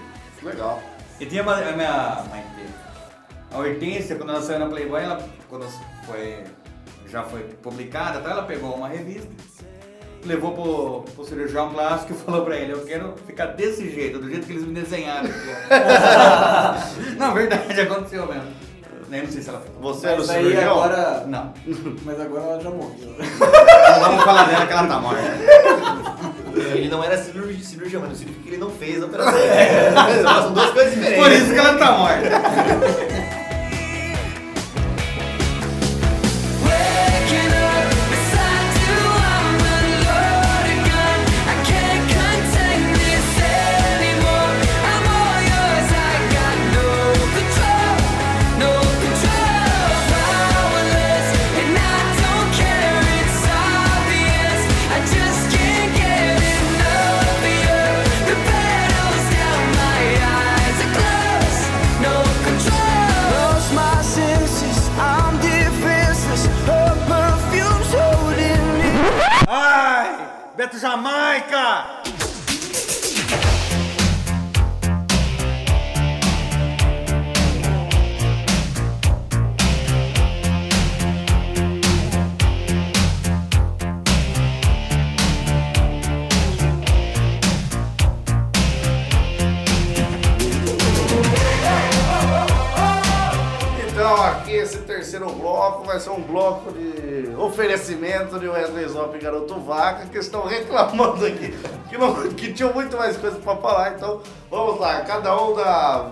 [SPEAKER 3] Legal.
[SPEAKER 4] E tinha uma, a minha mãe dele. A Hortência, quando ela saiu na Playboy, ela quando foi, já foi publicada, tá? ela pegou uma revista, levou pro, pro cirurgião plástico e falou pra ele, eu quero ficar desse jeito, do jeito que eles me desenharam. aqui, ó." não, verdade, aconteceu mesmo. Nem não sei se ela falou.
[SPEAKER 3] Você era o
[SPEAKER 2] Mas aí
[SPEAKER 3] cirurgião?
[SPEAKER 2] agora.
[SPEAKER 4] Não.
[SPEAKER 2] Mas agora ela já morreu.
[SPEAKER 4] Não vamos falar dela que ela tá morta.
[SPEAKER 5] Ele não era cirurgi- cirurgião, mas não significa que ele não fez a operação. É. São duas coisas diferentes.
[SPEAKER 4] Por isso que ela tá morta.
[SPEAKER 7] Waking up beside you, I'm unloading gun. I can't contain this anymore. I'm all yours. I got no control, no control. Powerless, and I don't care. It's obvious. I just can't get enough of you. The petals down my eyes are closed, no control.
[SPEAKER 8] lost my senses. I'm defenseless. Her perfume's holding me.
[SPEAKER 4] Ai! Beto Jamaica!
[SPEAKER 3] Então, aqui esse terceiro bloco vai ser um bloco de oferecimento de Wesley Zop e Garoto Vaca, que estão reclamando aqui que, não, que tinham muito mais coisa pra falar. Então, vamos lá, cada um dá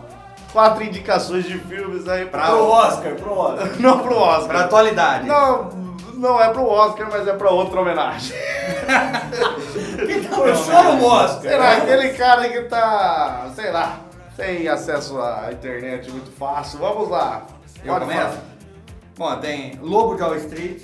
[SPEAKER 3] quatro indicações de filmes aí pra.
[SPEAKER 2] Pro Oscar, pro Oscar.
[SPEAKER 3] Não pro Oscar.
[SPEAKER 4] Pra atualidade.
[SPEAKER 3] Não, não é pro Oscar, mas é pra outra homenagem.
[SPEAKER 2] Puxou no Oscar.
[SPEAKER 3] Sei lá, aquele cara que tá, sei lá, sem acesso à internet muito fácil. Vamos lá.
[SPEAKER 4] Eu começo? Bom, tem Lobo de Wall Street.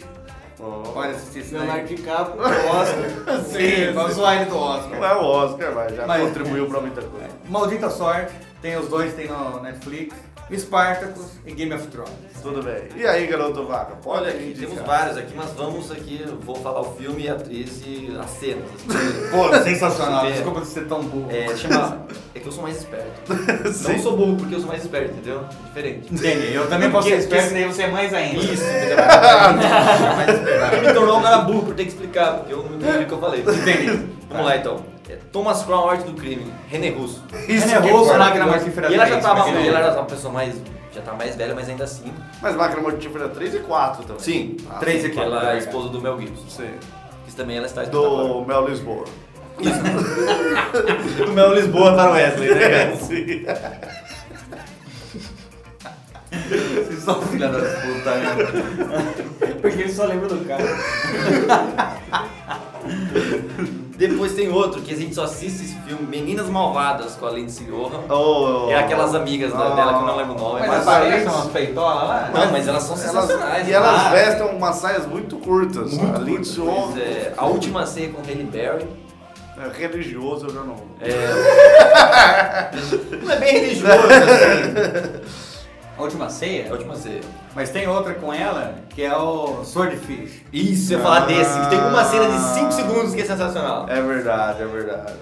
[SPEAKER 4] Pode assistir isso
[SPEAKER 2] Leonardo
[SPEAKER 4] daí.
[SPEAKER 2] DiCaprio, pro Oscar.
[SPEAKER 4] Sim, vamos zoar ele do
[SPEAKER 3] Não
[SPEAKER 4] Oscar.
[SPEAKER 3] é o Oscar, mas já
[SPEAKER 4] Mas-
[SPEAKER 3] contribuiu pra muita coisa.
[SPEAKER 5] É.
[SPEAKER 4] Maldita Sorte. Tem os dois, tem no Netflix. Spartacus e Game of Thrones.
[SPEAKER 3] Tudo bem. E aí, garoto vaca? Pode
[SPEAKER 5] Olha aqui,
[SPEAKER 3] indicar.
[SPEAKER 5] temos vários aqui, mas vamos aqui, eu vou falar o filme, a atriz e as cenas. as coisas.
[SPEAKER 4] Pô, sensacional.
[SPEAKER 5] É.
[SPEAKER 4] Desculpa ser tão burro.
[SPEAKER 5] É, chama... é que eu sou mais esperto. Não sou burro porque eu sou mais esperto, entendeu? É Diferente.
[SPEAKER 4] Entendi. Eu também posso ser
[SPEAKER 5] Que- que-
[SPEAKER 4] esperto, daí você é mais ainda.
[SPEAKER 5] Isso, entendeu? Eu mais esperto. Eu me tornou um cara burro por ter que explicar, porque eu não entendi o que eu falei.
[SPEAKER 4] Entendi.
[SPEAKER 5] Vamos lá então. É Thomas Crown, Arte do Crime, René Russo.
[SPEAKER 4] Isso
[SPEAKER 3] que
[SPEAKER 4] é nervoso,
[SPEAKER 3] importa.
[SPEAKER 4] máquina mortífera
[SPEAKER 5] E ela já
[SPEAKER 4] três,
[SPEAKER 5] tava,
[SPEAKER 4] mas-
[SPEAKER 5] ela já tava uma pessoa mais, já tava mais velha, mas ainda assim.
[SPEAKER 3] Mas máquina mortífera 3 e 4 também. Ah,
[SPEAKER 5] Sim,
[SPEAKER 4] três e quatro,
[SPEAKER 5] Ela é a
[SPEAKER 4] obrigado.
[SPEAKER 5] esposa do Mel Gibson.
[SPEAKER 3] Sim.
[SPEAKER 5] Que também ela está espetacular.
[SPEAKER 3] Do Mel Lisboa.
[SPEAKER 5] do Mel Lisboa para o Wesley, Né?
[SPEAKER 3] Sim.
[SPEAKER 4] Vocês são filha da puta, né?
[SPEAKER 2] Porque ele só lembra do cara.
[SPEAKER 5] Depois tem outro que a gente só assiste esse filme, Meninas Malvadas com a Lindsay Lohan.
[SPEAKER 3] Oh,
[SPEAKER 5] É aquelas amigas da-
[SPEAKER 3] Oh.
[SPEAKER 5] dela que eu não lembro o nome.
[SPEAKER 4] Mas
[SPEAKER 5] Mas,
[SPEAKER 4] aparecem umas peitolas lá.
[SPEAKER 5] não, mas elas são sensacionais. né?
[SPEAKER 3] Elas, e elas
[SPEAKER 5] cara.
[SPEAKER 3] vestem umas saias muito curtas. a Lindsay
[SPEAKER 5] Pois
[SPEAKER 3] Lohan
[SPEAKER 5] é, a última ceia com Halle Berry.
[SPEAKER 3] é religioso, eu já não.
[SPEAKER 5] É... não é bem religioso assim.
[SPEAKER 4] A última ceia?
[SPEAKER 5] É A última ceia.
[SPEAKER 4] Mas tem outra com ela, que é o Swordfish.
[SPEAKER 5] Isso, eu ia falar
[SPEAKER 3] Ah.
[SPEAKER 5] desse. que Tem uma cena de 5 segundos que é sensacional.
[SPEAKER 3] É verdade, é verdade.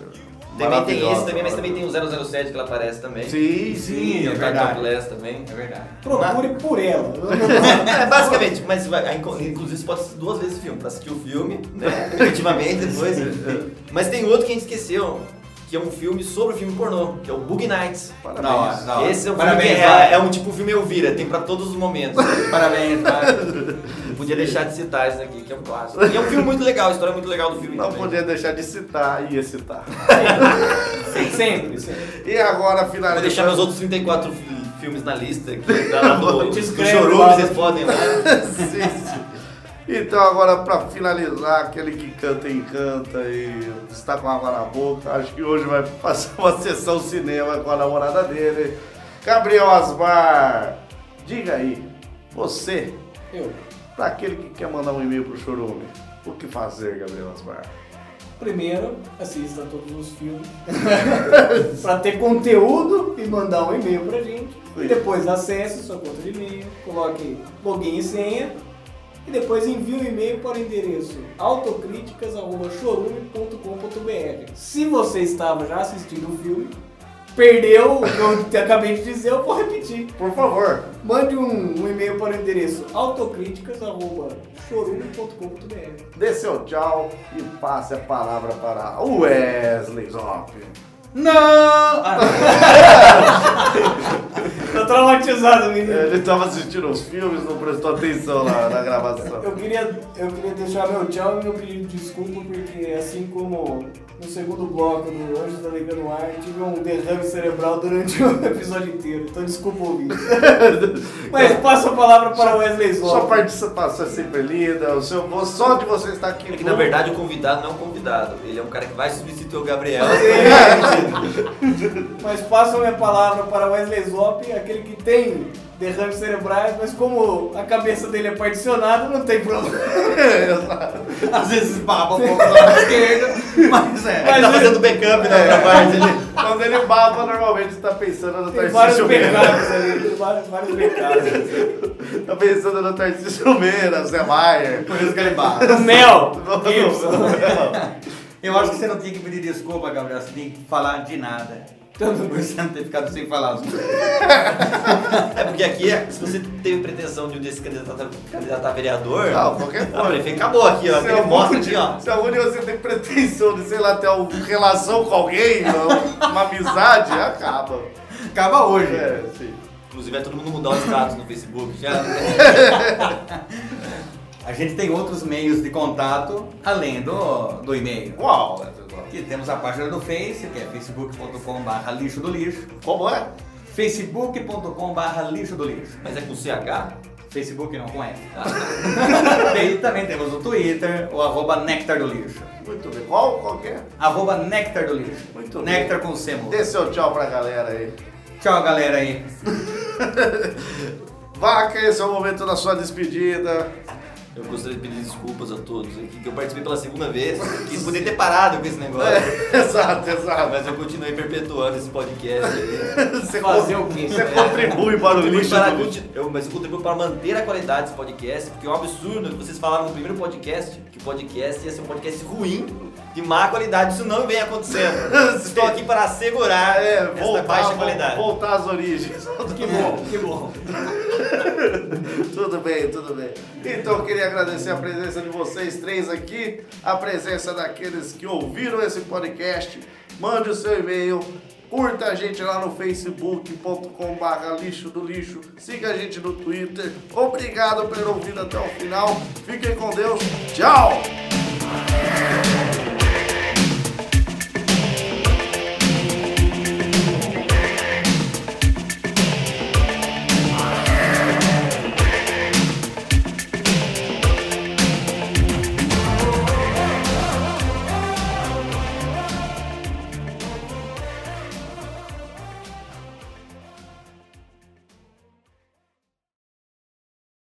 [SPEAKER 5] Também tem esse
[SPEAKER 3] Maravilhosa,
[SPEAKER 5] também, mas também tem o 007 que ela aparece também.
[SPEAKER 3] Sim, sim.
[SPEAKER 5] Tem
[SPEAKER 4] é
[SPEAKER 5] o
[SPEAKER 4] verdade.
[SPEAKER 5] Carta Bless também.
[SPEAKER 4] É verdade.
[SPEAKER 2] Procure por ela.
[SPEAKER 5] É, basicamente, mas vai, aí, inco- inclusive você pode assistir duas vezes o filme, pra assistir o filme, né? Efetivamente, depois. mas tem outro que a gente esqueceu, que é um filme sobre o filme pornô, que é o Bug Nights.
[SPEAKER 4] Da hora, da hora.
[SPEAKER 5] Esse é um
[SPEAKER 4] Parabéns,
[SPEAKER 5] filme que é,
[SPEAKER 4] Wagner.
[SPEAKER 5] é um tipo filme Elvira, tem pra todos os momentos.
[SPEAKER 4] Parabéns, Wagner.
[SPEAKER 5] podia deixar de citar isso aqui, que é um clássico. E é um filme muito legal, a história é muito legal do filme.
[SPEAKER 3] Não
[SPEAKER 5] também.
[SPEAKER 3] podia deixar de citar, ia citar.
[SPEAKER 2] Sempre, sempre.
[SPEAKER 3] E agora, finalizando...
[SPEAKER 5] Vou deixar meus outros 34 fi- filmes na lista aqui, tá lá no, no
[SPEAKER 2] Descreve
[SPEAKER 5] Chorume,
[SPEAKER 2] lá.
[SPEAKER 5] vocês podem lá.
[SPEAKER 3] Sim, sim. Então agora pra finalizar, aquele que canta e encanta e está com água na boca, acho que hoje vai passar uma sessão cinema com a namorada dele. Gabriel Asmar, diga aí, você,
[SPEAKER 2] Eu.
[SPEAKER 3] pra aquele que quer mandar um e-mail pro Chorume, o que fazer, Gabriel Asmar?
[SPEAKER 2] Primeiro, assista todos os filmes pra ter conteúdo e mandar um e-mail pra gente.
[SPEAKER 3] Sim.
[SPEAKER 2] E depois acesse sua conta de e-mail, coloque login e senha. E depois envie um e-mail para o endereço autocríticas.chorume.com.br. Se você estava já assistindo o filme, perdeu o que eu te acabei de dizer, eu vou repetir.
[SPEAKER 3] Por favor,
[SPEAKER 2] Mande um, um e-mail para o endereço autocríticas.chorume.com.br.
[SPEAKER 3] dê seu tchau e passe a palavra para Wesley Zop.
[SPEAKER 4] Não! Ah,
[SPEAKER 2] Tô Tá traumatizado, menino.
[SPEAKER 3] Ele tava assistindo os filmes, não prestou atenção na, na gravação.
[SPEAKER 2] Eu queria, eu queria deixar meu tchau e meu pedido de desculpa, porque assim como no segundo bloco do Anjos da Liga no Ar, eu tive um derrame cerebral durante o episódio inteiro, então desculpa ouvir. Mas passo a palavra para Wesley
[SPEAKER 3] Sua
[SPEAKER 2] Zop.
[SPEAKER 3] participação é sempre linda, o seu o só de você estar aqui.
[SPEAKER 5] É que
[SPEAKER 3] no-
[SPEAKER 5] na verdade o convidado não é um convidado, ele é um cara que vai substituir o Gabriel.
[SPEAKER 2] Mas passo a minha palavra para Wesley Zop, aquele que tem derrames cerebrais, mas como a cabeça dele é particionada, não tem problema.
[SPEAKER 4] Às vezes baba um pouco do lado esquerdo, mas é.
[SPEAKER 5] Ele tá fazendo backup na outra parte. né? ele-
[SPEAKER 3] É. Quando ele baba, normalmente está pensando no
[SPEAKER 2] Tem vários
[SPEAKER 3] Tarcísio Meira.
[SPEAKER 2] pecados ali, tem vários, vários pecados.
[SPEAKER 3] Tá pensando no Tarcísio Meira, Zé Maier.
[SPEAKER 4] Por isso que ele barra.
[SPEAKER 2] Mel! Gibson!
[SPEAKER 3] Não.
[SPEAKER 4] Eu acho que você não tinha que pedir desculpa, Gabriel. Você tem que falar de nada. Por você não ter ficado sem falar as coisas.
[SPEAKER 5] É porque aqui, é- se você teve pretensão de um dia se candidatar, candidatar a vereador,
[SPEAKER 3] Não, qualquer
[SPEAKER 5] o
[SPEAKER 3] coisa.
[SPEAKER 5] prefeito acabou aqui, ó.
[SPEAKER 3] Se
[SPEAKER 5] Ele
[SPEAKER 3] algum
[SPEAKER 5] mostra aqui,
[SPEAKER 3] um de-
[SPEAKER 5] ó.
[SPEAKER 3] Se algum de você tem pretensão de, sei lá, ter uma relação com alguém, uma, uma amizade, acaba.
[SPEAKER 4] Acaba hoje.
[SPEAKER 3] É, sim.
[SPEAKER 5] Inclusive é todo mundo mudar o status no Facebook já.
[SPEAKER 4] A gente tem outros meios de contato além do, do e-mail.
[SPEAKER 3] Uau.
[SPEAKER 4] Que temos a página do Face, que é facebook.com.br lixo do lixo.
[SPEAKER 3] Como é?
[SPEAKER 4] facebook.com.br lixo do lixo.
[SPEAKER 5] Mas é com CH?
[SPEAKER 4] Facebook não, com F. tá? e também temos o Twitter, o arroba Nectar do Lixo.
[SPEAKER 3] Muito bem. Qual, qual que é?
[SPEAKER 4] Arroba Nectar do Lixo.
[SPEAKER 3] Muito bem.
[SPEAKER 4] Nectar com semo.
[SPEAKER 3] Dê seu tchau pra galera aí.
[SPEAKER 4] Tchau, galera aí.
[SPEAKER 3] Vaca, esse é o momento da sua despedida.
[SPEAKER 5] Eu gostaria de pedir desculpas a todos aqui, que eu participei pela segunda vez. Quis poder ter parado com esse
[SPEAKER 3] É.
[SPEAKER 5] negócio.
[SPEAKER 3] exato, exato.
[SPEAKER 5] Mas eu continuei perpetuando esse podcast aí.
[SPEAKER 3] Você,
[SPEAKER 2] Fazer o quê?
[SPEAKER 4] É,
[SPEAKER 3] você contribui para o
[SPEAKER 5] contribuo
[SPEAKER 3] lixo.
[SPEAKER 5] para,
[SPEAKER 3] do lixo.
[SPEAKER 5] conti- eu, mas eu contribuo para manter a qualidade desse podcast, porque é um absurdo que vocês falaram no primeiro podcast que o podcast ia ser um podcast ruim, de má qualidade, isso não vem acontecendo. Estou aqui para assegurar
[SPEAKER 3] É,
[SPEAKER 5] essa
[SPEAKER 3] voltar,
[SPEAKER 5] baixa
[SPEAKER 3] vol-
[SPEAKER 5] qualidade.
[SPEAKER 3] voltar às origens.
[SPEAKER 2] Que bom, que bom.
[SPEAKER 3] tudo bem, tudo bem. Então eu queria agradecer a presença de vocês três aqui, a presença daqueles que ouviram esse podcast. Mande o seu e-mail, curta a gente lá no facebook.com.br lixo do lixo, siga a gente no Twitter. Obrigado por ter ouvido até o final. Fiquem com Deus. Tchau!